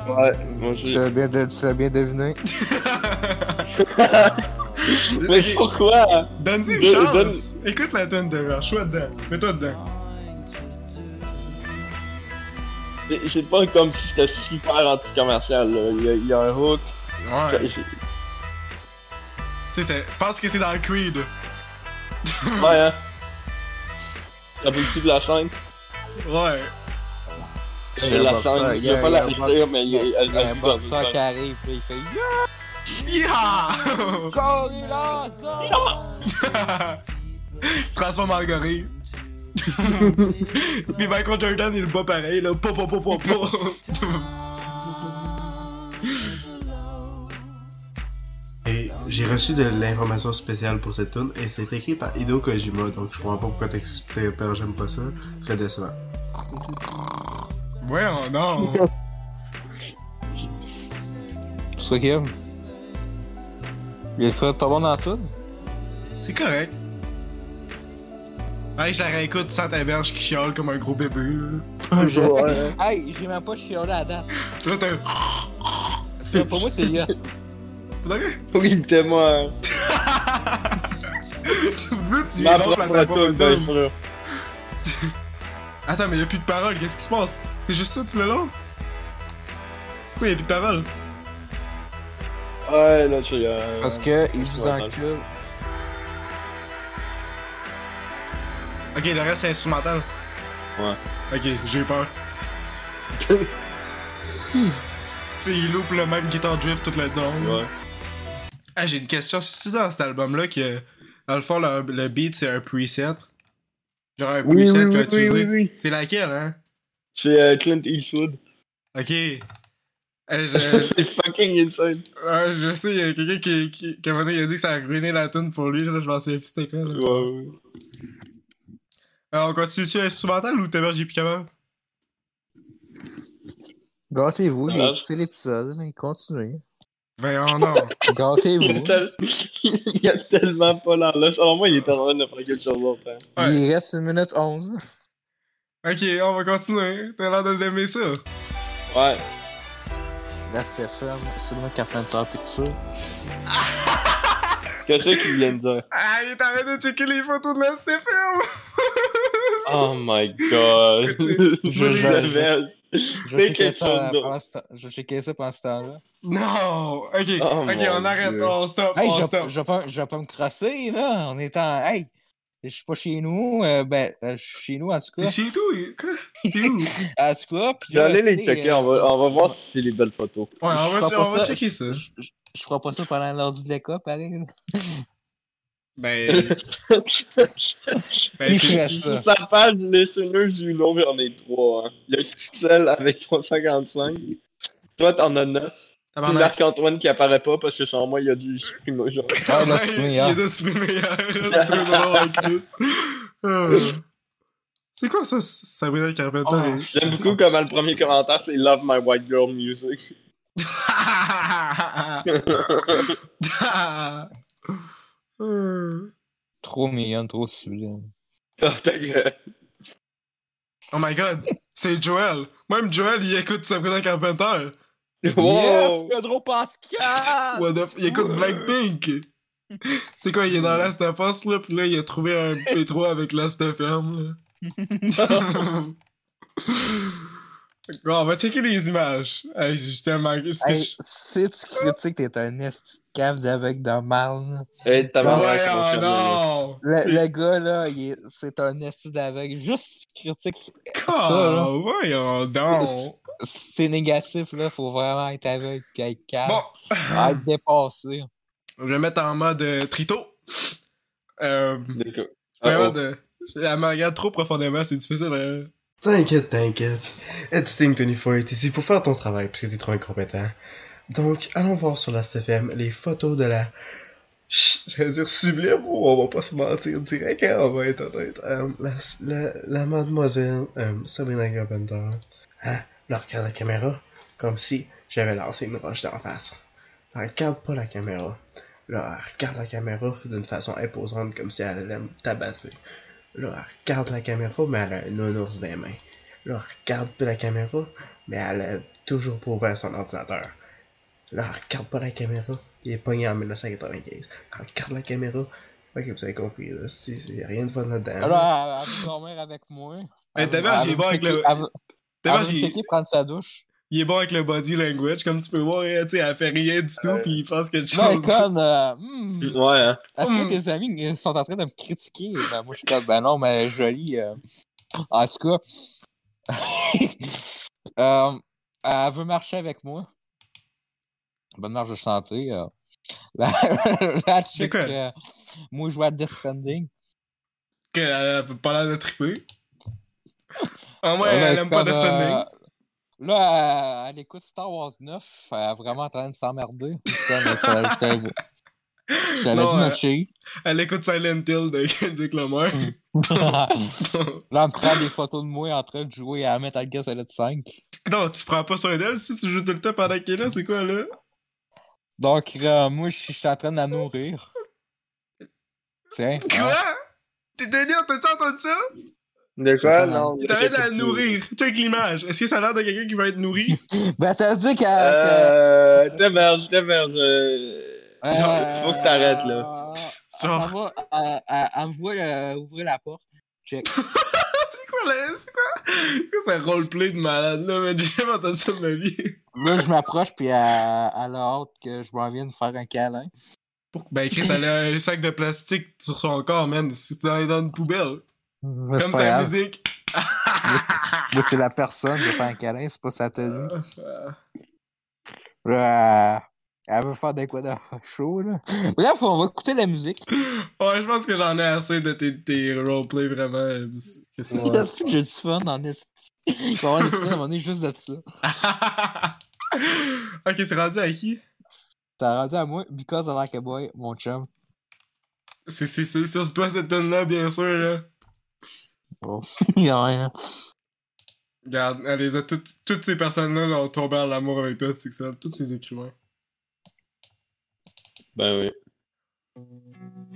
Speaker 4: Ouais, moi
Speaker 2: Tu
Speaker 4: je.
Speaker 2: l'as bien, de- tu l'as bien deviné.
Speaker 4: Mais pourquoi?
Speaker 1: Donne-y une
Speaker 4: Je-
Speaker 1: chance! Écoute la toune, Tébert, choix dedans. Mets-toi dedans.
Speaker 4: C'est c'est pas comme si c'était super anti-commercial, là. Il y, a- il y a un hook.
Speaker 1: Ouais.
Speaker 4: Ouais,
Speaker 1: Tu sais, c'est- pense que c'est dans Creed.
Speaker 4: hein. Ça vous le de la chaîne?
Speaker 1: Ouais.
Speaker 4: Il y a la
Speaker 2: boxeur,
Speaker 4: scène,
Speaker 2: il
Speaker 4: il
Speaker 2: y
Speaker 4: y a
Speaker 2: un-
Speaker 4: pas
Speaker 2: il
Speaker 4: la
Speaker 2: y a un
Speaker 4: rire, mais il y a-
Speaker 2: Il y
Speaker 4: elle
Speaker 2: a un
Speaker 4: elle-
Speaker 2: boxeur qui arrive, puis il fait Yeah!
Speaker 1: Yeah!
Speaker 2: Gorillaz! Gorillaz!
Speaker 1: il se transforme en gorille. Puis Michael Jordan, il le bat pareil, là. Pa, pa, pa, pa, pa.
Speaker 9: Et j'ai reçu de l'information spéciale pour cette tune et c'est écrit par Hideo Kojima, donc je comprends pas pourquoi t'ex- t'es- j'aime pas ça. Très décevant.
Speaker 1: ouais, oh non.
Speaker 2: C'est quoi qu'il aime? Il est pas pas bon dans tout?
Speaker 1: C'est correct. Ouais, je la réécoute sans ta berge qui chiale comme un gros bébé, là.
Speaker 8: Ouais.
Speaker 2: Hey, j'ai même pas chialé à date.
Speaker 1: Là, t'as.
Speaker 2: C'est- Pour moi, c'est Yacht.
Speaker 4: Oui, il était moi. hein.
Speaker 1: Tu me dis, tu
Speaker 4: Ma
Speaker 1: rompes la
Speaker 4: propre
Speaker 1: table,
Speaker 4: toune,
Speaker 1: madame.
Speaker 4: bien sûr.
Speaker 1: Attends, mais y'a plus de paroles, qu'est-ce qui se passe? C'est juste ça tout le long? Pourquoi y'a plus de paroles?
Speaker 4: Ouais, là, tu euh,
Speaker 2: Parce que il
Speaker 4: vous
Speaker 2: vous
Speaker 4: encule.
Speaker 2: encule.
Speaker 1: Ok, le reste c'est instrumental.
Speaker 4: Ouais.
Speaker 1: Ok, j'ai eu peur. tu sais, il loupe le même guitar drift tout le temps.
Speaker 4: Ouais.
Speaker 1: Ah, j'ai une question. C'est-tu dans cet album-là que, dans le fond, le, le beat c'est un preset? Genre un
Speaker 4: Oui,
Speaker 1: preset
Speaker 4: oui,
Speaker 1: qu'on a
Speaker 4: oui, oui,
Speaker 1: utilisé?
Speaker 4: oui, oui.
Speaker 1: C'est laquelle, hein?
Speaker 4: C'est euh, Clint Eastwood.
Speaker 1: Ok. Eh, je,
Speaker 4: C'est fucking insane.
Speaker 1: ah, je sais, il y a quelqu'un qui, qui, qui, à un moment donné, il a dit que ça a ruiné la tune pour lui. Là, je m'en souviens plus c'était quoi. là.
Speaker 4: Ouais, ouais.
Speaker 1: Alors, on continue sur l'instrumental ou t'as merde, j'ai plus capable?
Speaker 2: Gâtez-vous,
Speaker 4: Voilà.
Speaker 2: écoutez l'épisode, là, continuez.
Speaker 1: Ben, oh non.
Speaker 4: Il
Speaker 2: Gâtez-vous.
Speaker 4: est tel- il y a tellement pas là. Selon moi, il est en train de faire quelque chose d'autre. hein.
Speaker 1: Ouais.
Speaker 2: Il reste une minute 11.
Speaker 1: Ok, on va continuer. T'as l'air de l'aimer ça.
Speaker 4: Ouais.
Speaker 2: Là, c'était ferme, c'est moi Carpenter Picture.
Speaker 4: Qu'est-ce qu'il vient de dire?
Speaker 1: Ah, il est arrêté de checker les photos de la Stéphane!
Speaker 4: Oh my god.
Speaker 1: Tu-
Speaker 4: Je
Speaker 1: tu veux les-
Speaker 4: savais.
Speaker 2: Je
Speaker 4: C'est
Speaker 2: checkais
Speaker 4: quelque
Speaker 2: ça,
Speaker 4: chose d'autre.
Speaker 2: pendant ce temps- je checkais ça pendant ce temps-là.
Speaker 1: Non! Ok,
Speaker 4: Oh
Speaker 1: ok,
Speaker 4: mon
Speaker 1: on arrête,
Speaker 4: Dieu.
Speaker 1: on stop,
Speaker 2: Hey,
Speaker 1: on
Speaker 2: je,
Speaker 1: stop.
Speaker 2: vais- je, vais pas, je vais pas me crosser, là. On est en. Hey, je suis pas chez nous. euh, ben, euh, je suis chez nous, en tout
Speaker 1: T'es
Speaker 2: cas.
Speaker 1: chez toi? il- Quoi? T'es où? ouais,
Speaker 2: En tout cas, puis
Speaker 4: Je vais
Speaker 2: là,
Speaker 4: aller
Speaker 2: tu
Speaker 4: les
Speaker 2: sais,
Speaker 4: checker.
Speaker 2: euh,
Speaker 4: On
Speaker 1: hein.
Speaker 4: va, on va voir si c'est les belles photos.
Speaker 1: on
Speaker 2: Je
Speaker 1: va,
Speaker 2: ferai
Speaker 1: on
Speaker 2: pas
Speaker 1: va
Speaker 2: ça.
Speaker 1: checker ça.
Speaker 2: Je, je, je ferai pas ça pendant l'ordi de l'école, pareil. là.
Speaker 1: Ben, ben
Speaker 2: Qui
Speaker 1: c'est-
Speaker 2: ferait ça?
Speaker 4: Sur sa page, les sonneurs du long, j'en ai trois. Hein. Il y a Cixel avec 355. Toi, t'en as 9.
Speaker 1: tabarnak.
Speaker 4: Marc-Antoine qui apparaît pas parce que sans moi, il y a du stream aujourd'hui.
Speaker 2: Ah, on a
Speaker 1: Ouais,
Speaker 4: hein.
Speaker 2: supprimé
Speaker 1: Il
Speaker 2: hier.
Speaker 1: les a supprimés hier. Tous les autres avec Chris. Euh, C'est quoi ça, Sabrina Carpenter?
Speaker 2: Oh,
Speaker 1: et-
Speaker 4: Ah, J'aime beaucoup comment le premier commentaire, c'est Love My White Girl Music.
Speaker 1: Euh,
Speaker 2: Trop mignon, trop sublime.
Speaker 4: Ah, ta gueule.
Speaker 1: oh my god, c'est Joel. Même Joel, il écoute Sabrina Carpenter.
Speaker 4: Wow.
Speaker 2: Pedro Pascal!
Speaker 1: What the f- Il écoute Blackpink! C'est quoi, il est dans Last of Us, là, pis là, il a trouvé un P3 avec Last of M, là. bon, on va checker les images. Hey, j'ai tellement... c'est que
Speaker 2: Hey,
Speaker 1: je-
Speaker 2: si tu critiques, t'es un esti de cave d'aveugle de marne.
Speaker 4: Hey, t'as
Speaker 2: Ouais,
Speaker 4: marre,
Speaker 1: Ouais,
Speaker 4: Ah, c'est mon
Speaker 1: oh
Speaker 4: chien.
Speaker 1: non!
Speaker 2: Le, le gars, là, il est- c'est un esti d'aveugle. Juste si tu critiques, ça, là.
Speaker 1: Oh, voyons donc!
Speaker 2: c'est négatif, là. Faut vraiment être aveugle pis être calme.
Speaker 1: Bon,
Speaker 2: Être dépassé.
Speaker 1: je vais mettre en mode euh, trito. Euh,
Speaker 4: D'accord.
Speaker 1: je vais
Speaker 4: Ah,
Speaker 1: en mode, euh, Elle me regarde trop profondément, c'est difficile. euh.
Speaker 9: T'inquiète, t'inquiète. It's Team 24 est ici pour faire ton travail parce que t'es trop incompétent. Donc, allons voir sur la STFM les photos de la. Chut, J'allais dire sublime, oh, on va pas se mentir direct, hein, on va être honnête. Euh, la, la, la mademoiselle euh, Sabrina Carpenter. Hein, la regarde la caméra comme si j'avais lancé une roche d'en face. Elle regarde pas la caméra. Là, elle regarde la caméra d'une façon imposante comme si elle allait me tabasser. Là, elle regarde la caméra, mais elle a un nounours dans les mains. Là, elle regarde pas la caméra, mais elle a toujours pas ouvert son ordinateur. Là, elle regarde pas la caméra, il est pogné en 1995. Elle regarde la caméra. Ok, vous avez compris, là. Si, si, rien de fun là-dedans.
Speaker 2: Alors, elle, elle veut dormir avec moi.
Speaker 1: Hey,
Speaker 2: Elle veut-
Speaker 1: Tabar,
Speaker 2: elle
Speaker 1: Eh, j'ai
Speaker 2: veut
Speaker 1: bon
Speaker 2: me
Speaker 1: avec
Speaker 2: checker-
Speaker 1: le-
Speaker 2: Elle veut,
Speaker 1: T'as vu,
Speaker 2: elle veut me
Speaker 1: j'ai-
Speaker 2: checker prendre sa douche.
Speaker 1: Il est bon avec le body language, comme tu peux voir, hein, tu sais, elle fait rien du tout, pis il pense quelque
Speaker 2: Non, elle
Speaker 1: chose.
Speaker 2: est conne, euh, hmm,
Speaker 4: Ouais, hein.
Speaker 2: Est-ce
Speaker 1: Hmm.
Speaker 2: que tes amis euh, sont en train de me critiquer? Ben, moi, je suis comme, ben non, mais jolie. euh. En tout cas. Euh, elle veut marcher avec moi. Bonne marche de santé. euh. La, la chick,
Speaker 1: quoi?
Speaker 2: euh, moi, je joue à Death Stranding.
Speaker 1: Qu'elle a pas l'air de triper. Ah ouais,
Speaker 2: Euh,
Speaker 1: elle
Speaker 2: ben,
Speaker 1: aime pas
Speaker 2: comme,
Speaker 1: Death Stranding.
Speaker 2: euh, Là, elle, elle écoute Star Wars 9. Elle est vraiment en train de s'emmerder. Je t'avais
Speaker 1: Non,
Speaker 2: dit
Speaker 1: euh,
Speaker 2: notre chérie.
Speaker 1: Elle écoute Silent Hill de Kendrick Lamar.
Speaker 2: Mm. là, elle me prend des photos de moi en train de jouer à Metal Gear Solid 5.
Speaker 1: non, tu prends pas soin d'elle si tu joues tout le temps pendant qu'elle est là, c'est quoi là?
Speaker 2: Donc, euh, moi, je suis en train de la nourrir. Tiens. hein.
Speaker 1: Quoi? T'es délire, t'as-tu entendu ça?
Speaker 8: De quoi? Non.
Speaker 1: Il t'arrête de la nourrir. Check l'image. Est-ce que ça a l'air de quelqu'un qui va être nourri?
Speaker 2: Ben, t'as dit qu'elle.
Speaker 4: Euh, t'héberge, t'héberge. euh,
Speaker 2: qu'elle-
Speaker 4: genre, Faut que t'arrêtes, là.
Speaker 2: Euh, Elle,
Speaker 1: Genre,
Speaker 2: s'en va, euh, elle- elle me voit euh, ouvrir la porte. Check.
Speaker 1: c'est quoi là? C'est quoi? C'est quoi ce roleplay de malade là, mais j'ai jamais entendu ça de ma vie.
Speaker 2: Là, je m'approche, puis euh, elle, elle a hâte que je m'en vienne faire un câlin.
Speaker 1: Pour- Ben, Chris, elle a un sac de plastique sur son corps, man. C'est dans dans une poubelle.
Speaker 2: Mais c'est
Speaker 1: Comme
Speaker 2: pas
Speaker 1: sa
Speaker 2: grave.
Speaker 1: musique.
Speaker 2: Moi, c'est la personne qui fait un câlin, c'est pas sa tenue.
Speaker 1: Euh,
Speaker 2: Là, elle elle veut faire des quoi de chaud, là. Bref, on va écouter la musique.
Speaker 1: Ouais, je pense que j'en ai assez de tes, tes roleplays vraiment. euh, que c'est-
Speaker 2: Est-ce que J'ai du fun en esti. Il va y avoir un épisode à un moment donné juste de ça.
Speaker 1: ok, c'est rendu à qui?
Speaker 2: T'as rendu à moi, because I like a boy, mon chum.
Speaker 1: C'est c'est- c'est sur toi cette tonne là bien sûr, là.
Speaker 2: Il y a rien.
Speaker 1: Regarde, elle les a toutes, toutes ces personnes-là ont tombé en l'amour avec toi, c'est que ça. Tous ces écrivains.
Speaker 4: Ben oui.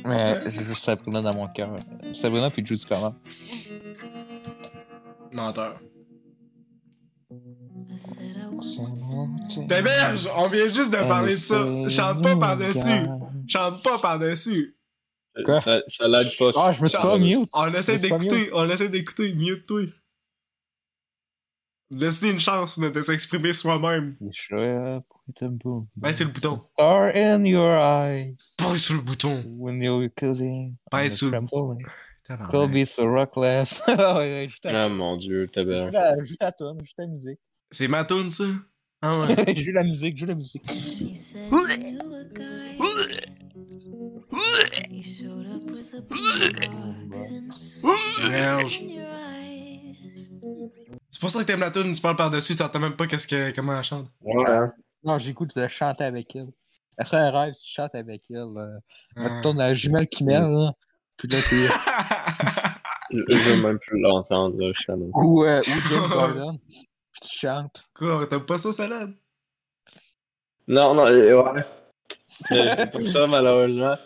Speaker 2: Mais j'ai juste Sabrina dans mon cœur. Sabrina puis Judy Comer.
Speaker 1: Menteur.
Speaker 5: I said I want some.
Speaker 1: T'héberge! On vient juste de parler de ça.
Speaker 2: Oh
Speaker 1: Chante pas par-dessus. Chante pas par-dessus.
Speaker 2: Quoi?
Speaker 4: Ça, ça l'aide pas.
Speaker 2: Ah, je me suis pas mute.
Speaker 1: On essaie
Speaker 2: C'est pas
Speaker 1: d'écouter, on essaie d'écouter, mieux de toi. Laissez une chance de de s'exprimer soi-même.
Speaker 2: Les cheveux, pourquoi t'aimes pas?
Speaker 1: Ben, c'est le bouton.
Speaker 2: Star in your eyes.
Speaker 1: Pèse sur le bouton.
Speaker 2: When you're kissing.
Speaker 1: Pas
Speaker 2: on the
Speaker 1: sous-
Speaker 2: trampoline.
Speaker 1: Tabarnak.
Speaker 2: Colby so reckless. Ah ouais, juste à-
Speaker 4: Ah mon dieu,
Speaker 2: juste
Speaker 4: t'héberge.
Speaker 2: à- Juste à tonne, juste à musique.
Speaker 1: C'est ma toune, ça? Ah ouais.
Speaker 2: Joue la musique, joue la musique.
Speaker 5: He said he knew a guy. He showed up with a boombox and
Speaker 1: Merde.
Speaker 5: in your eyes.
Speaker 1: C'est pour ça que t'aimes la toune, tu parles par-dessus, t'entends même pas qu'est-ce que, comment elle chante.
Speaker 8: Ouais, hein.
Speaker 2: Non, j'écoute de chanter avec elle. Elle serait un rêve si tu chantes avec elle. Euh,
Speaker 1: Ah.
Speaker 2: Mettons la jumelle qui mêle, là. Puis là, c'est.
Speaker 4: Je, je veux même plus l'entendre, là, Shannon.
Speaker 2: ou, euh, ou James Gordon. Puis tu chantes.
Speaker 1: Quoi, t'aimes pas ça, salade?
Speaker 4: Non, non, euh, ouais. Mais c'est pour ça, malheureusement.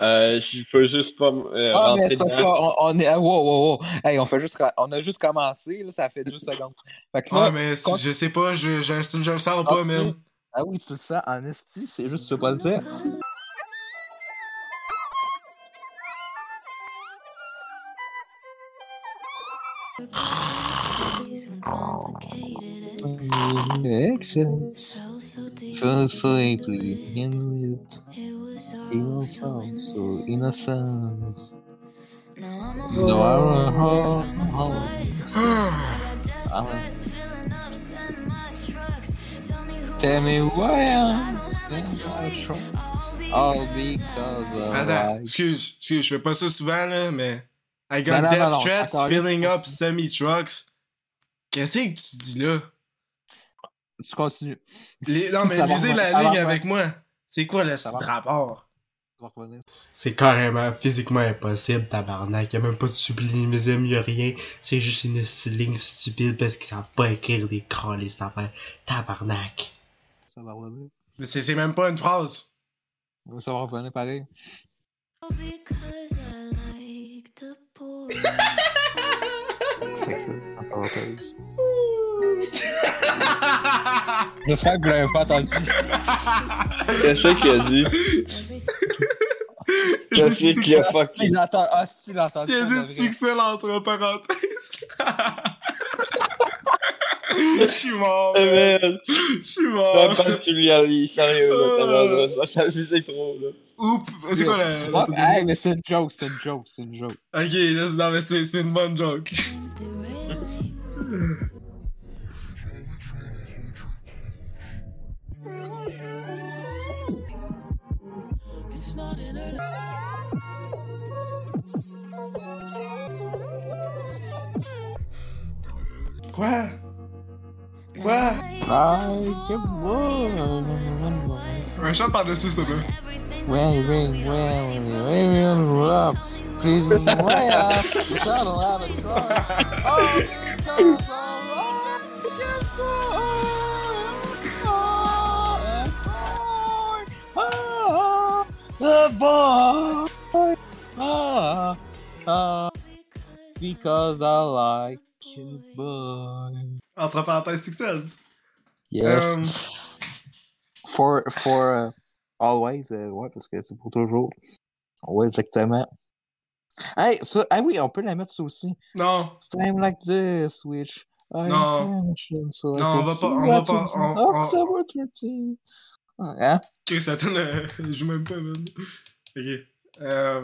Speaker 4: Euh, je peux juste pas euh,
Speaker 2: Ah, mais
Speaker 4: rentrer
Speaker 2: c'est parce
Speaker 4: dedans.
Speaker 2: qu'on on est. ah, Wow, wow, wow. Hey, on, fait juste... on a juste commencé, là, ça fait deux secondes. Fait que là,
Speaker 1: Ah, mais si-
Speaker 2: quand-
Speaker 1: je sais pas, je, je, je, je le sens
Speaker 2: Ah,
Speaker 1: pas,
Speaker 2: tu
Speaker 1: man.
Speaker 2: Ah oui, tu le sens en esti, c'est juste que tu veux pas le dire.
Speaker 5: And complicated and
Speaker 2: Excellent.
Speaker 5: so, so deep.
Speaker 2: So simply, innocent,
Speaker 5: It was all so
Speaker 2: innocent, so
Speaker 5: innocent.
Speaker 2: innocent.
Speaker 5: Now I'm a
Speaker 2: No, I'm a
Speaker 5: hoe,
Speaker 2: hoe,
Speaker 5: I'm a
Speaker 2: hoe.
Speaker 5: slut. I got
Speaker 2: Ah.
Speaker 5: death threats, filling up, send my trucks.
Speaker 2: Tell
Speaker 5: Tell me who
Speaker 2: me
Speaker 5: I am,
Speaker 2: why I'm
Speaker 5: 'cause I don't have
Speaker 2: not a
Speaker 5: a choice.
Speaker 2: choice.
Speaker 5: All
Speaker 2: All because
Speaker 5: because
Speaker 2: of-
Speaker 1: Attends,
Speaker 2: Alright.
Speaker 1: excuse, excuse, je fais pas ça souvent, là, mais. I got
Speaker 2: Non, non,
Speaker 1: death
Speaker 2: non, non,
Speaker 1: threats,
Speaker 2: attends,
Speaker 1: filling
Speaker 2: laisse-
Speaker 1: up semi-trucks. Qu'est-ce que tu dis là?
Speaker 2: Tu continues.
Speaker 1: Les- Non, mais
Speaker 2: Ça va
Speaker 1: lisez
Speaker 2: revenir,
Speaker 1: la
Speaker 2: ça va
Speaker 1: ligne
Speaker 2: revenir.
Speaker 1: avec moi. C'est quoi le
Speaker 2: Ça
Speaker 1: petit
Speaker 2: va.
Speaker 1: rapport?
Speaker 2: Tu vas revenir.
Speaker 9: C'est carrément physiquement impossible, tabarnak. Y'a même pas de sublimisme, y'a rien. C'est juste une esti de ligne stupide parce qu'ils savent pas écrire des crâles, cette affaire. Tabarnak.
Speaker 2: Ça va revenir.
Speaker 1: Mais c'est c'est même pas une phrase.
Speaker 2: Ça va revenir pareil.
Speaker 5: All because I like the poor.
Speaker 2: C'est ça, en parenthèse. J'espère que vous l'avez pas entendu.
Speaker 4: Qu'est-ce qu'il a dit?
Speaker 1: Il a
Speaker 4: Qu'est-ce
Speaker 1: dit
Speaker 4: qu'il
Speaker 1: succès-
Speaker 4: a
Speaker 2: Ah, si,
Speaker 4: fucké?
Speaker 2: il l'entend. Ah, si, il l'entend.
Speaker 1: il a
Speaker 2: pas,
Speaker 1: dit
Speaker 2: c'est vrai.
Speaker 1: succès entre parenthèses. Je suis mort.
Speaker 4: Eh,
Speaker 9: ben,
Speaker 1: man.
Speaker 4: merde.
Speaker 1: Je suis
Speaker 4: Faut
Speaker 1: mort.
Speaker 4: pas que tu lui ailles, sérieux, là, t'héberge, là, ça, ça, c'est trop, là.
Speaker 1: Oups. C'est quoi la.
Speaker 2: Ouais,
Speaker 1: l'autre-
Speaker 2: hey, mais c'est une joke, c'est une joke, c'est une joke.
Speaker 1: Ok, là, c'est- non, mais c'est c'est une bonne joke.
Speaker 5: Things derailing.
Speaker 9: Quoi? Quoi?
Speaker 1: Un chant par-dessus, s'il te plaît.
Speaker 2: Well, well, well, well, well, up. Please, well, up. The saddle have a try. Oh, the saddle's all right. Yes, sir. Oh, oh, oh, The boy. Ah, ah, because I like you, boy.
Speaker 1: Entre parenthèses, Sixels.
Speaker 2: Yes.
Speaker 1: Um,
Speaker 2: For, for, euh, always, euh, ouais, parce que c'est pour toujours. Ouais, exactement. Hey, ça, ah oui, on peut la mettre ça aussi.
Speaker 1: non,
Speaker 2: Time like this, which I
Speaker 1: Non.
Speaker 2: mentioned, so I
Speaker 1: Non, on
Speaker 2: could
Speaker 1: va
Speaker 2: see
Speaker 1: pas- on
Speaker 2: what
Speaker 1: va pas-
Speaker 2: you-
Speaker 1: on- on-
Speaker 2: October 13. Hein?
Speaker 1: Chris, attends, euh, je joue même pas, man. Ok. Euh,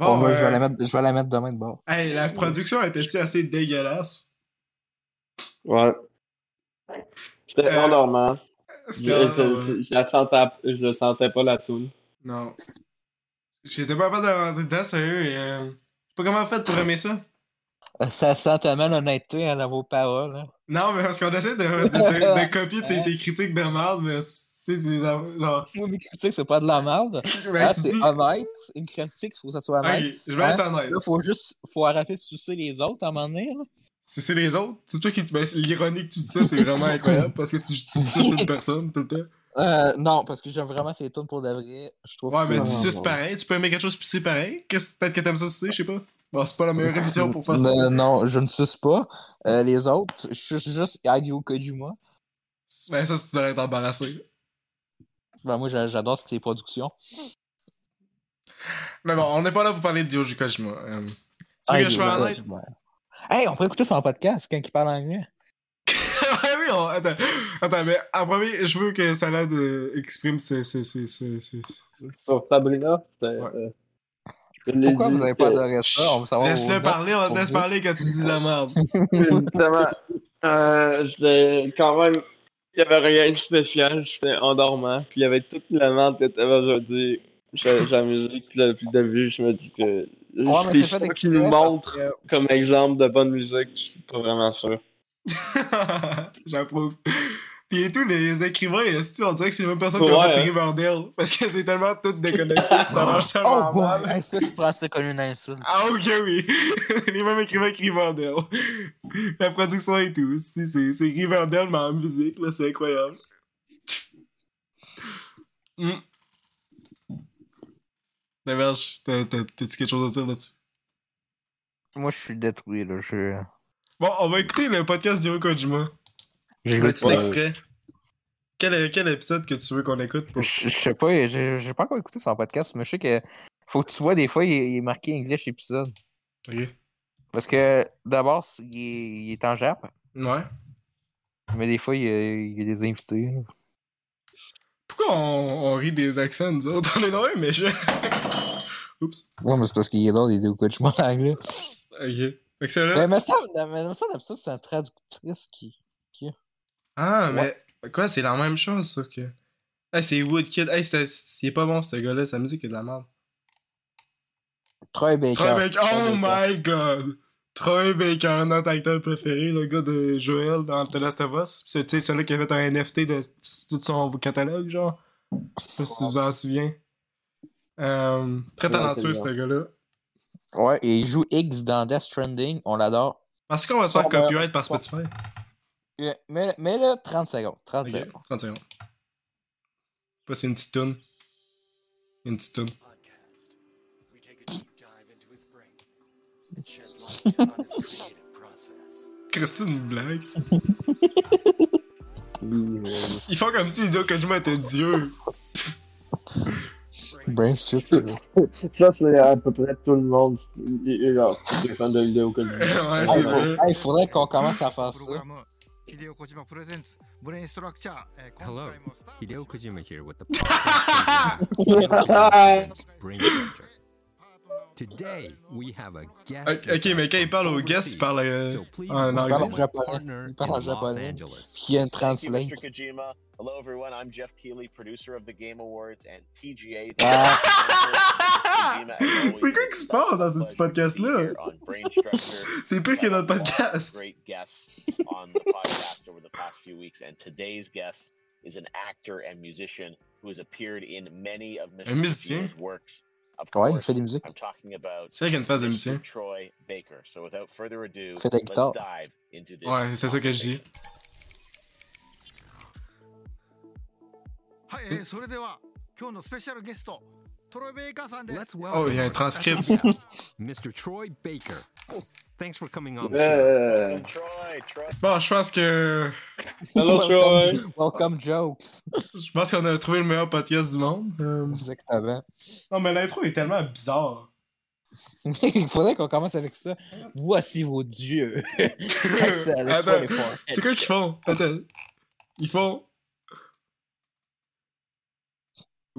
Speaker 1: bon,
Speaker 2: On va- je, vais
Speaker 1: euh,
Speaker 2: la mettre, je vais la mettre demain de bord.
Speaker 1: Hey, la production était-tu assez dégueulasse?
Speaker 4: Ouais. C'était
Speaker 1: Euh,
Speaker 4: endormant. Je,
Speaker 1: C'était- euh,
Speaker 4: je, je- je la sentais, je sentais pas la toune.
Speaker 1: Non. J'étais pas capable de rentrer dedans, sérieux. Et, euh, j'ai pas comment fait pour aimer ça.
Speaker 2: Euh, Ça sent tellement l'honnêteté hein, dans vos paroles. hein.
Speaker 1: Non, mais parce qu'on essaie de, de, de- de copier tes, tes critiques de merde, mais tu sais, c'est genre. genre,
Speaker 2: Moi, mes critiques, c'est pas de la merde.
Speaker 1: ben,
Speaker 2: Hein,
Speaker 1: tu
Speaker 2: c'est
Speaker 1: dis-
Speaker 2: honnête. hein? C'est Une critique, faut que ça soit honnête.
Speaker 1: Ok, je vais être honnête.
Speaker 2: Là, faut juste faut arrêter de sucer les autres à un moment donné. là.
Speaker 1: Si c'est les autres, c'est toi qui dis. Ben, c'est l'ironie que tu dis ça, c'est vraiment incroyable parce que tu, tu dis ça sur une personne tout le temps.
Speaker 2: Euh, non, parce que j'aime vraiment ces tunes pour de vrai. Je trouve
Speaker 1: Ouais,
Speaker 2: que-
Speaker 1: mais dis ça, c'est pareil. Tu peux aimer quelque chose, puis c'est pareil. Qu'est-ce que peut-être que t'aimes ça, tu sais, je sais pas. Bon, c'est pas la meilleure émission pour faire ça.
Speaker 2: Euh, non, je ne suce pas. Euh, les autres, je suce juste Hideo Kojima.
Speaker 1: Ben, ça, tu devrais être embarrassé.
Speaker 2: Ben, moi, j'a- j'adore ces productions.
Speaker 1: Mais bon, on n'est pas là pour parler de Yoji Kojima. Euh, tu veux que je sois
Speaker 2: Hideo
Speaker 1: honnête?
Speaker 2: Kojima. Hey, on pourrait écouter son podcast quand il parle anglais. ben.
Speaker 1: ouais, oui, on- attends. Attends, mais en premier, je veux que Salad euh, exprime ses. ses, ses, ses, ses-
Speaker 4: Sur Sabrina, c'était.
Speaker 1: Ouais.
Speaker 4: euh, je l'ai
Speaker 2: Pourquoi
Speaker 4: dit
Speaker 2: vous avez pas
Speaker 4: que-
Speaker 2: adoré ça? On veut savoir.
Speaker 1: Laisse-le
Speaker 2: vos notes.
Speaker 1: parler, on te laisse
Speaker 2: Oh, ben, Pour
Speaker 1: parler quand tu dis de la merde.
Speaker 4: Justement, euh, j'étais quand même. Il y avait rien de spécial, j'étais endormant. Puis il y avait toute la menthe que t'avais redit. J'ai j'ai amusé depuis le depuis le début, je me dis que.
Speaker 2: Ouais, mais
Speaker 4: des
Speaker 2: c'est fait
Speaker 4: choses
Speaker 2: exprès
Speaker 4: qui nous
Speaker 2: parce
Speaker 4: montrent
Speaker 2: que-
Speaker 4: comme exemple de bonne musique, je suis pas vraiment sûr.
Speaker 1: J'approuve. Puis et tout, les écrivains, esti, on dirait que c'est les mêmes personnes qui
Speaker 4: Ouais,
Speaker 1: ont fait
Speaker 4: hein.
Speaker 1: Riverdale. Parce que c'est tellement tout déconnecté, pis ça marche tellement
Speaker 2: Oh, bon,
Speaker 1: mal.
Speaker 2: hey, ça, je pense que c'est comme une insulte.
Speaker 1: Ah, ok, oui. les mêmes écrivains que Riverdale. La production et tout. esti, C'est c'est Riverdale, mais en musique, là, c'est incroyable. Hmm. La verge, t'as- t'as- t'as-tu quelque chose à dire là-dessus?
Speaker 2: Moi, je suis détruit, là. Je...
Speaker 1: Bon, on va écouter le podcast d'Hiro Kojima.
Speaker 2: J'ai
Speaker 1: Le petit extrait. Quel, quel épisode que tu veux qu'on écoute pour.
Speaker 2: Je je sais pas, j'ai j'ai pas encore écouté son podcast, mais je sais que faut que tu vois, des fois, il est, il est marqué English épisode.
Speaker 1: Ok.
Speaker 2: Parce que d'abord, c'est- il est, il est en Jap,
Speaker 1: Ouais.
Speaker 2: mais des fois, il y a, il y a des invités. là.
Speaker 1: Pourquoi on, on rit des accents, nous autres? On est dans mais je. Oups.
Speaker 2: Ouais, mais c'est parce qu'il est dans des coachements en anglais.
Speaker 1: Ok. Fait que celle-là-
Speaker 2: Mais il me semble, mais il me semble que ça, c'est un traductrice qui.
Speaker 1: Ah, mais. Quoi, c'est la même chose, ça que. Hey, c'est Woodkid. Hey, c'est- c'est pas bon, ce gars-là. Sa musique est de la merde.
Speaker 2: Troy Baker.
Speaker 1: Troy Baker. Oh
Speaker 2: Troy Baker.
Speaker 1: my god! Troy Baker, notre acteur préféré, le gars de Joel dans The Last of Us. C'est tu sais, celui qui a fait un NFT de tout son catalogue, genre. Je sais pas si vous en souvenez. Euh, très
Speaker 4: Ouais,
Speaker 1: talentueux,
Speaker 4: c'est
Speaker 1: ce gars-là.
Speaker 2: Ouais, et il joue X dans Death Stranding, on l'adore.
Speaker 1: Parce qu'on va se faire
Speaker 2: Bon, ben,
Speaker 1: copyright par Spotify.
Speaker 2: Euh, Mais, mais là, 30 secondes. 30
Speaker 1: Ok,
Speaker 2: secondes.
Speaker 1: 30 secondes. Pas c'est une petite toune. Une petite toune.
Speaker 12: podcast, we take a deep dive into his brain and shed light on his creative process.
Speaker 1: Christine, une blague. Ils font comme si Hideo Kojima était Dieu.
Speaker 2: Brainstrip.
Speaker 4: Ça, c'est à peu près tout le monde. Genre, des fans de vidéo que
Speaker 1: ouais, c'est
Speaker 2: Il
Speaker 1: vrai.
Speaker 2: faudrait qu'on commence à faire ça.
Speaker 12: Hello, Hideo Kojima here with the
Speaker 1: podcast
Speaker 12: podcast Brain Structure.
Speaker 13: Today, we have a guest.
Speaker 1: Ok, ok, mais quand il parle au guest, il parle euh, en
Speaker 2: Il parle en
Speaker 1: anglais.
Speaker 2: japonais. Il parle en japonais. Puis il y a une
Speaker 14: Thank you,
Speaker 2: translate.
Speaker 14: Mr. Kojima. Hello, everyone. I'm Jeff Keighley, producer of the Game Awards and PGA.
Speaker 1: C'est quoi qui se passe dans ce petit podcast-là? C'est pire que notre podcast.
Speaker 14: Great guests on the podcast over the past few weeks, and today's guest is an actor and musician who has appeared in many of Mr.
Speaker 1: Un musicien.
Speaker 14: Kojima's works. Of
Speaker 2: Ah, Ouais, il
Speaker 14: course,
Speaker 2: fait des musiques.
Speaker 14: I'm talking about
Speaker 1: C'est vrai qu'il y a une phase de musicien.
Speaker 14: Troy Baker. So without further ado,
Speaker 2: Il fait de la
Speaker 14: let's
Speaker 2: guitare.
Speaker 14: dive into this.
Speaker 1: Ouais, c'est ça que je dis.
Speaker 15: はい、えーそれでは今日のスペシャルゲストトロイ・ベイカーさんです
Speaker 1: Oh, il y a un transcript.
Speaker 13: Mr. Troy Baker. Thanks for coming on the
Speaker 1: Euh.
Speaker 13: show.
Speaker 1: Bon, je pense que.
Speaker 2: Welcome, welcome jokes.
Speaker 1: Je pense qu'on a trouvé le meilleur podcast du monde. Euh,
Speaker 2: Exactement.
Speaker 1: Non, mais l'intro est tellement bizarre.
Speaker 2: Il faudrait qu'on commence avec ça. Voici vos dieux. Excellent.
Speaker 1: Attends, c'est quoi qu'ils font? Attends. Ils font.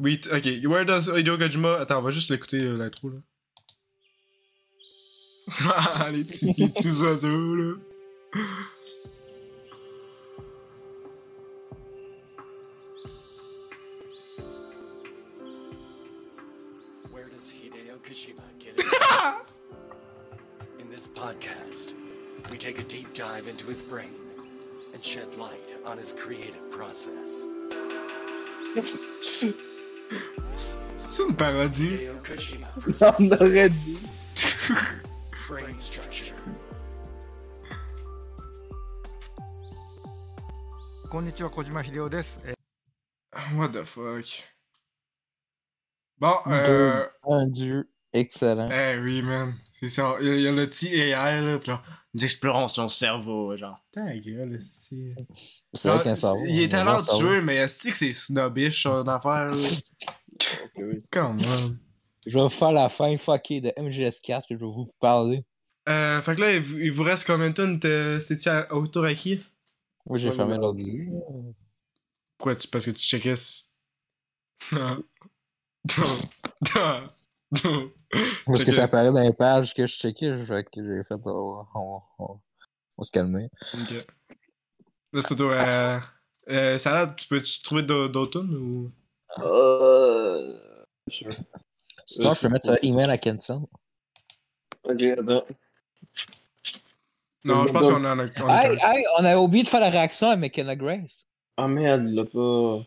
Speaker 1: Oui, t- ok. Where does Hideo Kojima. Attends, on va juste l'écouter euh, l'intro là. Ah, les petits, les petits oiseaux là.
Speaker 12: Where does Hideo Kojima get his ideas? In this podcast, we take a deep dive into his brain and shed light on his creative process.
Speaker 1: C'est une parodie.
Speaker 12: Hideo Kojima
Speaker 1: On
Speaker 12: presents
Speaker 1: aurait dit.
Speaker 12: brain structure.
Speaker 15: こんにちは小島秀夫です、えー
Speaker 1: What the fuck? Bon, euh.
Speaker 2: Dieu, Un dieu. Excellent.
Speaker 1: Eh oui, man. C'est ça. Il y a- il y a le petit AI, là. Puis là, nous explorons son cerveau, genre. Ta gueule, si.
Speaker 2: C'est vrai
Speaker 1: Genre,
Speaker 2: qu'un cerveau,
Speaker 1: Ah, Il est
Speaker 2: on a un
Speaker 1: talentueux,
Speaker 2: cerveau.
Speaker 1: mais est-ce que c'est snobish, son affaire, là? Come on.
Speaker 2: Je vais vous faire la fin fuckée de MGS4 que je vais vous parler.
Speaker 1: Euh, fait que là, il vous- il vous reste combien de tonnes? de- C'est-tu à- autour à qui?
Speaker 2: Moi, j'ai fermé l'ordi.
Speaker 1: Pourquoi? Tu... Parce que tu checkais. si-
Speaker 2: Parce que
Speaker 1: Checkais-
Speaker 2: ça apparaît dans les pages que je checkais. Fait que j'ai fait. oh, on, on- on va se calmer.
Speaker 1: Ok. Là, c'est toi. Euh, euh, Salade, tu peux-tu trouver d'au- d'autres tunes ou.
Speaker 4: Euh. Sure.
Speaker 1: Euh,
Speaker 2: Sinon, je peux mettre un email à Kenson.
Speaker 4: Ok, attends.
Speaker 1: Non, je pense qu'on en a. on a
Speaker 2: Hey, hey, on a oublié de faire la réaction à McKenna Grace.
Speaker 4: Ah merde, il l'a pas.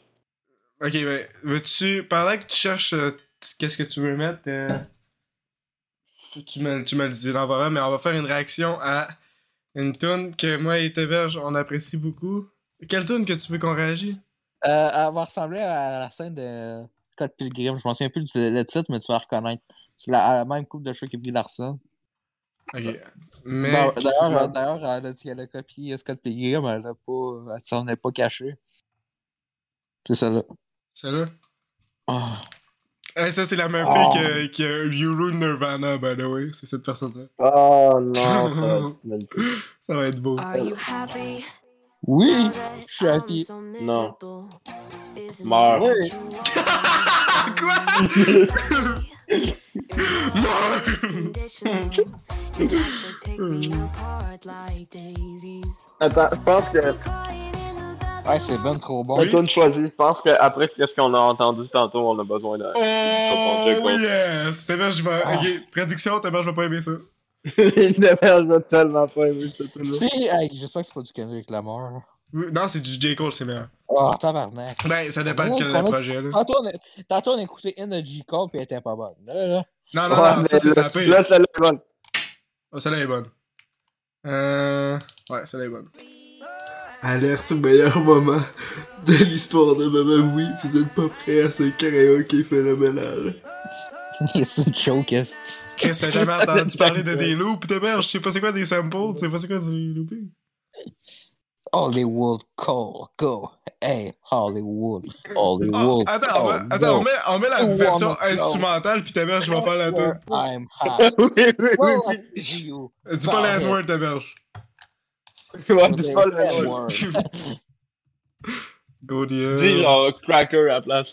Speaker 1: Ok, ben, veux-tu. Pendant que tu cherches euh, t- qu'est-ce que tu veux mettre, euh, tu, me, tu me le dis, l'enverras, mais on va faire une réaction à une tune que moi et Théberge, on apprécie beaucoup. Quelle tune que tu veux qu'on réagisse
Speaker 2: Euh, elle va ressembler à la scène de Code Pilgrim. Je me souviens plus du le titre, mais tu vas la reconnaître. C'est la, la même coupe de cheveux que Brie Larson.
Speaker 1: Ok. Mais.
Speaker 2: D'a- D'ailleurs, euh, d'ailleurs, elle a dit qu'elle a copié Scott Pilgrim, elle a pas, elle s'en est pas cachée. C'est celle-là.
Speaker 1: Celle-là
Speaker 2: Ah.
Speaker 1: Eh, ça, c'est la même
Speaker 2: Ah.
Speaker 1: fille que, que Yuru Nirvana, by the way. C'est cette personne-là.
Speaker 4: Oh non,
Speaker 1: ça va être beau.
Speaker 5: Are you happy?
Speaker 2: Oui, je suis happy.
Speaker 4: Non.
Speaker 5: Meurs.
Speaker 2: Oui.
Speaker 4: Attends, je pense que.
Speaker 2: Ouais, c'est ben trop bon.
Speaker 4: La tune choisie, je pense qu'après ce qu'on a entendu tantôt, on a besoin de.
Speaker 1: Oh, yes! Théberge, je vais. Ok, prédiction, Théberge va pas aimer ça.
Speaker 4: Théberge va tellement pas aimer ça.
Speaker 2: Si, hey, j'espère que c'est pas du Kendrick Lamar.
Speaker 1: Oui, Non, c'est du J. Cole, c'est meilleur.
Speaker 2: Oh, tabarnak.
Speaker 1: Ben, ça dépend de
Speaker 2: Ouais,
Speaker 1: quel
Speaker 2: qu'on a-
Speaker 1: projet, là.
Speaker 2: Tantôt, on a- tantôt, on a écouté Energy Call puis elle était pas bonne. Là, là.
Speaker 1: Non, non, non, ah, ça, c'est sapé.
Speaker 4: Là, celle-là est bonne.
Speaker 1: Oh, celle-là est bonne. Euh... Ouais, celle-là est bonne.
Speaker 9: Alerte meilleur moment de l'histoire de Maman Oui, vous êtes pas prêt à ce karaoké phénoménal.
Speaker 2: c'est une choke, est
Speaker 1: Chris, t'as jamais entendu parler de des loops de merde? Je sais pas c'est quoi des samples, tu sais pas c'est quoi du looping.
Speaker 2: Hollywood Call, go. Hey, Hollywood, Hollywood
Speaker 1: Ah, attends, on
Speaker 2: Call.
Speaker 1: met, attends,
Speaker 2: go.
Speaker 1: on met, on met la
Speaker 2: Oh,
Speaker 1: version
Speaker 2: I'm a clown.
Speaker 1: instrumentale, pis ta mère, je vais faire la tune.
Speaker 2: I'm hot.
Speaker 4: oui, oui,
Speaker 2: Well,
Speaker 4: oui.
Speaker 2: I see you.
Speaker 1: Dis pas la N-word, ta mère.
Speaker 4: Ouais, dis pas le
Speaker 2: N-word.
Speaker 1: Go the
Speaker 4: Dis
Speaker 1: hell.
Speaker 4: genre cracker à la place.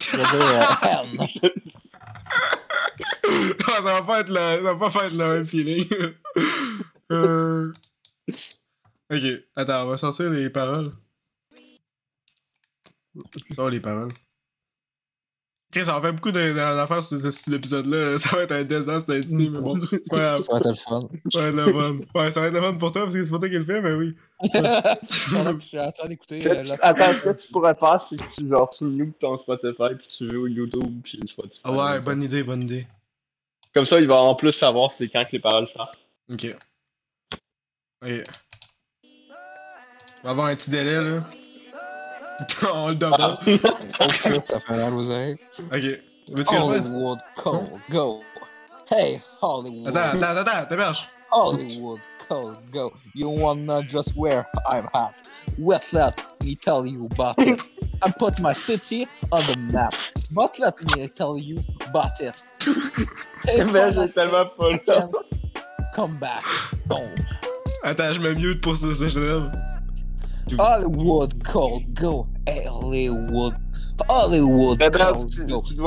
Speaker 2: Je veux dire, euh, hell no.
Speaker 1: Non, ça va pas être la... ça va pas faire le même feeling. Euh, Ok, attends, on va sortir les paroles. Sors les paroles. Chris, on fait beaucoup de- de- d'affaires sur ce style d'épisode-là. Ça va être un désastre à éditer, mais bon, c'est pas grave.
Speaker 2: Ça va être le fun.
Speaker 1: Ça va être le fun. Ouais, ça va être le fun pour toi, parce que c'est pour toi qui le fait, mais oui.
Speaker 10: Pendant que je suis en train d'écouter. euh, la-
Speaker 4: Attends, ce que tu pourrais faire, c'est que tu, genre, tu mutes ton Spotify, puis tu veux au YouTube, puis Spotify.
Speaker 1: Ah ouais, bonne idée, bonne idée.
Speaker 4: Comme ça, il va en plus savoir c'est quand que les paroles sortent.
Speaker 1: Ok. Ok. On va avoir un petit délai, là. on le demande.
Speaker 2: Oh, ça fait mal aux oreilles.
Speaker 1: Ok. Veux-tu
Speaker 2: Oh.
Speaker 1: qu'on fasse-
Speaker 2: Hollywood, cold, go. Hey, Hollywood.
Speaker 1: Attends, attends, attends, attends, t'héberges.
Speaker 2: Hollywood, cold, go. You wanna just where I'm at. What let me tell you about it. I put my city on the map. But let me tell you about it.
Speaker 4: Mais c'est tellement pas là.
Speaker 2: Come back home.
Speaker 1: Attends, je me mute pour ça, ça, je t'aime.
Speaker 2: Hollywood cold go Hollywood Hollywood
Speaker 4: Eh,
Speaker 2: cold go You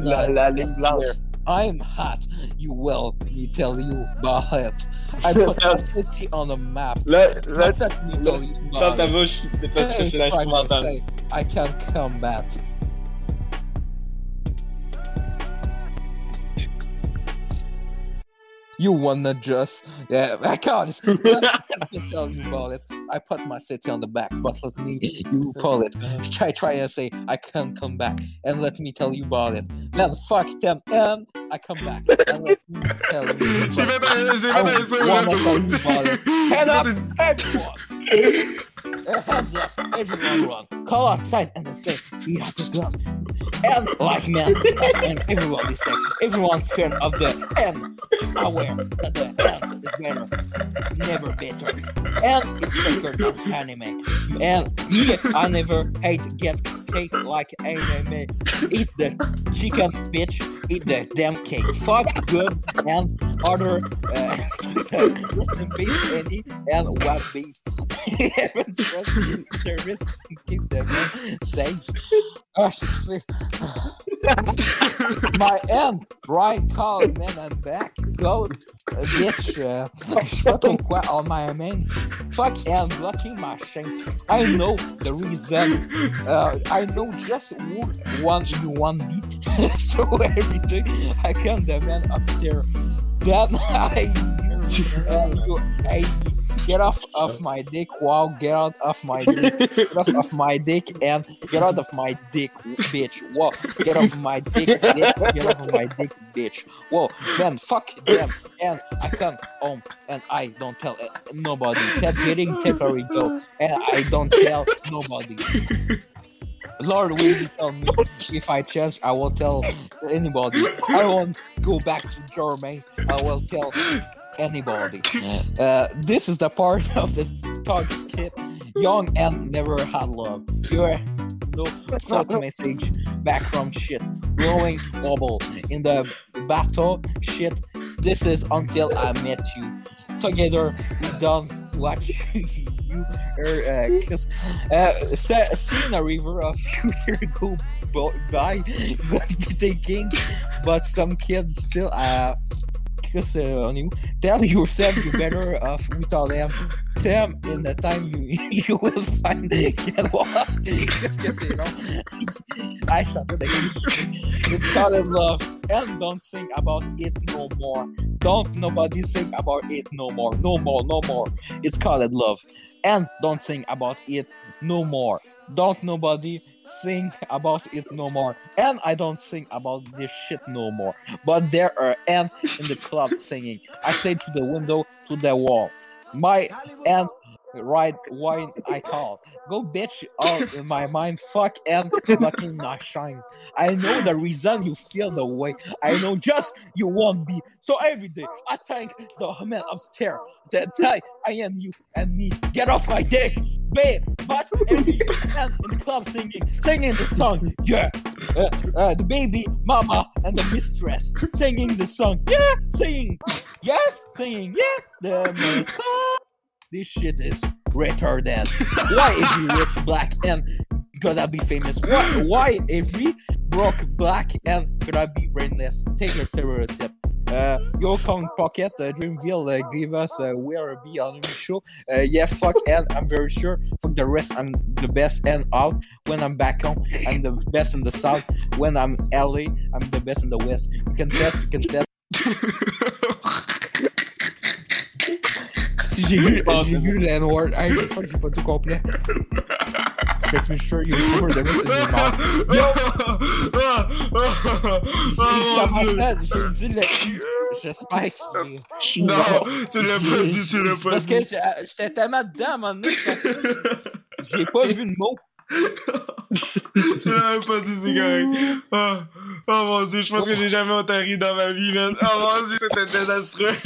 Speaker 4: la-
Speaker 2: know
Speaker 4: la ligne blanche.
Speaker 2: where I'm hot you will me tell you about it I put my city on the map
Speaker 4: Là, là,
Speaker 2: But let me tell you
Speaker 4: dans
Speaker 2: about
Speaker 4: ta
Speaker 2: it.
Speaker 4: bouche, c'est pas
Speaker 2: Hey,
Speaker 4: c'est
Speaker 2: fuck,
Speaker 4: l'instrumental.
Speaker 2: say, I can't come back You wanna just yeah I can't let me tell you about it. I put my city on the back, but let me you call it. Try try and say I can't come back and let me tell you about it. Then fuck them and I come back and let me tell you
Speaker 1: J'ai fait un- j'ai fait
Speaker 2: I
Speaker 1: un saut, là.
Speaker 2: wanna tell you about it. Head up everyone Uh, Hands up everyone run. Call outside and then say we have the gun. And like man and everyone is safe. Everyone's scared of the end. Aware that the end is better. Never better. And it's thicker than anime. And yet I never hate get cake like anime. Eat the chicken bitch. Eat the damn cake. Fuck good and other uh, rest in peace Andy and what beef. Heaven's service keep them safe. Oh, shit. My M, right call, man, I'm back. Goat, uh, bitch, euh, je sais pas trop quoi, on my main. Fuck M, blocking my shank. I know the reason. Uh, I know just who one you want me. so everything, I can the man upstairs. Then I hear, uh, you, I get off of my dick. Wow, get out of my dick. Get off of my dick and get out of my dick, bitch. Whoa, get off my dick, dick. Get off my dick, bitch. Whoa, man, fuck them. And I come home and I don't tell uh, nobody. That getting temporary though, and I don't tell nobody. Lord will you tell me if I change, I will tell anybody. I won't go back to Germany. I will tell anybody. Uh, this is the part of the talk tip. Young and never had love. You're no fuck message back from shit. Blowing bubble in the battle shit. This is until I met you. Together we done what you er, uh, kiss. Uh, se- seeing a river of future go bo- by, but thinking, but some kids still uh, kiss uh, on you. Tell yourself you better off without them. Them in the time you you will find get what? Qu'est-ce que c'est long? I shut it again. It's called in love, and don't think about it no more. Don't nobody think about it no more, no more, no more. It's called in love, and don't think about it no more. Don't nobody think about it no more, and I don't think about this shit no more. But there are and in the club singing. I say to the window, to the wall, my and right wine I call. Go bitch out in my mind, fuck and fucking not shine. I know the reason you feel the way. I know just you won't be. So every day I thank the man upstairs that I, I am you and me. Get off my dick, babe. But every man in the club singing, singing the song, yeah. Uh, uh, the baby, mama, and the mistress singing the song, yeah, singing, yes, singing, yeah. The this shit is retarded. Why is he rich, black, and Gonna be famous. Why, why every broke, black, and gonna be brainless? Take your stereotype. Uh, Yo Kong Pocket, uh, Dreamville uh, gave us uh, We Are a Bee on the show. Uh, yeah, fuck, and I'm very sure. Fuck the rest, I'm the best and out. When I'm back home, I'm the best in the south. When I'm LA, I'm the best in the west. You can test, you can test. si j'ai vu, j'ai vu Landward, hey, j'espère que j'ai pas tout complet. Makes me sure you were the best in the mouth.
Speaker 1: Oh, mon Dieu.
Speaker 2: ça, je le dis le cul. J'espère qu'il est-
Speaker 1: Non, tu l'as pas dit, tu l'as pas
Speaker 2: Parce
Speaker 1: dit.
Speaker 2: que j'ai- euh, j'étais tellement dedans à un moment donné que j'ai pas vu le mot.
Speaker 1: Tu l'as même pas dit, c'est correct. Oh, oh mon dieu, je pense que j'ai jamais autant ri dans ma vie, man. Oh mon dieu, c'était désastreux.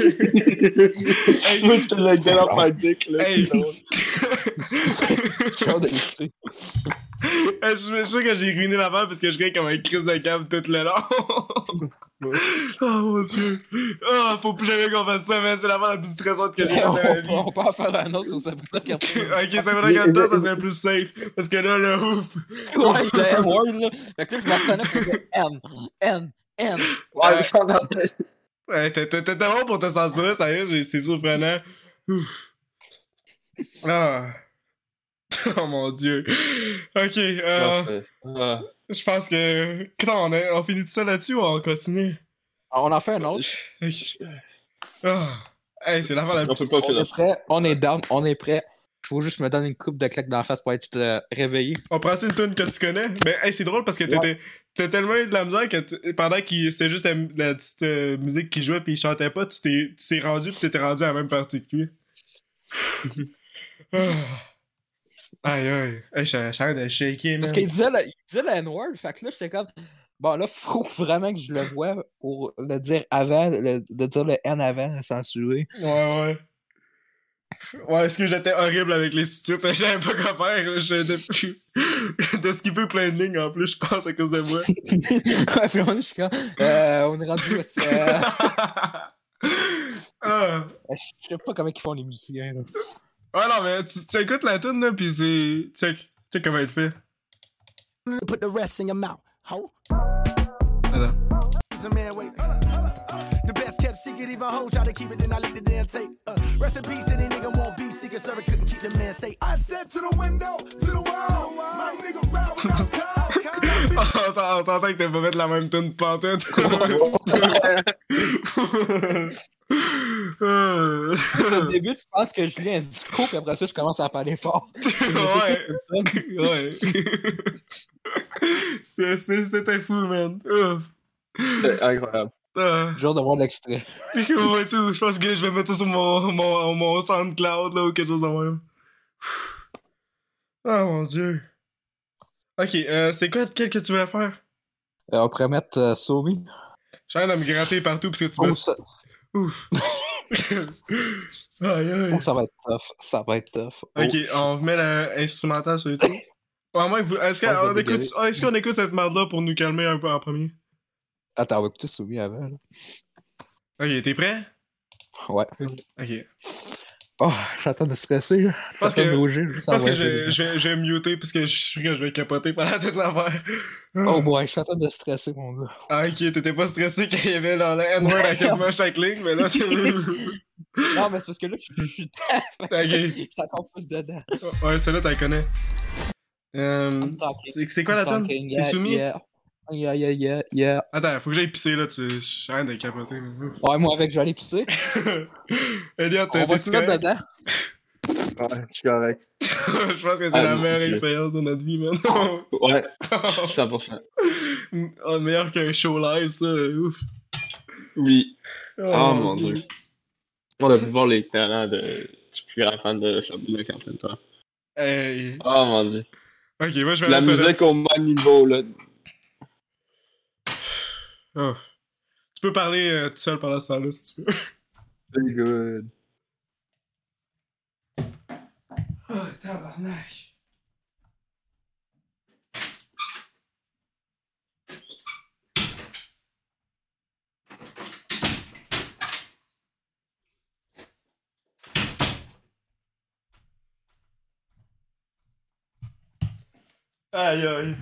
Speaker 1: hey,
Speaker 4: Moi, tu l'as galopadique, là.
Speaker 1: Hey.
Speaker 4: c'est drôle.
Speaker 1: Hey, Je suis sûr que j'ai ruiné l'affaire parce que je ris comme un crise de cave tout le long. oh mon dieu. Oh, faut plus jamais qu'on fasse ça, man. C'est l'affaire la plus stressante que j'ai
Speaker 2: on,
Speaker 1: dans ma vie.
Speaker 2: peut- on peut en faire un autre sur ça. Ok,
Speaker 1: Ok, ça va dans temps, ça serait plus safe. Parce que là, là, ouf.
Speaker 2: Ouais, le M-word, là. Fait que là, je me reconnais pour dire M, M, M.
Speaker 1: Ouais, Euh, ouais, t'es t'es- t'es bon pour te censurer, sérieux, j'ai- c'est surprenant. Ouf. Ah. Oh mon dieu. Ok, euh, je pense que. Quand on, a- on finit tout ça là-dessus ou on continue
Speaker 2: On en fait un autre.
Speaker 1: Ah. Hey, c'est l'avant
Speaker 4: Ah,
Speaker 1: la
Speaker 2: On
Speaker 1: plus.
Speaker 2: est prêt, on est down, on est prêt. Faut juste me donner une coupe de claques dans la face pour être euh, réveillé.
Speaker 1: On prend-tu une tune que tu connais? Mais hey, c'est drôle parce que t'étais t'as tellement eu de la misère que tu- pendant que c'était juste la, la petite euh, musique qui jouait puis il chantait pas, tu t'es tu t'es rendu puis t'étais rendu à la même partie que lui. Ah. aïe aïe. Hey, je je suis en train de shaker, man.
Speaker 2: Parce qu'il disait, le- il disait le N-word, fait que là, j'étais comme, bon, là, faut vraiment que je le voie pour le dire avant, le- de dire le N avant, le censurer.
Speaker 1: Ouais, ouais. Ouais, est-ce que j'étais horrible avec les sous-titres? Je savais pas quoi faire. là. Je de... de skipper plein de lignes en plus, je pense, à cause de moi.
Speaker 2: ouais, puis là, je suis comme, euh, on est rendu. Euh... Je sais pas comment ils font les musiciens, là.
Speaker 1: Ah non, mais tu, tu écoutes la tune là, pis c'est. Check. Check comment elle fait.
Speaker 16: Put the rest in your mouth, ho.
Speaker 1: Attends.
Speaker 6: It's a man, wait. hold up, hold up. The best kept secret, even hoes try to keep it, then I leak the damn tape. Uh, rest in peace, any nigga won't be secret server, couldn't keep the man safe. I said to the window, to the wall, my nigga round without
Speaker 1: on s'en- on s'entend que t'as pas mettre la même tune pantoute.
Speaker 2: Au début, tu penses que je lis un discours, puis après ça, je commence à parler fort.
Speaker 1: ouais. ouais. C'était- C'était c'était fou, man. Ouf.
Speaker 4: C'est incroyable.
Speaker 1: Ah.
Speaker 2: J'ai hâte de voir l'extrait.
Speaker 1: Ouais, tu- Je pense que je vais mettre ça sur mon, mon, mon SoundCloud là, ou quelque chose de même. Ah mon dieu. Ok, euh, c'est quoi quel que tu voulais faire?
Speaker 2: Euh, on pourrait mettre euh, Somi.
Speaker 1: J'ai l'air de me gratter partout parce que tu
Speaker 2: Oh,
Speaker 1: me.
Speaker 2: ça-
Speaker 1: Ouf. aïe aïe.
Speaker 2: Oh, ça va être tough. Ça va être tough. Oh,
Speaker 1: Ok, on remet l'instrumental sur les trucs. Ouais, moi, vous- est-ce
Speaker 2: Moi, je vais
Speaker 1: qu'on écoute, oh,
Speaker 2: dégueuler.
Speaker 1: est-ce qu'on écoute cette merde-là pour nous calmer un peu en premier?
Speaker 2: Attends, on va écouter Somi avant. Là.
Speaker 1: Ok, t'es prêt?
Speaker 2: Ouais.
Speaker 1: Ok.
Speaker 2: Oh, j'attends de stresser. là.
Speaker 1: Parce
Speaker 2: J'attends
Speaker 1: que,
Speaker 2: de rougir, je sens
Speaker 1: parce que
Speaker 2: Ah ouais, c'est
Speaker 1: je, je, vais- je vais muter parce que je suis sûr que je vais capoter pendant toute l'affaire.
Speaker 2: bien. Oh boy, je suis en train de stresser, mon gars.
Speaker 1: Ah, ok, t'étais pas stressé quand il y avait dans la N-word à quasiment chaque ligne, mais là, c'est.
Speaker 2: non, mais c'est parce que là, je suis
Speaker 1: Ok.
Speaker 2: Ça tombe plus dedans.
Speaker 1: Ouais, celle-là, t'en connais. Euh, c'est c'est quoi la
Speaker 2: I'm
Speaker 1: tonne?
Speaker 2: talking,
Speaker 1: C'est
Speaker 2: yeah,
Speaker 1: soumis?
Speaker 2: Yeah. yeah, yeah, yeah, yeah.
Speaker 1: Attends, faut que j'aille pisser là, tu. J'arrête de capoter. mais ouf.
Speaker 2: Ouais, moi, avec, je vais aller pisser.
Speaker 1: Elliot,
Speaker 2: on
Speaker 1: t'es
Speaker 2: va se mettre dedans.
Speaker 17: Ouais, je suis correct.
Speaker 1: Je pense que c'est
Speaker 4: Ah,
Speaker 1: la
Speaker 4: mon
Speaker 1: meilleure
Speaker 4: Dieu.
Speaker 1: expérience de notre vie, man.
Speaker 4: Ouais, 100%.
Speaker 1: Oh, meilleur qu'un show live, ça, ouf.
Speaker 4: Oui.
Speaker 1: Oh,
Speaker 4: Oh mon dieu. On a pu voir les talents de... du plus grand fan de Sabrina Carpenter.
Speaker 1: Hey.
Speaker 4: Oh mon dieu.
Speaker 1: Ok, moi je vais
Speaker 4: La
Speaker 1: aller aux toilettes.
Speaker 4: musique au même niveau, là.
Speaker 1: Oh. Tu peux parler euh, tout seul pendant ce temps-là si tu veux.
Speaker 4: Very good.
Speaker 1: Oh, tabarnak. Aïe, aïe.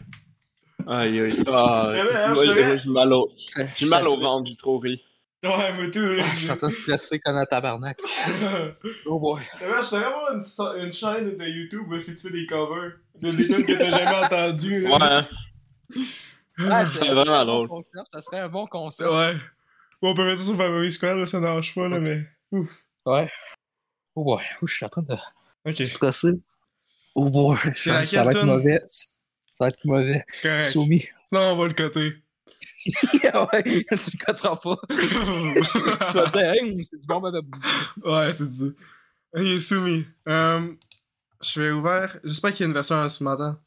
Speaker 4: Aïe, aïe. Ah,
Speaker 1: Eh ben, hein,
Speaker 4: moi,
Speaker 1: je savais-
Speaker 4: j'ai mal au, j'ai mal au
Speaker 1: je-
Speaker 4: ventre, j'ai trop ri.
Speaker 1: Ouais, moi tout, là.
Speaker 2: Je suis en train de stresser comme un tabarnak. Oh boy.
Speaker 1: Eh ben, je savais avoir une, so- une chaîne de YouTube où est-ce que tu fais des covers. Des des tunes que t'as jamais entendues.
Speaker 4: Ouais,
Speaker 1: là.
Speaker 4: hein.
Speaker 2: Ah,
Speaker 1: C'est
Speaker 2: un
Speaker 1: vraiment
Speaker 2: bon
Speaker 1: drôle.
Speaker 2: concept, ça serait un bon concept.
Speaker 1: Ouais. Bon, on peut mettre ça sur Family Squad, là, ça n'arrange pas, là, mais. Ouf.
Speaker 2: Ouais. Oh boy. Oh, je suis en train de.
Speaker 1: Ok.
Speaker 2: Stresser. Oh boy.
Speaker 1: C'est
Speaker 2: Ça,
Speaker 1: laquelle,
Speaker 2: va être
Speaker 1: Tom?
Speaker 2: mauvais. Ça va être mauvais.
Speaker 1: C'est correct.
Speaker 2: Soumis. Ah
Speaker 1: Non, on va le coter.
Speaker 2: ouais, tu le coteras pas. tu vas dire, hey, c'est du bon bababou.
Speaker 1: Ouais, c'est ça. Il est soumis. Euh, je vais ouvert. J'espère qu'il y a une version en sous-matin.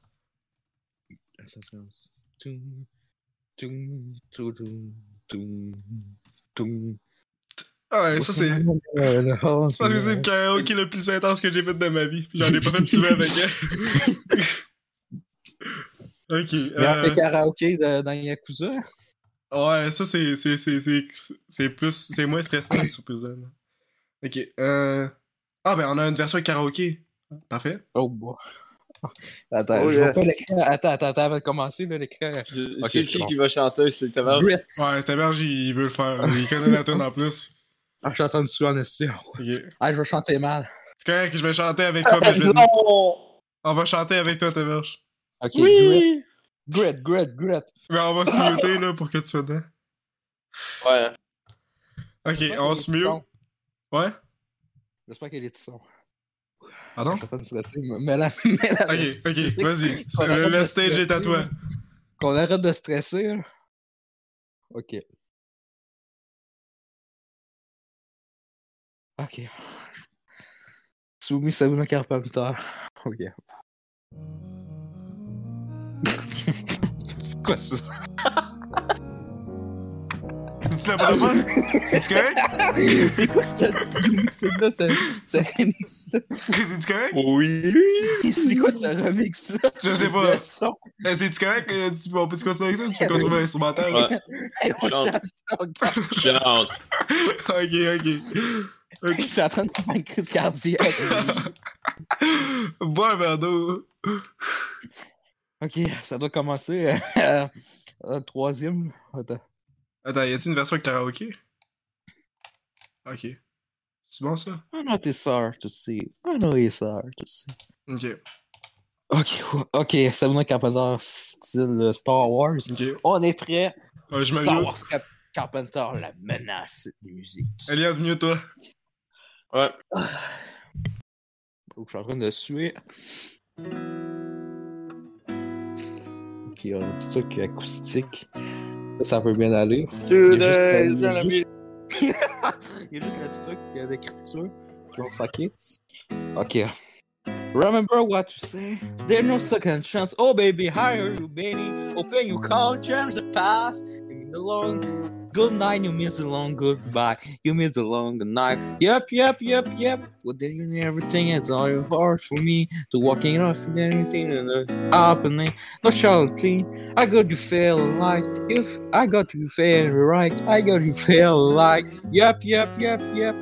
Speaker 2: Toum, toum, toum, toum, toum.
Speaker 1: Ah, Ouais, ça c'est. Je pense que c'est le euh,
Speaker 2: euh,
Speaker 1: karaoke le plus intense que j'ai fait de ma vie. puis J'en ai pas fait souvent avec elle. ok.
Speaker 2: Mais on
Speaker 1: euh,
Speaker 2: fait karaoké de- dans Yakuza.
Speaker 1: Ouais, ça c'est. C'est c'est- c'est- c'est plus. C'est moins stressant que sous-puzzle. Ok. Euh... Ah, ben on a une version karaoké. Parfait.
Speaker 2: Oh, boy. Attends,
Speaker 1: Oh,
Speaker 2: je vois
Speaker 1: yeah.
Speaker 2: pas l'écran. Attends, attends, attends, avant de commencer, là, l'écran. euh, Ok, c'est
Speaker 4: c'est qui
Speaker 2: bon.
Speaker 4: qui va chanter, c'est Tabarge?
Speaker 2: Brit.
Speaker 1: Ouais, Taberge, il il veut le faire. Il connaît la tune en plus.
Speaker 2: Ah, je suis en train de suer en esti. Ah, je vais chanter mal.
Speaker 1: C'est correct, je vais chanter avec toi, mais je vais- On va chanter avec toi, Taberge.
Speaker 2: Ok,
Speaker 1: Oui.
Speaker 2: Grit, grit, grit.
Speaker 1: Mais on va se muter là pour que tu sois dedans.
Speaker 4: Ouais. hein.
Speaker 1: Ok, on se mute. Ouais?
Speaker 2: J'espère qu'il y a des petits sons.
Speaker 1: Pardon?
Speaker 2: Je suis en train de stresser. Mais la. mais la-
Speaker 1: Ok, ok, vas-y.
Speaker 2: Qu'on
Speaker 1: Le-
Speaker 2: arrête
Speaker 1: Le
Speaker 2: de
Speaker 1: stage est à
Speaker 2: stresser,
Speaker 1: toi.
Speaker 2: là. Qu'on arrête de stresser, là. Ok. Ok. Soumis Sabrina Carpenter. Ok. C'est quoi ça?
Speaker 1: C'est-tu la bonne affaire? C'est-tu correct?
Speaker 2: C'est quoi cette remix-là? C'est
Speaker 1: du correct?
Speaker 2: Oui! C'est quoi ce remix-là?
Speaker 1: Je sais
Speaker 2: Le son.
Speaker 1: pas. Eh, C'est-tu correct? euh, tu- On peut-tu continuer avec ça? Tu peux qu'on trouve l'instrumental?
Speaker 4: Ouais.
Speaker 2: Hey, on
Speaker 4: Non.
Speaker 2: chante, on chante.
Speaker 4: J'ai hâte.
Speaker 1: ok, ok.
Speaker 2: Je suis en train de faire une crise cardiaque.
Speaker 1: Bois un verre d'eau.
Speaker 2: Ok, ça doit commencer. euh, euh, troisième. Attends.
Speaker 1: Attends, y a-t-il une version karaoké? Ok. C'est bon ça?
Speaker 2: I know this hard to see. I know it's hard to see.
Speaker 1: Ok.
Speaker 2: Ok, ouais, ok, Sabrina Carpenter style euh, Star Wars. On est prêt.
Speaker 1: je me
Speaker 2: Star
Speaker 1: mute.
Speaker 2: Wars Cap- Carpenter, la menace des musiques.
Speaker 1: Elias, mieux toi.
Speaker 4: Ouais.
Speaker 2: Donc, je suis en train de suer. Ok, on a un petit truc acoustique. Ça, ça peut bien aller. Il y a juste- il y a juste- Il y a juste le petit truc euh, d'écriture qui va fucker. Ok. Remember what you say. There's no second chance. Oh baby, hire you baby. Open your call, change the past. You mean the long good night, you miss the long goodbye. You miss the long night. Yep, yep, yep, yep. Well then you need everything it's all your heart for me. To walking off and everything and the happening. No charlatan. I got you feel like if I got you feel right. I got you feel like yep, yep, yep, yep.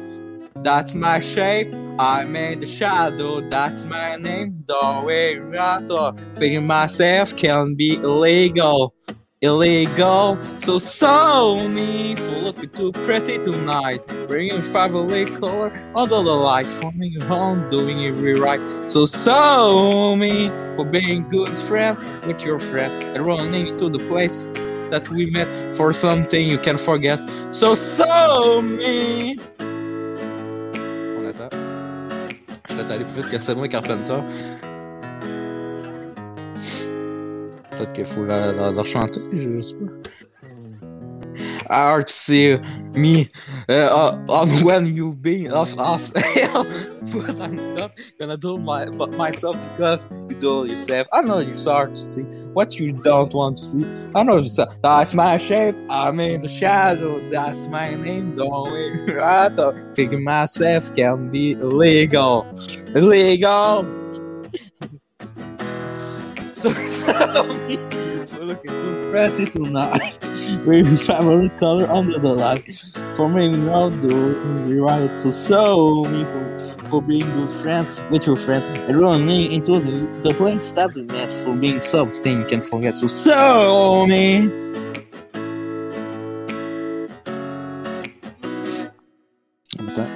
Speaker 2: That's my shape. I made the shadow. That's my name. The way Rato. Thinking myself can be illegal. Illegal. So so me for looking too pretty tonight. Bringing favorite color under the light. Forming your home, doing it right. So so me for being good friend with your friend and running to the place that we met for something you can forget. So so me. On attend. Je vais aller plus vite que Sabrina Carpenter. Peut-être qu'il faut la, la, la chanter, je sais pas. Hard to see me uh, on when you've been off us. but I'm not gonna do my, but myself because you do it yourself. I know you start to see what you don't want to see. I know you sa- that's my shape. I'm in the shadow. That's my name. Don't worry. I don't think myself can be illegal. Illegal. so sorry for looking too pretty tonight. With your favorite color under the light. For me, no do rewrite. So show me for, for being good friend with your friend, running into the, the blank starting net for being something you can forget. So, so me. Attends,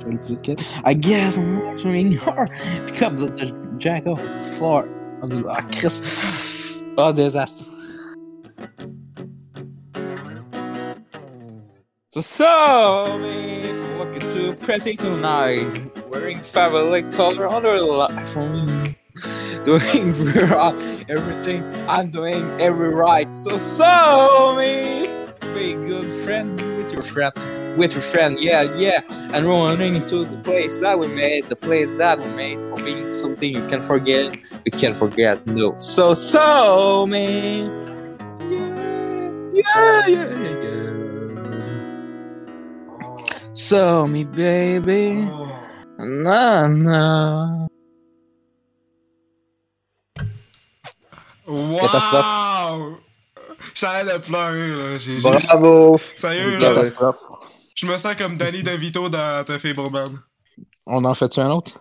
Speaker 2: je vais le dire que- I guess I'm answering her. Pick up the, the jack off the floor. Ah, Chris.
Speaker 10: Oh,
Speaker 2: Ah, désastre.
Speaker 10: So, so me fuck to pretty tonight, wearing family color on her life. Doing uh, everything I'm doing every right. So, so me be good friend with your friend, with your friend, yeah, yeah. And running into the place that we made, the place that we made for being something you can forget, you can't forget, no. So, so me. Yeah, yeah, yeah, So me, baby. No, no. Catastrophe.
Speaker 1: Wow! J'arrête de pleurer, là. J'ai- j'ai-
Speaker 2: Bravo!
Speaker 1: Sérieux,
Speaker 2: Une
Speaker 1: là.
Speaker 2: catastrophe.
Speaker 1: Je me sens comme Danny DeVito dans Ta fille Bourbon.
Speaker 2: On en fait-tu un autre?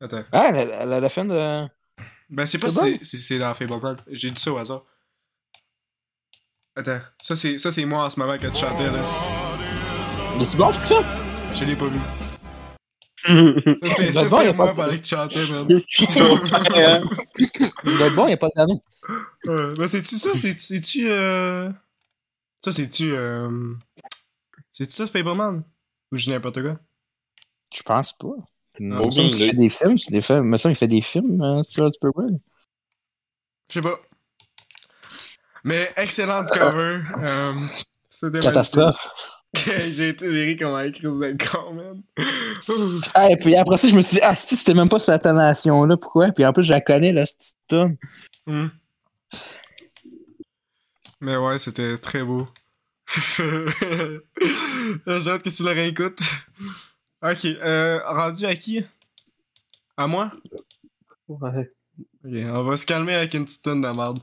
Speaker 1: Attends.
Speaker 2: Ah, la, la, la fin de.
Speaker 1: Ben, je sais pas si
Speaker 2: C'est
Speaker 1: c'est- si c'est dans Fable Brand. J'ai dit ça au hasard. Attends, ça c'est ça, c'est moi en ce moment que tu chantais là.
Speaker 2: Il est bon, ça?
Speaker 1: Je l'ai pas vu. Ça, c'est-
Speaker 2: Il
Speaker 1: Ça
Speaker 2: doit être bon, il y
Speaker 1: c'est moi
Speaker 2: a pas de-
Speaker 1: pendant que tu chantais, man.
Speaker 2: Il doit être bon, il n'y a pas de dernier.
Speaker 1: Ouais, ben, c'est-tu ça? C'est- C'est-tu. Euh... Ça c'est-tu. Euh... C'est-tu ça, Fableman? Ou je dis n'importe quoi?
Speaker 2: Je pense pas.
Speaker 1: Non,
Speaker 2: Il me semble
Speaker 1: aucune
Speaker 2: qu'il fait
Speaker 1: idée.
Speaker 2: des films, c'est des films. Il me semble qu'il fait des films, euh, Steven Spielberg.
Speaker 1: Je sais pas. Mais excellente cover. euh, c'était
Speaker 2: Catastrophe.
Speaker 1: magnifique. J'ai été- j'ai ri comme un Chris de con, man.
Speaker 2: Ah, et puis après ça, je me suis dit, ah, si, c'était même pas cette intonation-là, pourquoi? Puis en plus, je la connais, la petite tune.
Speaker 1: Hmm. Mais ouais, c'était très beau. J'ai hâte que tu le réécoutes. Ok, euh, rendu à qui À moi
Speaker 4: Ouais.
Speaker 1: Ok, on va se calmer avec une petite tonne de merde.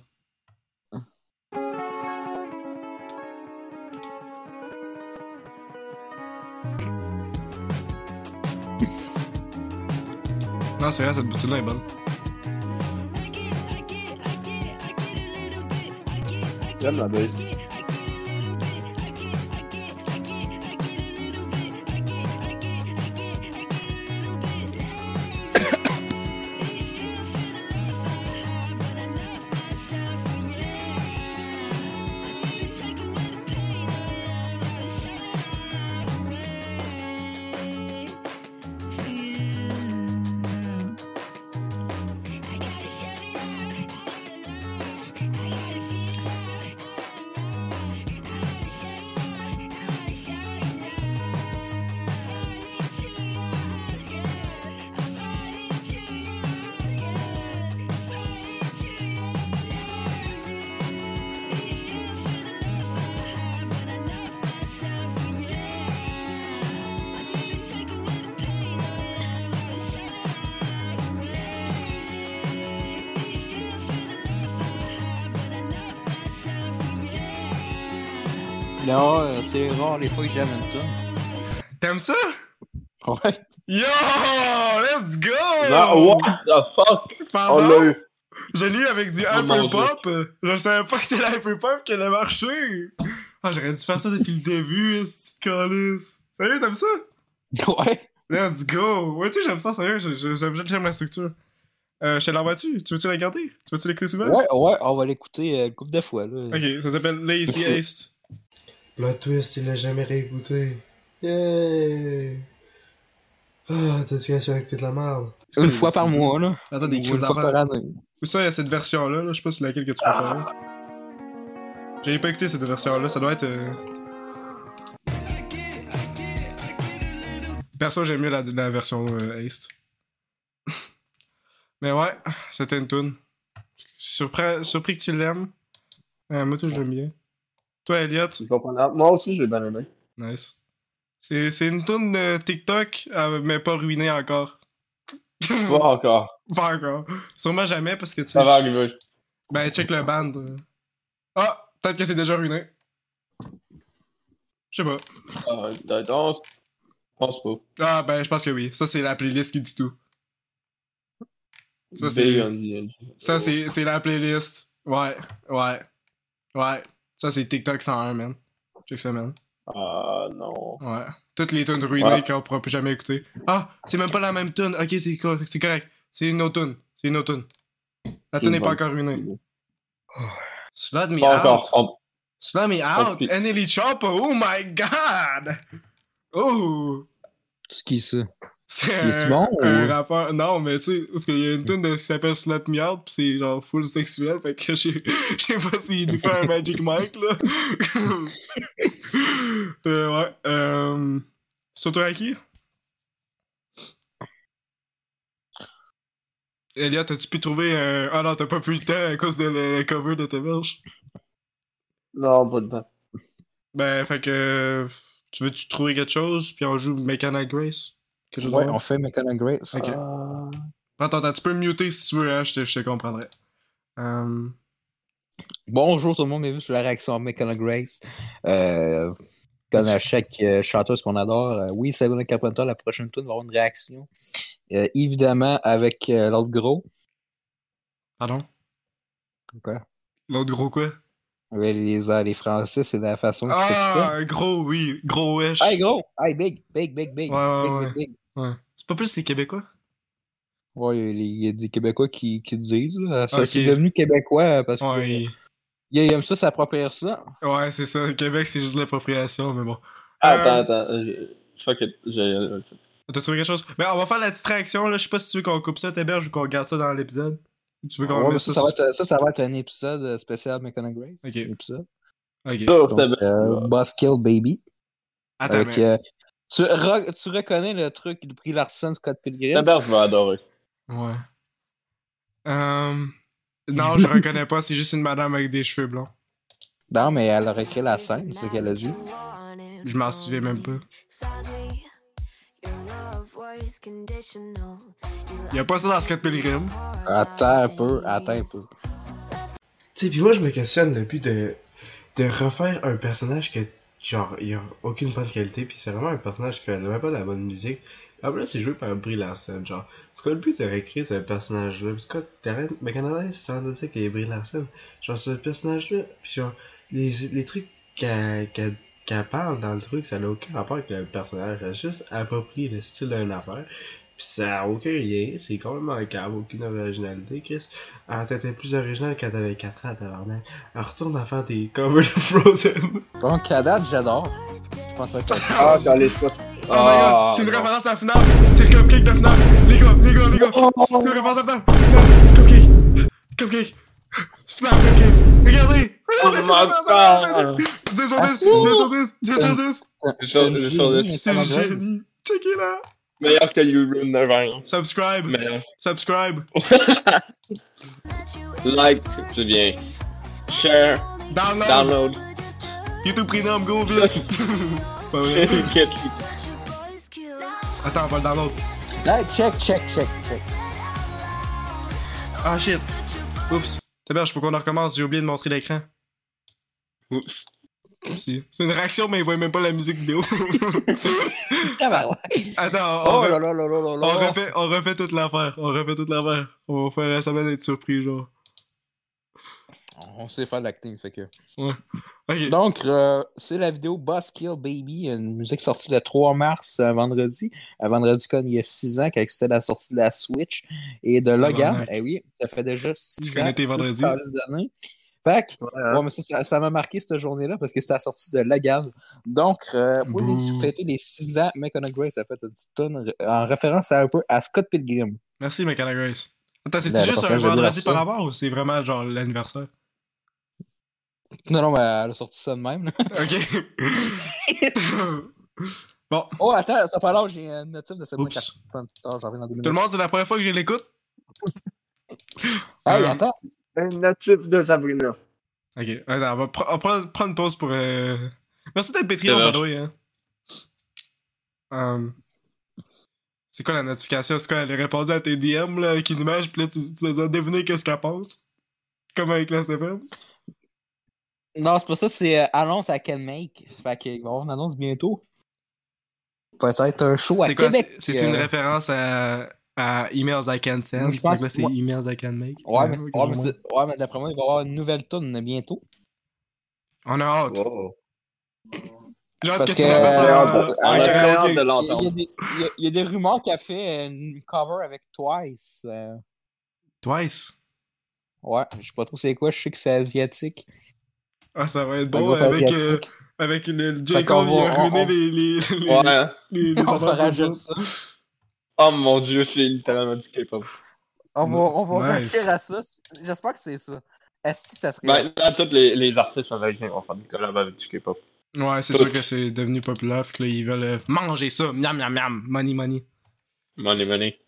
Speaker 1: Non, c'est vrai, cette boutique-là est bonne.
Speaker 8: J'aime la baisse.
Speaker 2: Là, euh, c'est rare les fois que j'aime une tune.
Speaker 1: T'aimes ça?
Speaker 2: Ouais.
Speaker 1: Yo! Let's go!
Speaker 4: Non, what the fuck?
Speaker 1: Pardon?
Speaker 4: On l'a eu.
Speaker 1: Je l'ai eu avec du
Speaker 4: Oh mon
Speaker 1: Hyperpop. Je savais pas que c'était l'Hyperpop qui allait marcher. Ah, j'aurais dû faire ça depuis le début, hein, ce petit calice. Sérieux, t'aimes ça?
Speaker 2: Ouais.
Speaker 1: Let's go! Ouais, tu sais, j'aime ça, sérieux. je- je- J'aime j'aime la structure. Euh, je te l'envoie-tu? Tu veux-tu la garder? Tu veux-tu l'écouter souvent?
Speaker 2: Ouais, ouais, on va l'écouter euh, une couple de fois, là.
Speaker 1: Ok, ça s'appelle Lazy Ace.
Speaker 9: Plot twist, il l'a jamais réécouté. Yay! Ah, t'as dit qu'elle s'est écoutée de la merde.
Speaker 2: Une fois par mois, là.
Speaker 1: Attends, des
Speaker 2: Ou
Speaker 1: crises
Speaker 2: une fois
Speaker 1: d'enfer.
Speaker 2: par année.
Speaker 1: Ou ça, il y a cette version-là, là, je sais pas c'est laquelle que tu
Speaker 4: Ah.
Speaker 1: préfères. J'avais pas écouté cette version-là, ça doit être. euh, Perso, j'aime mieux la, la version euh, Ace. Mais ouais, c'était une toune. Surpris, surpris que tu l'aimes. Euh, moi, tout, je l'aime bien. Toi, Elliot.
Speaker 4: Moi aussi, j'ai bien aimé.
Speaker 1: Nice. C'est c'est une toune de TikTok, euh, mais pas ruinée encore.
Speaker 4: Pas encore.
Speaker 1: Pas encore. Sûrement jamais, parce que tu
Speaker 4: Ça va arriver.
Speaker 1: Ben, check le band. euh. Ah, peut-être que c'est déjà ruiné. Je sais pas.
Speaker 4: Euh, donc, pense pas.
Speaker 1: Ah, ben, je pense que oui. Ça, c'est la playlist qui dit tout. Ça,
Speaker 4: Day
Speaker 1: c'est.
Speaker 4: on the edge.
Speaker 1: Ça, c'est c'est la playlist. Ouais, ouais. Ouais. Ça, c'est TikTok 101, man. Check ça, man.
Speaker 4: Ah, non.
Speaker 1: Ouais. Toutes les tunes ruinées
Speaker 4: Ouais.
Speaker 1: qu'on pourra plus jamais écouter. Ah, c'est même pas la même tune. Ok, c'est cor- c'est correct. C'est une autre tune. C'est une autre tune. La tune n'est pas encore ruinée. Slot me
Speaker 4: Pas
Speaker 1: out.
Speaker 4: encore. on-
Speaker 1: Slam me out. Anneli Chopper. Oh my god. Oh.
Speaker 10: C'est qui ça?
Speaker 1: C'est
Speaker 10: Il est-tu
Speaker 1: un,
Speaker 10: bon,
Speaker 1: un
Speaker 10: ou-
Speaker 1: rappeur. Non, mais tu sais, parce qu'il y a une tune de- qui s'appelle Slap Me Out, pis c'est genre full sexuel, fait que je sais je sais pas s'il nous fait un Magic Mike, là. Euh, ouais. Euh, surtout à qui? Elliot, as-tu pu trouver un. Ah non, t'as pas pu le temps à cause de la la cover de ta verge?
Speaker 4: Non, pas de temps.
Speaker 1: Ben, fait que. Tu veux-tu trouver quelque chose, puis on joue Mechanic Grace? Quelque chose de
Speaker 2: Ouais,
Speaker 1: même?
Speaker 2: on fait Mechanic Grace.
Speaker 1: Ok. Attends, attends, tu peux me muter si tu veux, hein, je te, je te comprendrai. Euh,
Speaker 2: Bonjour tout le monde, bienvenue sur la réaction à Mechanic Grace. Euh, comme à chaque euh, chanteuse qu'on adore, euh, oui, Sabrina Carpenter, la prochaine tune va avoir une réaction. Euh, évidemment, avec euh, l'autre gros.
Speaker 1: Pardon?
Speaker 2: Quoi?
Speaker 1: L'autre gros quoi?
Speaker 2: Ouais, les, euh, les Français, c'est la façon qu'ils
Speaker 1: Ah,
Speaker 2: s'expriment.
Speaker 1: gros, oui, gros wesh.
Speaker 2: Hey gros! Hey big, big, big, big.
Speaker 1: Ouais, ouais,
Speaker 2: big,
Speaker 1: ouais.
Speaker 2: big, big.
Speaker 1: Ouais. C'est pas plus les Québécois?
Speaker 2: Ouais, il y a des Québécois qui, qui le disent. là. Ça,
Speaker 1: Ok.
Speaker 2: C'est devenu québécois euh, parce que.
Speaker 1: Ouais.
Speaker 2: Il il aime ça, s'approprier ça.
Speaker 1: Ouais, c'est ça. Le Québec, c'est juste l'appropriation, mais bon.
Speaker 4: Attends,
Speaker 1: Euh,
Speaker 4: attends. euh, Je crois que j'ai.
Speaker 1: T'as trouvé quelque chose? Mais on va faire la distraction, là. Je sais pas si tu veux qu'on coupe ça, Théberge, ou qu'on garde ça dans l'épisode. Ou Tu veux qu'on
Speaker 2: Ouais, mais
Speaker 1: mette ça,
Speaker 2: ça, ça, va
Speaker 1: sur-
Speaker 2: être, ça, ça va être un épisode euh, spécial Mechanic Grace.
Speaker 1: Ok.
Speaker 2: Épisode.
Speaker 1: Ok.
Speaker 2: Donc, euh, Buzzkill Baby.
Speaker 1: Attends,
Speaker 2: Avec,
Speaker 1: mais-
Speaker 2: euh, tu, re- tu reconnais le truc de Brie Larson, Scott Pilgrim?
Speaker 4: Tabarge va adorer.
Speaker 1: Ouais. Euh, Non, je reconnais pas. C'est juste une madame avec des cheveux blonds.
Speaker 2: Non, mais elle a recréé la scène, c'est ce qu'elle a dit.
Speaker 1: Je m'en souviens même pas.
Speaker 5: Sadly, your love was conditional.
Speaker 1: Y'a pas ça dans Scott Pilgrim.
Speaker 2: Attends un peu, attends un peu.
Speaker 9: Tu sais, puis moi, je me questionne le but de, de refaire un personnage que, genre, il a aucune bonne qualité, puis c'est vraiment un personnage qui n'a même pas la bonne musique. Après, c'est joué par Brie Larson, genre. C'est quoi le but de réécrire ce personnage-là? Parce que Tarant- McConaughey, c'est sans doute ça qu'il est Brie Larson. Genre, ce personnage-là, puis genre, les, les trucs qu'elle qu'elle- qu'elle parle dans le truc, ça n'a aucun rapport avec le personnage. Elle juste approprie le style d'une affaire. Puis ça a aucun lien, c'est complètement un cave, aucune originalité, Chris. Elle était plus originale quand t'avais 4 ans, tabarnak. Elle retourne à faire des covers de Frozen.
Speaker 2: Donc, à date, j'adore. Je pense que
Speaker 9: Ah, dans les
Speaker 1: Oh my god, c'est une référence à FNAF! C'est le cupcake de FNAF! Les gars, les gars, les gars! C'est une référence à FNAF! FNAF, Cupcake! Cupcake! FNAF, cupcake! Regardez! Regardez, c'est une référence à FNAF! 10 sur 10! 10 sur 10! 10 sur 10! C'est le génie! Check it out!
Speaker 4: Meilleur que You Room 9
Speaker 1: Subscribe!
Speaker 4: Meilleur.
Speaker 1: Subscribe!
Speaker 4: Oh. Like, c'est bien. Share.
Speaker 1: Download.
Speaker 4: Download.
Speaker 1: YouTube Premium, go vite! Pas vrai. Attends, on va le download.
Speaker 2: Hey, check, check, check, check.
Speaker 1: Ah shit! Oups! T'es bien, faut qu'on en recommence, j'ai oublié de montrer l'écran.
Speaker 4: Oups.
Speaker 1: Si. C'est une réaction, mais il voit même pas la musique vidéo. Attends, on,
Speaker 2: Oh
Speaker 1: re-
Speaker 2: là là là là là
Speaker 1: on
Speaker 2: là.
Speaker 1: refait, on refait toute l'affaire. On refait toute l'affaire. On va faire semblant d'être surpris, genre.
Speaker 2: On sait faire de l'acting, fait que.
Speaker 1: Ouais. Ok.
Speaker 2: Donc, euh, c'est la vidéo Boss Kill Baby, une musique sortie le 3 mars à vendredi, à vendredi con il y a 6 ans, quand c'était la sortie de la Switch et de Logan.
Speaker 1: Tabarnak.
Speaker 2: Eh oui, ça fait déjà 6
Speaker 1: connais
Speaker 2: ans.
Speaker 1: tes
Speaker 2: six
Speaker 1: vendredis.
Speaker 2: calices d'années. Fait que,
Speaker 1: hein.
Speaker 2: ouais, mais ça, ça- ça m'a marqué cette journée-là parce que c'est la sortie de Logan. Donc, euh, pour les- fêter les 6 ans, McConnell Grace a fait une petite tonne en référence à un peu à Scott Pilgrim.
Speaker 1: Merci, Mechana Grace. Attends,
Speaker 2: La
Speaker 1: c'est-tu juste un
Speaker 2: personnage de
Speaker 1: vendredi
Speaker 2: Larson.
Speaker 1: par rapport ou c'est vraiment genre l'anniversaire?
Speaker 2: Non, non, mais elle a sorti ça de même. là.
Speaker 1: Ok. bon.
Speaker 2: Oh, attends, ça parle, j'ai un notif de cette
Speaker 1: Oups.
Speaker 2: J'en reviens dans deux minutes.
Speaker 1: Tout le monde, c'est la première fois que je l'écoute?
Speaker 2: Hey, attends.
Speaker 8: Un natif de Sabrina.
Speaker 1: Ok, attends, on va pre- on va prendre- prendre une pause pour. euh, Merci d'être pétri,
Speaker 8: Ça
Speaker 1: on
Speaker 8: va.
Speaker 1: badouille, hein. Um, C'est quoi la notification? C'est quoi? Elle a répondu à tes DM là, avec une image, puis là, tu, tu as deviné qu'est-ce qu'elle pense? Comme avec la FM?
Speaker 2: Non, c'est pas ça, c'est euh, annonce à Can Make. Fait qu'il va y avoir une annonce bientôt. peut-être un show à
Speaker 1: C'est quoi?
Speaker 2: Québec.
Speaker 1: c'est- C'est une
Speaker 2: euh,
Speaker 1: référence à, à Emails I Can Send.
Speaker 2: Je pense-
Speaker 1: Là, c'est
Speaker 2: ouais.
Speaker 1: Emails I Can Make.
Speaker 2: Ouais, mais,
Speaker 1: ok,
Speaker 2: ouais, mais
Speaker 1: ouais.
Speaker 2: c'est- ouais, mais d'après moi, il va y avoir une nouvelle tourne bientôt.
Speaker 1: On a hâte. J'ai hâte
Speaker 2: Parce
Speaker 1: que tu
Speaker 2: que-
Speaker 1: me fasses en-
Speaker 2: Euh,
Speaker 1: en
Speaker 2: euh,
Speaker 1: karaoké.
Speaker 2: Il y a des- il y a- il y a des rumeurs qu'elle fait euh, une cover avec Twice. euh.
Speaker 1: Twice?
Speaker 2: Ouais, je sais pas trop c'est quoi, je sais que c'est asiatique.
Speaker 1: Ah, ça va être
Speaker 2: Un
Speaker 1: bon
Speaker 2: groupe
Speaker 1: avec, euh,
Speaker 2: asiatique.
Speaker 1: avec le, le
Speaker 2: Fait
Speaker 1: J.
Speaker 2: qu'on
Speaker 1: Cole, il
Speaker 2: va-
Speaker 1: a
Speaker 2: on-
Speaker 1: ruiné
Speaker 2: on-
Speaker 1: les, les, les,
Speaker 4: Ouais.
Speaker 1: les- les
Speaker 2: On
Speaker 1: affaires
Speaker 2: va
Speaker 1: de
Speaker 2: rager
Speaker 1: Joe.
Speaker 2: ça.
Speaker 4: Oh mon dieu, c'est littéralement du K-pop.
Speaker 2: On va, on va
Speaker 4: Nice.
Speaker 2: réfléchir à ça. J'espère que c'est ça. Est-ce que ça serait.
Speaker 1: Ben,
Speaker 4: Maintenant, Ben, tous les, les artistes américains vont faire des collabs avec du K-pop.
Speaker 1: Ouais, c'est
Speaker 4: Tout.
Speaker 1: sûr que c'est devenu populaire. Fait que là, ils veulent euh, manger ça. Miam, miam, miam. Money, money.
Speaker 4: Money, money.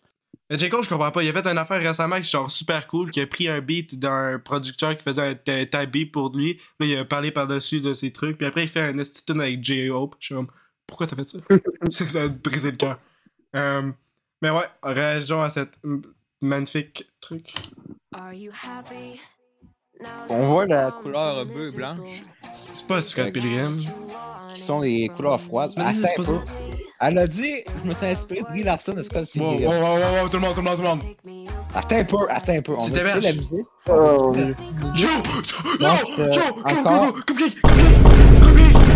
Speaker 1: Le J. Cole, je comprends pas. Il a fait une affaire récemment qui est genre super cool, qui a pris un beat d'un producteur qui faisait un ta- tabby pour lui. Là, il a parlé par-dessus de ses trucs. Puis après, il fait un esti tune avec J-Hope. Je suis comme, pourquoi t'as fait ça? ça ça a brisé le cœur. Euh, mais ouais, réagissons à cette m- magnifique truc.
Speaker 5: Are you happy?
Speaker 2: On voit la couleur bleu et blanche.
Speaker 1: C'est pas Scott Pilgrim.
Speaker 2: Qui sont les couleurs froides.
Speaker 1: Vas-y,
Speaker 2: Attends
Speaker 1: c'est
Speaker 2: un
Speaker 1: pas ça.
Speaker 2: peu. Elle a dit, je me suis inspiré de Brie Larson de Scott
Speaker 1: Wow, wow,
Speaker 2: Pilgrim.
Speaker 1: wow, wow, wow, tout le monde, tout le monde, tout le monde.
Speaker 2: Attends un peu, attends un peu. On
Speaker 1: Tu
Speaker 2: va écouter
Speaker 1: t'héberges.
Speaker 2: la musique.
Speaker 1: Oh,
Speaker 2: oui.
Speaker 1: Yo! Yo!
Speaker 2: Donc, euh,
Speaker 1: Yo! Yo! Go!
Speaker 2: encore.
Speaker 1: Go! Cupcake!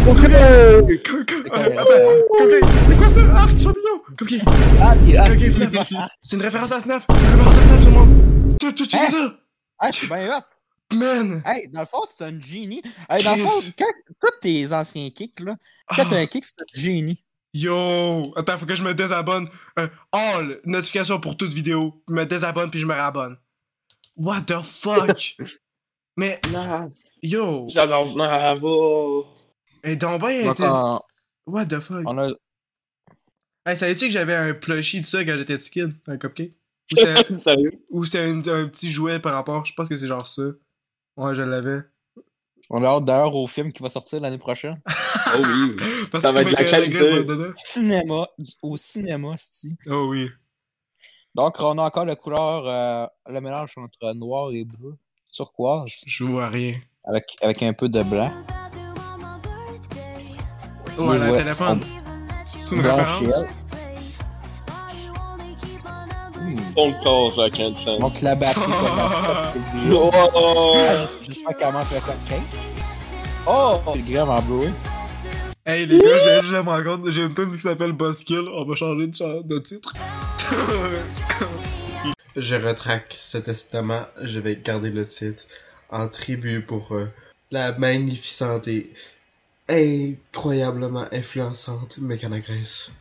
Speaker 1: Cupcake! Cupcake! Attends, euh,
Speaker 2: hein.
Speaker 1: attends, Cupcake! C'est quoi ça? Ah, champignon! Cupcake!
Speaker 2: Ah, il- ah,
Speaker 1: Cupcake,
Speaker 2: c'est-
Speaker 1: FNAF! C'est une référence à FNAF! C'est une référence à FNAF, tout le monde! Tu, tu, tu,
Speaker 2: Hein?
Speaker 1: fais ça?
Speaker 2: Ah, c'est bien hot.
Speaker 1: Man!
Speaker 2: Hey, dans le fond, c'est un génie. Hey, dans le fond,
Speaker 1: Chris.
Speaker 2: quand, tous tes anciens kicks, là, quand t'as un kick, c'est un génie.
Speaker 1: Ah, Yo! Attends, faut que je me désabonne. Euh, all! Notification pour toute vidéo. Je me désabonne puis je me rabonne. What the fuck? Mais. Yo!
Speaker 4: J'adore Bravo.
Speaker 1: Et donc, ben,
Speaker 2: Donc,
Speaker 1: t'es-
Speaker 2: on-
Speaker 1: What the fuck?
Speaker 2: On a...
Speaker 1: Hey, savais-tu que j'avais un plushie de ça quand j'étais petit kid? Un cupcake? Ou c'était- Ou c'était un, un petit jouet par rapport? Je pense que c'est genre ça. Ouais, je l'avais.
Speaker 2: On a hâte d'ailleurs au film qui va sortir l'année prochaine.
Speaker 4: Oh oui.
Speaker 1: Parce que Michael Douglas va être dedans.
Speaker 2: Cinéma. Au cinéma, c'ti.
Speaker 1: Oh oui.
Speaker 2: Donc, on a encore la couleur, euh, le mélange entre noir et bleu, turquoise.
Speaker 1: Je vois rien.
Speaker 2: Avec, avec un peu de blanc.
Speaker 1: Oh,
Speaker 2: Je
Speaker 1: elle a un
Speaker 2: vois-
Speaker 1: téléphone. C'est une
Speaker 2: Blanche
Speaker 1: référence.
Speaker 4: On le cause à Kenton.
Speaker 2: Donc, la batterie commence.
Speaker 4: Oh!
Speaker 2: J'espère qu'elle manque le cupcake. Oh! C'est grave en bleu.
Speaker 1: Hey les gars, j'ai- je me rends compte, j'ai une tune qui s'appelle Boss Kill. On va changer de, cha- de titre.
Speaker 9: Je retraque ce testament, je vais garder le titre en tribut pour euh, la magnificente et incroyablement influençante Mekana Grace.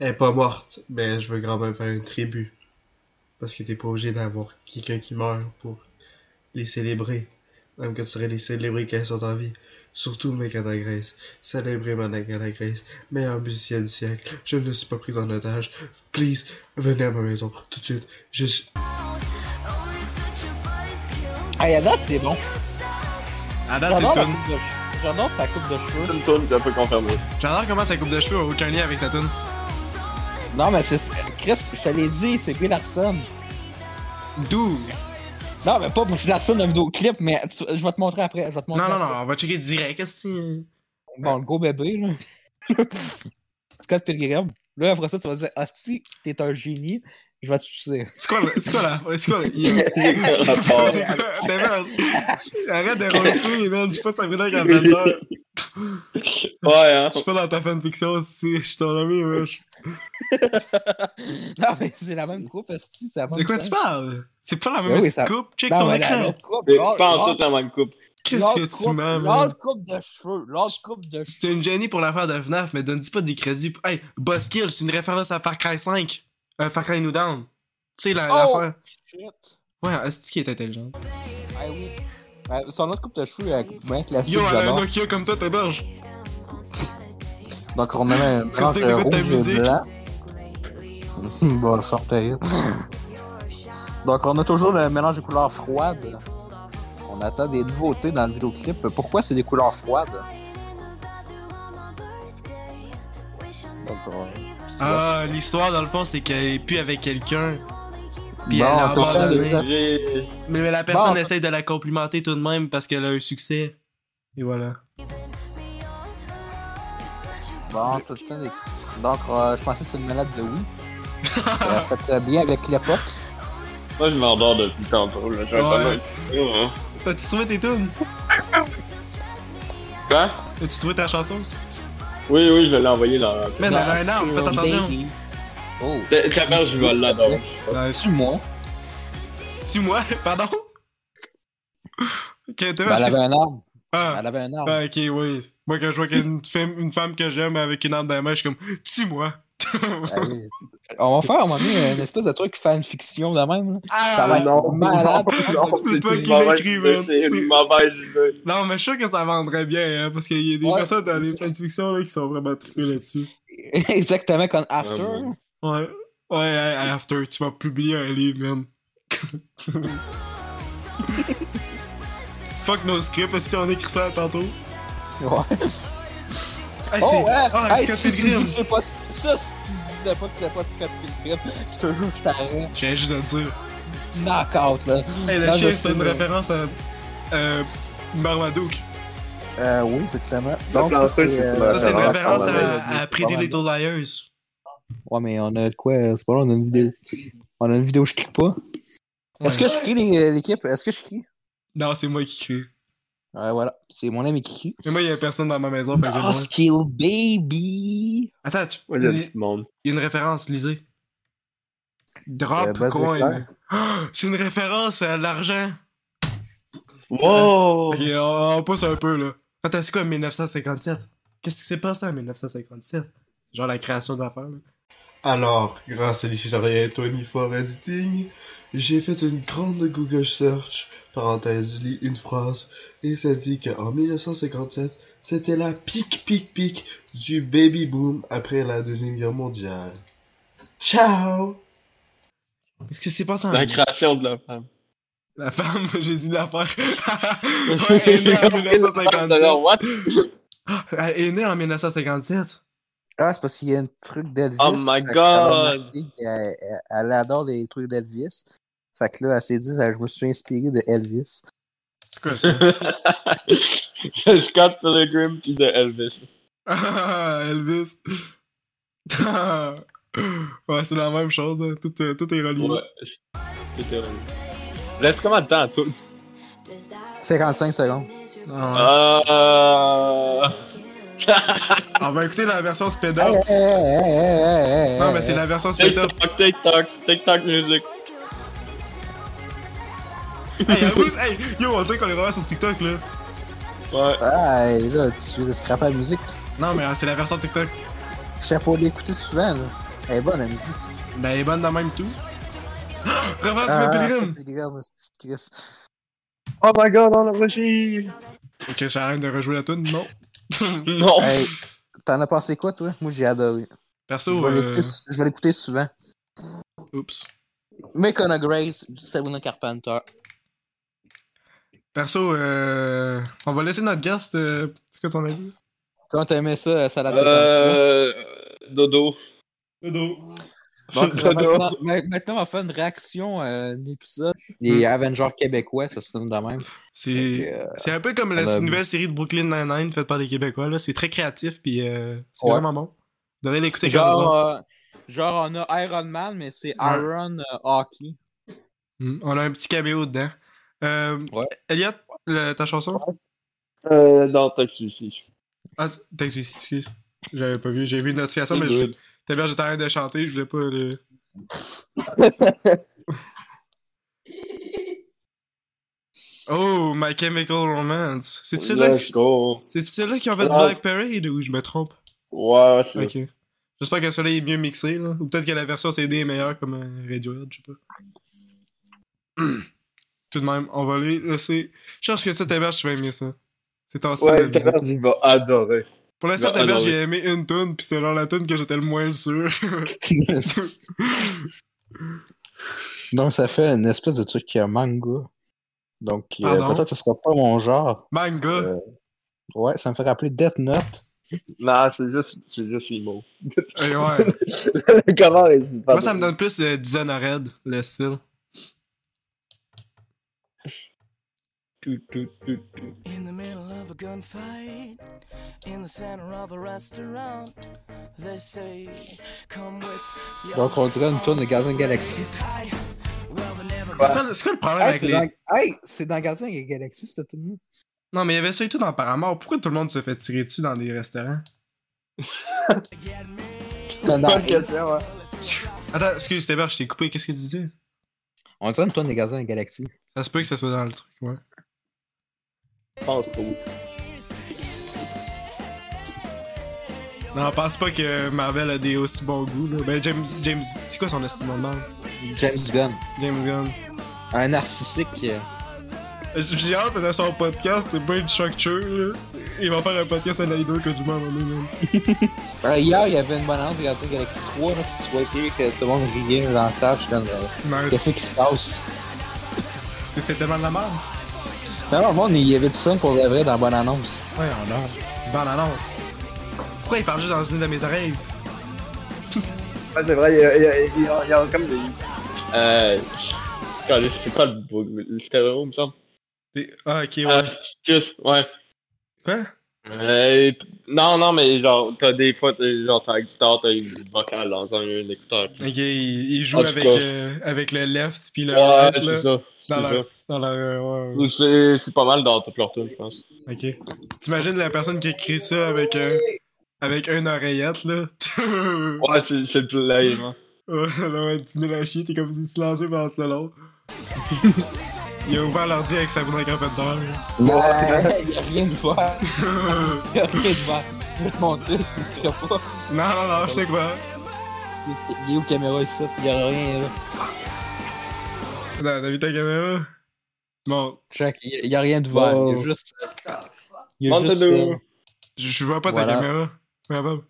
Speaker 9: Elle est pas morte, mais je veux quand même faire une tribut. Parce que t'es pas obligé d'avoir quelqu'un qui meurt pour les célébrer. Même que tu serais les célébrer quand ils sont en vie. Surtout Mekana Grace. Célébrez Mekana Grace, meilleure musicienne du siècle. Je ne suis pas prise en otage. Please, venez à ma maison tout de suite. Je suis...
Speaker 2: Hey, à date, c'est bon.
Speaker 1: À date, c'est
Speaker 2: J'adore la
Speaker 1: une tune.
Speaker 2: coupe de che- J'adore sa coupe de cheveux.
Speaker 4: C'est une tourne que je peux confirmer.
Speaker 1: J'adore comment sa coupe de cheveux a aucun lien avec sa tune.
Speaker 2: Non, mais c'est. Chris, je te l'ai dit, c'est Brie Larson.
Speaker 1: 12.
Speaker 2: Non, mais pas Brie Larson d'un vidéoclip, mais tu- je vais te montrer après. Je vais te montrer
Speaker 1: Non, non,
Speaker 2: après.
Speaker 1: non, on va checker direct. Qu'est-ce que tu.
Speaker 2: Bon, le gros bébé, là. Scott Pilgrim. Là, après ça, tu vas dire, ah, si t'es un génie, je vais te sucer.
Speaker 1: C'est quoi, le- c'est quoi là? C'est quoi là? Il-
Speaker 2: C'est quoi le
Speaker 1: C'est
Speaker 2: rapport?
Speaker 1: quoi? T'es merde. Arrête de roleplay, man. Je suis pas Sabrina Carpenter.
Speaker 4: Ouais, hein.
Speaker 1: Je suis pas dans ta fanfiction si je suis ton ami, wesh.
Speaker 2: Non, mais c'est la même coupe, si ça va.
Speaker 1: De quoi tu parles? C'est pas la même coupe. Check ton écran.
Speaker 4: C'est
Speaker 1: Oh,
Speaker 4: pas en tout la même coupe.
Speaker 1: Qu'est-ce que tu m'as, man?
Speaker 2: L'autre coupe de cheveux, l'autre coupe de cheveux.
Speaker 1: C'est une génie pour l'affaire de FNAF, mais donne-dis pas des crédits. pour- Hey, Boss Kill, c'est une référence à Far Cry 5. Euh, Far Cry New Down. Tu sais, la-
Speaker 2: Oh,
Speaker 1: l'affaire.
Speaker 2: shit.
Speaker 1: Ouais, c'est qui est intelligente.
Speaker 2: Ah oui. Euh, son autre coupe de cheveux, elle coupe bien classique.
Speaker 1: Yo, elle a un
Speaker 2: j'adore.
Speaker 1: Nokia comme toi, t'héberge.
Speaker 2: Donc, on a un
Speaker 1: C'est comme
Speaker 2: mélange
Speaker 1: ça que t'écoutes ta
Speaker 2: rouge et
Speaker 1: musique.
Speaker 2: blanc. bon, sortez. Donc, on a toujours le mélange de couleurs froides. On attend des nouveautés dans le vidéoclip. Pourquoi c'est des couleurs froides? Donc, euh, on-
Speaker 1: Ah, l'histoire, dans le fond, c'est qu'elle est plus avec quelqu'un. Puis
Speaker 2: Bon,
Speaker 1: elle l'a
Speaker 2: on t'en fait
Speaker 1: abandonné.
Speaker 2: des as-
Speaker 1: Mais, mais la personne
Speaker 2: Bon.
Speaker 1: essaye de la complimenter tout de même parce qu'elle a un succès. Et voilà.
Speaker 2: Bon, tout le temps des petits- Donc, euh, je pensais que c'est une malade de Wii. Ça a fait euh, bien avec l'époque.
Speaker 4: Moi, je m'endors depuis tantôt, là. J'ai
Speaker 1: Ouais.
Speaker 4: un peu
Speaker 1: T'as-tu trouvé tes tunes?
Speaker 4: Quoi?
Speaker 1: As-tu trouvé ta chanson?
Speaker 4: Oui, oui, je l'ai envoyé dans la.
Speaker 1: Man, elle a un arbre,
Speaker 2: Bah,
Speaker 1: faites attention!
Speaker 2: Oh!
Speaker 4: T'as peur, je vais l'adorer.
Speaker 2: Tue-moi!
Speaker 1: Tue-moi? Pardon? Ok, t'as
Speaker 2: Ben, elle avait un arbre.
Speaker 1: Ah.
Speaker 2: Elle avait un arbre.
Speaker 1: Ah, ok, oui. Moi, quand je vois qu'une femme, une femme que j'aime avec une arme dans la main, je suis comme, tue-moi!
Speaker 2: Allez. Ben, On va faire à un moment donné une espèce de truc fanfiction de même. là.
Speaker 1: Ah,
Speaker 2: ça va être
Speaker 1: non,
Speaker 2: malade. hein?
Speaker 1: c'est toi qui l'écris, man. Non, mais je suis sûr que ça vendrait bien, hein, parce qu'il y a des personnes dans les fanfictions là, qui sont vraiment trippées là-dessus.
Speaker 2: Exactement comme After.
Speaker 1: Ouais, ouais, hey, hey, After, tu vas publier un livre, man. Fuck nos scripts, est-ce qu'on écrit ça tantôt?
Speaker 2: Ouais.
Speaker 1: Hey,
Speaker 2: oh,
Speaker 1: c'est-
Speaker 2: ouais!
Speaker 1: ah,
Speaker 2: hey,
Speaker 1: Scott
Speaker 2: si tu me
Speaker 1: Pilgrim.
Speaker 2: dis que c'est pas ça, si tu me disais pas que c'est pas Scott Pilgrim, je te jure, je t'arrête.
Speaker 1: J'ai juste à dire.
Speaker 2: Knockout, là.
Speaker 1: Hey, le
Speaker 2: Dans
Speaker 1: chien,
Speaker 2: le
Speaker 1: c'est une
Speaker 2: film, là.
Speaker 1: référence à euh, Marmaduke.
Speaker 2: Euh, oui, exactement.
Speaker 1: La
Speaker 2: Donc, ça,
Speaker 1: planteuse,
Speaker 2: c'est.
Speaker 1: c'est
Speaker 2: euh,
Speaker 1: ça, c'est une référence
Speaker 2: euh,
Speaker 1: à, à Pretty Little Liars.
Speaker 2: Ouais, mais on a de quoi euh, C'est pas là, on a une vidéo. On a une vidéo, je clique pas. Est-ce que je crie les- euh, l'équipe Est-ce que je crie
Speaker 1: Non, c'est moi qui crie.
Speaker 2: Ouais, voilà. C'est mon ami qui crie.
Speaker 1: Mais moi, il y a personne dans ma maison, fait que j'ai le droit.
Speaker 2: Ah, Skill Baby
Speaker 1: Ah, Attends, tu-
Speaker 2: Ouais,
Speaker 1: il
Speaker 2: il y a
Speaker 1: y a
Speaker 2: du
Speaker 1: une référence, lisez.
Speaker 2: Euh,
Speaker 1: Drop
Speaker 2: vas-y,
Speaker 1: coin.
Speaker 2: Claire.
Speaker 1: Ah, c'est une référence à l'argent.
Speaker 4: Wow!
Speaker 1: Ok, on, on pousse un peu là. Attends, c'est quoi 1957? Qu'est-ce qui s'est passé en 1957? C'est genre la création d'affaires là.
Speaker 9: Alors, grâce à l'historien Tony for Editing, j'ai fait une grande Google search, parenthèse, lis une phrase, et ça dit qu'en 1957, c'était la pic pic pic du baby boom après la Deuxième Guerre mondiale. Ciao!
Speaker 1: Qu'est-ce qui s'est passé en
Speaker 4: La création de la femme.
Speaker 1: La femme, j'ai dit l'affaire. ouais, elle est née en 1957. Ah, elle est née en 1957.
Speaker 2: Ah, c'est parce qu'il y a un truc d'Elvis.
Speaker 1: Oh my
Speaker 2: fait que ça
Speaker 1: God.
Speaker 2: l'a marqué qu'elle- Elle, elle adore les trucs d'Elvis. Fait que là, elle s'est dit, je me suis inspiré de Elvis.
Speaker 1: C'est quoi
Speaker 4: ça? de Scott Pilgrim pis de Elvis.
Speaker 1: Ah, Elvis. Ah. ouais, c'est la même chose, hein. tout, euh, tout est relié.
Speaker 4: C'était horrible. Laisse comment de temps à tout?
Speaker 2: 55 secondes.
Speaker 4: Ah.
Speaker 1: On va écouter la version
Speaker 2: Eh,
Speaker 1: speed-up. Non, mais c'est la version speed-up.
Speaker 4: TikTok, TikTok, TikTok music.
Speaker 1: hey, avouez- hey, yo, on dirait qu'on est vraiment sur TikTok là.
Speaker 4: Ouais.
Speaker 2: Ah, et là, tu veux scraper la musique.
Speaker 1: Non, mais euh, c'est la version TikTok.
Speaker 2: Je sais pas l'écouter souvent, là. Elle est bonne, la musique.
Speaker 1: Ben, elle est bonne dans même tout. Revenons
Speaker 2: Ah,
Speaker 1: sur le pilgrim.
Speaker 2: c'est Pilgrim, c'est Chris.
Speaker 1: Oh my god, on l'a reçu. Ok, j'arrête de rejouer la tune, non.
Speaker 4: Non.
Speaker 1: Ah,
Speaker 2: Hey, T'en as pensé quoi, toi? Moi, j'ai adoré.
Speaker 1: Perso,
Speaker 2: je vais
Speaker 1: euh,
Speaker 2: l'écouter- je vais l'écouter souvent.
Speaker 1: Oups.
Speaker 2: Mekona Grace, Sabrina Carpenter.
Speaker 1: Perso, euh, on va laisser notre guest. euh, C'est quoi ton avis?
Speaker 2: Comment t'as aimé ça, Salade
Speaker 4: Euh. Dodo.
Speaker 1: Dodo.
Speaker 2: Donc, euh,
Speaker 4: Dodo.
Speaker 2: maintenant, ma- maintenant, on va faire une réaction à un épisode.
Speaker 1: Hmm.
Speaker 2: Les Avengers québécois, ça se nomme de même.
Speaker 1: C'est C'est un peu comme la
Speaker 2: euh, on a-
Speaker 1: nouvelle série de Brooklyn Nine-Nine faite par des Québécois. là. C'est très créatif, puis euh, c'est
Speaker 2: Ouais.
Speaker 1: vraiment bon. Vous devez l'écouter quand ils
Speaker 2: Genre,
Speaker 1: ont.
Speaker 2: euh, genre, on a Iron Man, mais c'est
Speaker 1: Ouais.
Speaker 2: Iron euh, Hockey.
Speaker 1: Hmm, On a un petit caméo dedans. Euh, Elliot, le- ta chanson?
Speaker 4: Euh, non, t'as celui-ci.
Speaker 1: Ah, t'as excuse, excuse. J'avais pas vu, j'ai vu une notification, mais je...
Speaker 4: Good.
Speaker 1: t'as bien, j'étais en train de chanter, je voulais pas le. oh, My Chemical Romance. C'est-tu celle-là?
Speaker 4: Let's go.
Speaker 1: C'est-tu celle-là qui ont fait
Speaker 4: Ah.
Speaker 1: Black Parade ou je me trompe?
Speaker 4: Ouais, ouais, c'est
Speaker 1: Ok. J'espère que celle-là est mieux mixée, là. Ou peut-être que la version CD est meilleure comme euh, Radiohead, je sais pas. Hmm. Tout de même, on va aller laisser. Je pense que ça, Taberge, tu vas aimer ça. C'est ton style de
Speaker 4: Ouais,
Speaker 1: musique.
Speaker 4: Tabarnak, il va adorer.
Speaker 1: Pour l'instant,
Speaker 4: Il va
Speaker 1: Taberge,
Speaker 4: adorer.
Speaker 1: j'ai aimé une tune, puis c'est genre la tune que j'étais le moins sûr.
Speaker 2: Donc, ça fait une espèce de truc euh, manga. Donc, euh,
Speaker 1: Pardon?
Speaker 2: peut-être que ce sera pas mon genre.
Speaker 1: Manga?
Speaker 2: ouais, ça me fait rappeler Death Note.
Speaker 4: Non, c'est juste, c'est juste les mots.
Speaker 1: Eh ouais.
Speaker 4: Comment est
Speaker 1: Moi, ça me donne plus euh, Dishonored, le style.
Speaker 4: Tout, tout, tout, tout.
Speaker 18: a gunfight in the center of a restaurant. They say, come with your
Speaker 2: Donc, on dirait une tourne de Guardian Galaxy.
Speaker 1: quoi- c'est quoi le problème
Speaker 2: Hey,
Speaker 1: avec
Speaker 2: c'est
Speaker 1: les-
Speaker 2: dans- Hey, c'est dans Guardian Galaxy, cette tourne
Speaker 1: Non, mais il y avait ça et tout dans Paramore. Pourquoi tout le monde se fait tirer dessus dans des restaurants?
Speaker 2: Bonne
Speaker 8: question, ouais.
Speaker 1: Attends, excuse, Tébert, je t'ai coupé. Qu'est-ce que tu disais?
Speaker 2: On dirait une tourne de Guardian Galaxy.
Speaker 1: Ça se peut que ça soit dans le truc, ouais.
Speaker 4: Je pense pas.
Speaker 1: Non, pense pas que Marvel a des aussi bons goûts, là. Ben, James. James c'est quoi son estimement de mal?
Speaker 2: James Gunn.
Speaker 1: James Gunn.
Speaker 2: Un narcissique. euh.
Speaker 1: J'ai hâte de son podcast, c'est Brain Structure, là. Il va faire un podcast à l'Aido que du monde en est, même.
Speaker 2: Euh, hier, il y avait une bonne annonce de Guardian Galaxy 3, là, puis tu voyais que tout le monde riait dans la salle, je suis comme, euh,
Speaker 1: Nice.
Speaker 2: qu'est-ce qui se passe?
Speaker 1: Parce que c'était tellement de la merde.
Speaker 2: Non, non, le monde, il y avait du fun pour le vrai dans la bonne annonce.
Speaker 1: Ouais, on a. C'est une bonne annonce. Pourquoi il parle juste dans une de mes oreilles?
Speaker 8: Ouais, c'est vrai, il y a- il y a- il y a- il y a comme des.
Speaker 4: Euh. calé, C'est quoi le, bug- le stéréo, il me semble? Euh,
Speaker 1: Ah, ok, ouais.
Speaker 4: excuse, ouais.
Speaker 1: Quoi?
Speaker 4: Euh, non, non, mais genre, t'as des fois, t'as- genre, t'as une guitare, t'as une vocale dans un, un écouteur.
Speaker 1: Ok, il, il joue
Speaker 4: En tout
Speaker 1: avec,
Speaker 4: cas.
Speaker 1: euh, avec le left puis le
Speaker 4: Ouais,
Speaker 1: right,
Speaker 4: c'est
Speaker 1: là.
Speaker 4: ça,
Speaker 1: Dans
Speaker 4: c'est
Speaker 1: leur,
Speaker 4: ça.
Speaker 1: petit- dans leur, euh, ouais, ouais.
Speaker 4: Ou C'est c'est pas mal dans toute leur tour, je pense.
Speaker 1: Ok. T'imagines la personne qui écrit ça avec, euh, avec une oreillette, là?
Speaker 4: Ouais, c'est c'est le plus live, hein.
Speaker 1: Ouais, là, ouais, tu venais la chier, t'es comme si tu lançais par entre l'autre. Il a ouvert l'ordi avec sa boudin carpenter. là.
Speaker 2: Non, il n'y a rien de voir. Il n'y a rien de voir. Je vais te montrer si tu ne pas.
Speaker 1: Non, non, non, je sais quoi.
Speaker 2: Il est où caméra ici, il n'y a rien là.
Speaker 1: Non, t'as vu ta caméra? Bon.
Speaker 2: Jack, il n'y a rien de voir. Il y a juste. euh, Il y a juste. euh,
Speaker 1: Je, je vois pas ta
Speaker 2: Voilà.
Speaker 1: caméra. Ouais, Bob.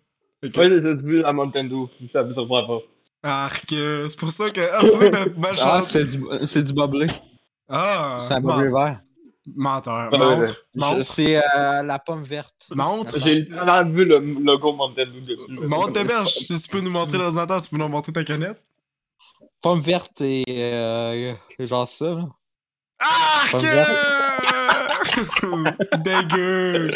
Speaker 1: Ok.
Speaker 4: Ouais, j'ai vu à Mountain Dew, ça me surprend pas.
Speaker 1: Arc, euh, c'est pour ça que. Ah, c'est pour ça que t'as mal
Speaker 2: Ah,
Speaker 1: chance.
Speaker 2: c'est du, c'est du boblé.
Speaker 1: Ah!
Speaker 2: C'est un boblé
Speaker 1: ment-
Speaker 2: vert.
Speaker 1: Menteur.
Speaker 4: Ouais, ouais.
Speaker 1: Montre.
Speaker 2: Je-
Speaker 1: Montre.
Speaker 2: C'est euh, la pomme verte.
Speaker 1: Montre.
Speaker 4: J'ai littéralement vu le logo Mountain Dew depuis.
Speaker 1: Montre ta berge. Si tu peux nous montrer l'ordinateur, tu peux nous montrer ta canette.
Speaker 2: Pomme verte et. euh, genre ça, là.
Speaker 1: Arc!
Speaker 2: Pomme verte.
Speaker 1: Dégueu!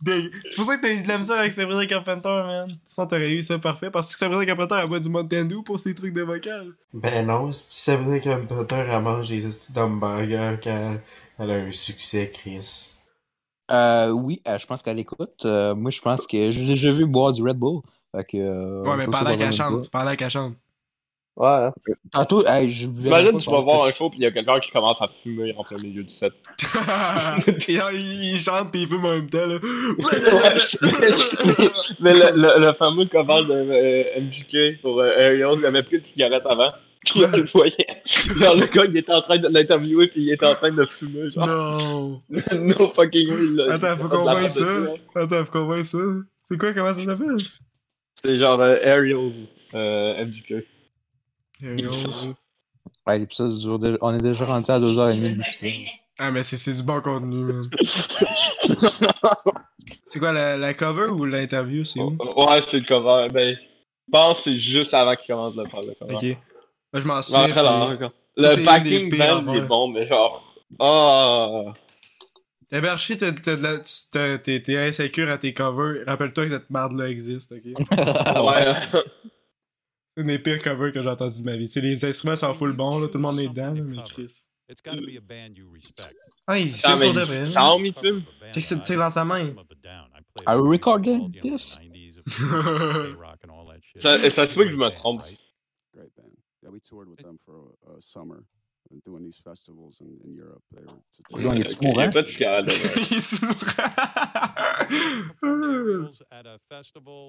Speaker 1: Dégueu. C'est pour ça que t'as eu de la misère avec Sabrina Carpenter, man. Ça, t'aurais eu ça parfait. Parce que Sabrina Carpenter, elle boit du Mountain Dew pour ses trucs de vocal.
Speaker 9: Ben non, si Sabrina Carpenter, elle mange des petits hamburgers quand elle a un succès, Chris.
Speaker 2: Euh, oui, euh, je pense qu'elle écoute. Euh, moi, je pense que j'ai déjà vu boire du Red Bull. Fait que, euh,
Speaker 1: Ouais, mais pendant
Speaker 2: ça, c'est pas
Speaker 1: qu'elle
Speaker 2: vraiment une
Speaker 1: chante. Pendant qu'elle chante.
Speaker 4: Ouais. hein.
Speaker 2: Tantôt, hey, je vous
Speaker 4: Imagine, tu vas voir un show, pis il y a quelqu'un qui commence à fumer en plein milieu du set.
Speaker 1: Et là, il, il chante pis il fume en même temps, là.
Speaker 4: Mais le, le, le fameux cover de euh, MJK pour euh, Ariel, il avait pris une cigarette avant. Puis on le voyait. Genre, le gars, il était en train de l'interviewer, puis il était en train de fumer. Genre,
Speaker 1: Non!
Speaker 4: no fucking way. là.
Speaker 1: Attends, faut qu'on voie ça. Attends, faut qu'on voie ça. C'est quoi, comment ça s'appelle?
Speaker 4: C'est genre euh, Ariel's euh, MJK.
Speaker 2: Ouais, l'épisode dure déjà- On est déjà rendu à 2h30 d'épisode.
Speaker 1: Ah, mais c'est- c'est du bon contenu, man. c'est quoi, la, la cover ou l'interview, c'est où?
Speaker 4: Ouais, c'est le cover. Ben, je pense que c'est juste avant qu'il commence le faire, le cover.
Speaker 1: Ok. Moi, je m'en
Speaker 4: Je m'en
Speaker 1: souviens.
Speaker 4: rappelle
Speaker 1: c'est-
Speaker 4: encore.
Speaker 1: ça, c'est
Speaker 4: Le
Speaker 1: une
Speaker 4: backing
Speaker 1: des pires
Speaker 4: band il est
Speaker 1: affaires.
Speaker 4: bon, mais genre. Ah!
Speaker 1: T'es berché, Eh, t'as- t'as de la- tu- t'as- t'es t'es insécure à tes covers. Rappelle-toi que cette merde-là existe, ok?
Speaker 4: ouais.
Speaker 1: C'est une des pires covers que j'ai entendues de ma vie. Tu sais, les instruments sont full bon, là, tout le monde est dedans, là, mais Chris. Ah, il se
Speaker 4: Non,
Speaker 1: fait
Speaker 4: mais
Speaker 1: pour de
Speaker 4: il
Speaker 1: vrai.
Speaker 4: chante, il fume.
Speaker 1: Check ça, tu dans sa main.
Speaker 2: Are we recording this?
Speaker 4: Ça, ça se peut que je me trompe.
Speaker 19: Great band. Yeah, we toured with them for a, a summer and doing these festivals in, in Europe. They were just
Speaker 2: Coudon, il est-tu
Speaker 4: Ok, il
Speaker 9: hein.
Speaker 4: y a
Speaker 2: mourant?
Speaker 4: pas de cigarette, là, ouais.
Speaker 1: Il se mourra.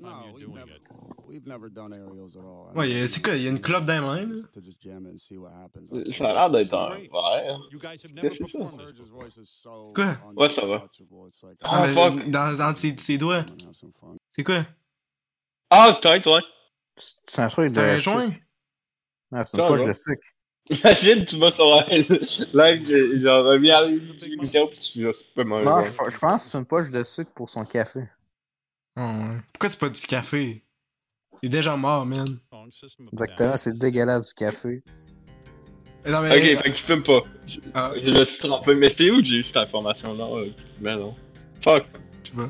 Speaker 19: no, we've never, we've never done aerials at all.
Speaker 1: Ouais, il y a- c'est quoi, il y a une clope dans les mains, là?
Speaker 19: To just jam it and see what happens.
Speaker 4: Euh, Ça a l'air d'être un verre. Qu'est-ce que c'est ça?
Speaker 19: His voice is so
Speaker 1: Quoi?
Speaker 4: Ouais, ça va.
Speaker 19: untouchable. It's like
Speaker 1: Ah,
Speaker 4: Ah,
Speaker 1: mais
Speaker 4: fuck.
Speaker 1: dans, dans ses, ses doigts. C'est quoi?
Speaker 4: Ah, peut-être, ouais.
Speaker 2: C'est un truc de.
Speaker 1: C'est un joint?
Speaker 2: Ah, c'est
Speaker 4: Ça
Speaker 2: une poche
Speaker 4: va.
Speaker 2: de sucre.
Speaker 4: Imagine, tu vas sur un live, j'ai- genre, reviens à l'émission, pis tu genre, tu peux manger.
Speaker 2: Non, je, je pense que c'est une poche de sucre pour son café.
Speaker 1: Hum, Pourquoi tu pas du café? Il est déjà mort, man.
Speaker 2: Exactement, c'est dégueulasse du café.
Speaker 1: Non, mais- euh,
Speaker 4: Ok, fait que tu fumes pas. Je,
Speaker 1: Ah.
Speaker 4: je me suis trompé, mais c'est où que j'ai eu cette information-là? euh, Mais non. Fuck.
Speaker 1: Je sais pas.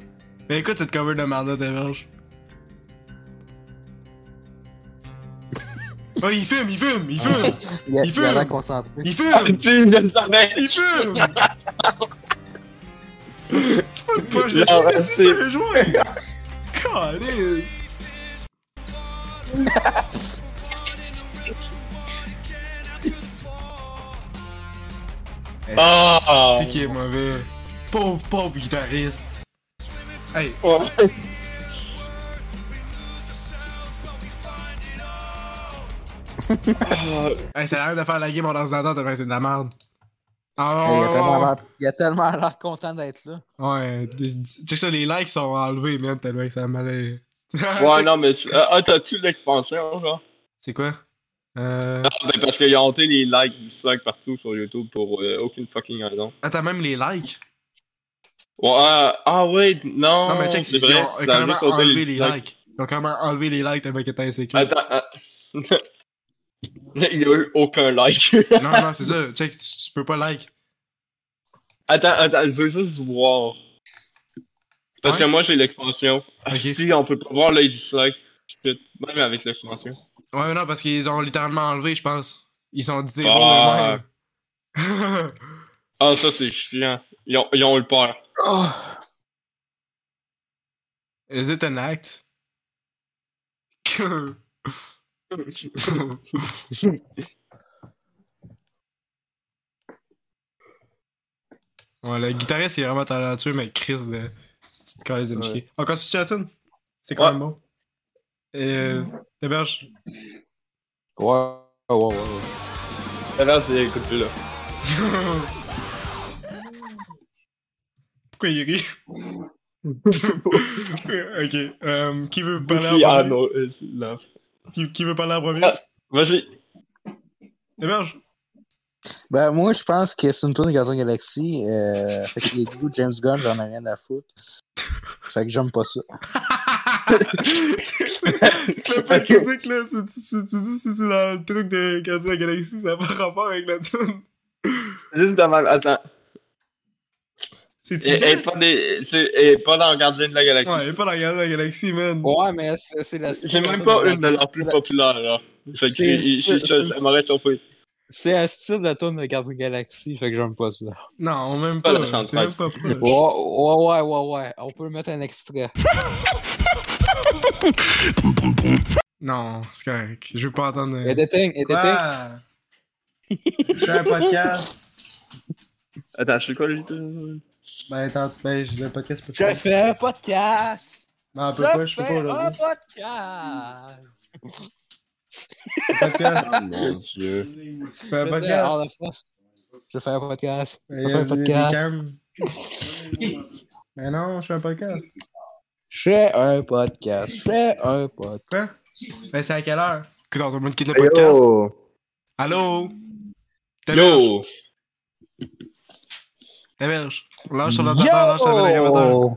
Speaker 1: Mais écoute cette cover de Marda Verge. Oh, il fume, il fume, il fume!
Speaker 2: Il y a-
Speaker 1: Il
Speaker 2: il y a l'air
Speaker 1: fume!
Speaker 2: concentré.
Speaker 1: Il fume! Il fume! C'est pas de poche,
Speaker 4: Il
Speaker 1: j'ai
Speaker 4: en
Speaker 1: jamais
Speaker 4: reste-
Speaker 1: su ce jouer! Calice!
Speaker 4: Ah!
Speaker 1: C'est qui est mauvais. Pauvre, pauvre guitariste. Hey. hey, ça a l'air de faire laguer mon ordinateur, t'as c'est de la merde. Ah,
Speaker 2: Hey, il, a
Speaker 1: ouais,
Speaker 2: tellement
Speaker 1: ouais,
Speaker 2: l'air- il a tellement l'air content d'être là.
Speaker 1: ouais. Ouais, des- des- check ça, les likes sont enlevés, man, tellement que ça m'allait.
Speaker 4: Ouais, non, mais. tu- Ah, ah, t'as-tu l'expansion, genre?
Speaker 1: C'est quoi? Euh...
Speaker 4: Non, ben parce qu'ils ont hanté les likes, dislikes partout sur YouTube pour euh, aucune fucking raison.
Speaker 1: Ah, t'as même les likes?
Speaker 4: Ouais, ah ah ouais, non.
Speaker 1: Non, mais check,
Speaker 4: c'est
Speaker 1: ils
Speaker 4: vrai.
Speaker 1: ont
Speaker 4: ça a
Speaker 1: carrément
Speaker 4: juste ôté
Speaker 1: enlevé les
Speaker 4: dislikes.
Speaker 1: likes. Ils ont carrément enlevé les likes tellement que t'es insécure.
Speaker 4: Attends, ah. Il y a eu aucun like.
Speaker 1: Non, non, c'est ça. Check, tu, tu peux pas like.
Speaker 4: Attends, attends, je veux juste voir. Parce que moi j'ai l'expansion. Ah, Si on peut pas voir les dislikes, Shit, même avec l'expansion.
Speaker 1: Ouais, mais non, parce qu'ils ont littéralement enlevé, je pense. Ils sont zéro
Speaker 4: Ah.
Speaker 1: de même.
Speaker 4: Ah, ça c'est chiant. Ils ont, ils ont eu peur.
Speaker 1: Is it an act? ouais, le guitariste, il est vraiment talentueux, mais Chris de. C'est une calice de chier. On continue sur la tune? C'est quand même bon. Euh. T'héberges?
Speaker 2: Ouais, ouais, ouais. ouais.
Speaker 4: Là, c'est écoute là.
Speaker 1: Pourquoi il rit? ok. euh, qui veut parler en
Speaker 4: Qui ah,
Speaker 1: premier?
Speaker 4: non, euh, c'est- là.
Speaker 1: Qui, qui veut parler en premier?
Speaker 4: Vas-y.
Speaker 1: Héberge?
Speaker 2: Ben, moi, je pense que c'est une tournée de Gardiens de la Galaxie. Euh, fait que les goûts de James Gunn, j'en ai rien à foutre. Fait que j'aime pas ça.
Speaker 1: C'est pas critique, là. C'est- Tu, tu- tu dis si c'est dans le truc de Gardien de la Galaxie, ça n'a pas rapport avec la tune.
Speaker 4: Juste de même, attends.
Speaker 1: C'est-tu
Speaker 4: Et,
Speaker 1: vrai?
Speaker 4: et pas des. c'est- Et pas dans Gardien de la Galaxie.
Speaker 1: Ouais, il est pas dans Gardien de la Galaxie, man.
Speaker 10: Ouais, mais c'est c'est la
Speaker 4: J'ai même pas une de leurs plus populaires, là. Fait que
Speaker 10: C'est-
Speaker 4: il-
Speaker 10: c'est-
Speaker 4: il- ça
Speaker 10: c'est-
Speaker 4: ça m'aurait surpris.
Speaker 10: C'est un style de tune de Gardien Galaxy, fait que j'aime pas ça.
Speaker 1: Non, même
Speaker 4: Pas
Speaker 1: pas.
Speaker 4: la
Speaker 1: c'est
Speaker 4: chanteuse.
Speaker 1: même pas proche.
Speaker 10: Ouais, ouais, ouais, ouais, ouais. On peut mettre un extrait.
Speaker 1: Non, c'est correct. Je veux pas entendre.
Speaker 10: Editing,
Speaker 1: Quoi? Je fais un podcast.
Speaker 4: Attends, je fais quoi, le
Speaker 1: Ben, attends, ben, j'ai le podcast pour
Speaker 10: Je fais un podcast!
Speaker 1: Non,
Speaker 10: Je
Speaker 1: elle peut pas, je peux
Speaker 10: fais
Speaker 1: pas, là.
Speaker 10: un podcast!
Speaker 1: podcast.
Speaker 4: Ah.
Speaker 10: Oh,
Speaker 1: mon
Speaker 4: dieu.
Speaker 1: Je fais un
Speaker 10: Je
Speaker 1: podcast.
Speaker 10: fais- oh, la force. Je fais un podcast.
Speaker 1: Ben,
Speaker 10: Je fais un
Speaker 1: les- les
Speaker 10: podcast.
Speaker 1: cams. Ben non, je fais un podcast.
Speaker 2: Je fais un podcast. Je fais un
Speaker 1: podcast. Ben, c'est à quelle heure? Que dans tout le monde quitte le
Speaker 2: Hey,
Speaker 1: podcast.
Speaker 2: yo.
Speaker 1: Allô?
Speaker 4: Yo!
Speaker 1: T'héberges. Lâche ton ordinateur, lâche ton ordinateur.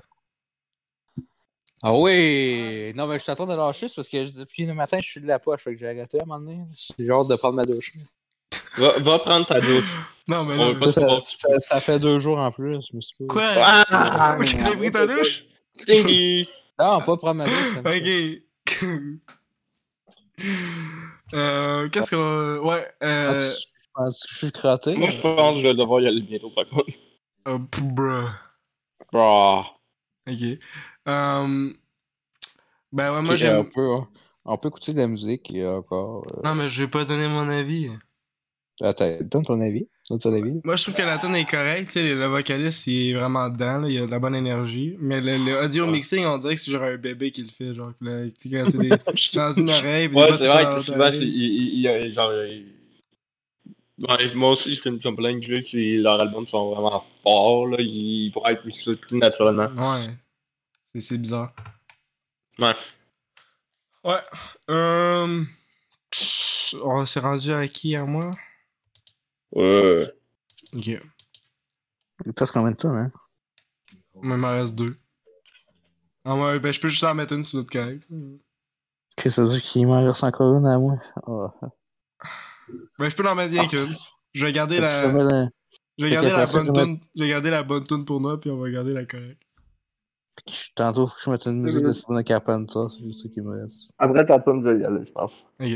Speaker 10: Ah oui! Non, mais je t'attends de lâcher, c'est parce que depuis le matin, je suis de la poche, fait que j'ai arrêté à un moment donné. J'ai hâte de prendre ma douche.
Speaker 4: Va, va prendre ta douche.
Speaker 1: Non, mais
Speaker 4: On
Speaker 1: là,
Speaker 4: veut pas
Speaker 10: Ça,
Speaker 4: te voir.
Speaker 10: ça- ça fait deux jours en plus, je me suis pas-
Speaker 1: Quoi?
Speaker 4: Ah!
Speaker 1: Ok, t'as pris ta douche?
Speaker 4: Dingy!
Speaker 10: Non, Ah, pas prendre ma douche. ça me fait-
Speaker 1: Ok. euh, qu'est-ce qu'on. Ouais, euh.
Speaker 2: Je pense que je suis crotté.
Speaker 4: Moi, je pense que je vais devoir y aller bientôt, par contre.
Speaker 1: Oh, p- bruh.
Speaker 4: Bruh.
Speaker 1: Ok. Euh, Ben ouais, moi
Speaker 2: Moi,
Speaker 1: j'aime.
Speaker 4: euh,
Speaker 2: on, peut, on peut écouter de la musique et encore. euh,
Speaker 1: Non, mais je vais pas donner mon avis.
Speaker 2: Attends, donne ton avis. Donne ton avis.
Speaker 1: Moi, je trouve que la tune est correcte. tu sais, Le vocaliste, il est vraiment dedans. là, il a de la bonne énergie. Mais le, le audio mixing, on dirait que c'est genre un bébé qui le fait. Genre, que le- tu sais, quand c'est des... dans une oreille. puis des
Speaker 4: Ouais,
Speaker 1: fois,
Speaker 4: c'est vrai
Speaker 1: dans
Speaker 4: que
Speaker 1: l'autre
Speaker 4: souvent, c'est-
Speaker 1: oreille.
Speaker 4: il- il- il y a genre. il- Ouais, moi aussi, je me complains que c'est- leurs albums sont vraiment forts, là. Ils pourraient être plus, plus naturellement.
Speaker 1: Ouais. C'est- C'est bizarre.
Speaker 4: Ouais.
Speaker 1: Ouais. Euh... pss, On s'est rendu à qui, à moi
Speaker 4: Ouais.
Speaker 1: Ok.
Speaker 2: Il passe combien de temps, hein?
Speaker 1: Moi, il m'en reste deux. Ah ouais, ben je peux juste en mettre une sur l'autre correct.
Speaker 2: Qu'est-ce que ça veut dire qu'il m'en reste encore une à moi? Ah.
Speaker 1: Ben, je peux en mettre
Speaker 4: Ah.
Speaker 1: rien qu'une. Je vais garder
Speaker 2: Fait que ça va
Speaker 1: la.
Speaker 2: dans-
Speaker 1: Je vais
Speaker 2: Fait
Speaker 1: garder la
Speaker 2: qu'après ça,
Speaker 1: bonne
Speaker 2: ça va-
Speaker 1: tune. Je vais garder la bonne tune pour moi, puis on va garder la correcte.
Speaker 2: Tantôt, faut que je mette une musique de
Speaker 1: minutes.
Speaker 2: Sabrina Carpenter, c'est juste ce qui me reste.
Speaker 4: Après ta tune, je vais y aller, je pense.
Speaker 1: Ok.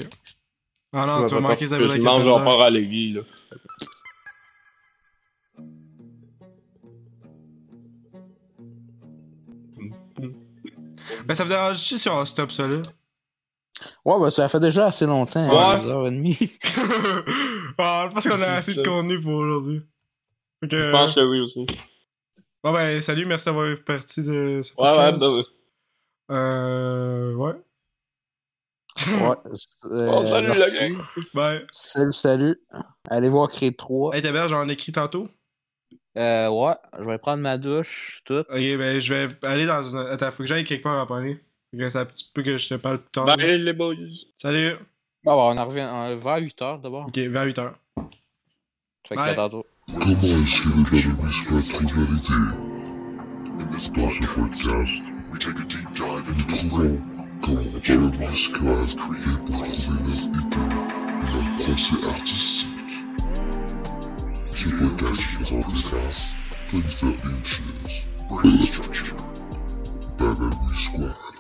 Speaker 1: Ah non,
Speaker 4: Ouais,
Speaker 1: tu vas manquer
Speaker 4: pas parce que
Speaker 1: Sabrina
Speaker 4: je mange,
Speaker 1: Carpenter.
Speaker 4: je vais pas à l'église, là.
Speaker 1: Ben, ça vous dérange-tu si on stop ça là?
Speaker 2: Ouais, bah ça fait déjà assez longtemps,
Speaker 1: Ouais.
Speaker 2: hein, 2h30.
Speaker 1: Ah, je pense qu'on a assez de contenu pour aujourd'hui. Fait que-
Speaker 4: Je pense que oui aussi.
Speaker 1: Bon ben, salut, merci d'avoir fait partie de ce
Speaker 4: Ouais, ouais,
Speaker 1: podcast.
Speaker 4: bah ouais.
Speaker 1: Euh, ouais.
Speaker 2: Ouais, euh,
Speaker 4: Oh,
Speaker 1: Bon, Oh, salut, la
Speaker 2: merci.
Speaker 1: gang. Bye.
Speaker 2: Salut, salut. Allez voir Creed 3.
Speaker 1: Hey, Tabert, j'en ai écrit tantôt.
Speaker 2: Euh, ouais, je vais prendre ma douche, tout.
Speaker 1: Ok, ben, je vais aller dans une. Attends, faut que j'aille quelque part à parler. Fait que c'est un petit peu que je te parle plus tard.
Speaker 4: Bye, les boys.
Speaker 1: Salut.
Speaker 2: Bon, bah, on en revient on- vers 8h d'abord.
Speaker 1: Ok, vers 8h.
Speaker 2: Fait que
Speaker 1: Bye.
Speaker 2: à tantôt.
Speaker 20: Comment est-ce que vous avez mis face à la vérité In this podcast, we take a deep dive into the brain and the human masculine's creative process. Et leur pensée artistique. Ce podcast présente ça, 24 inches, brain structure, Baba Squad.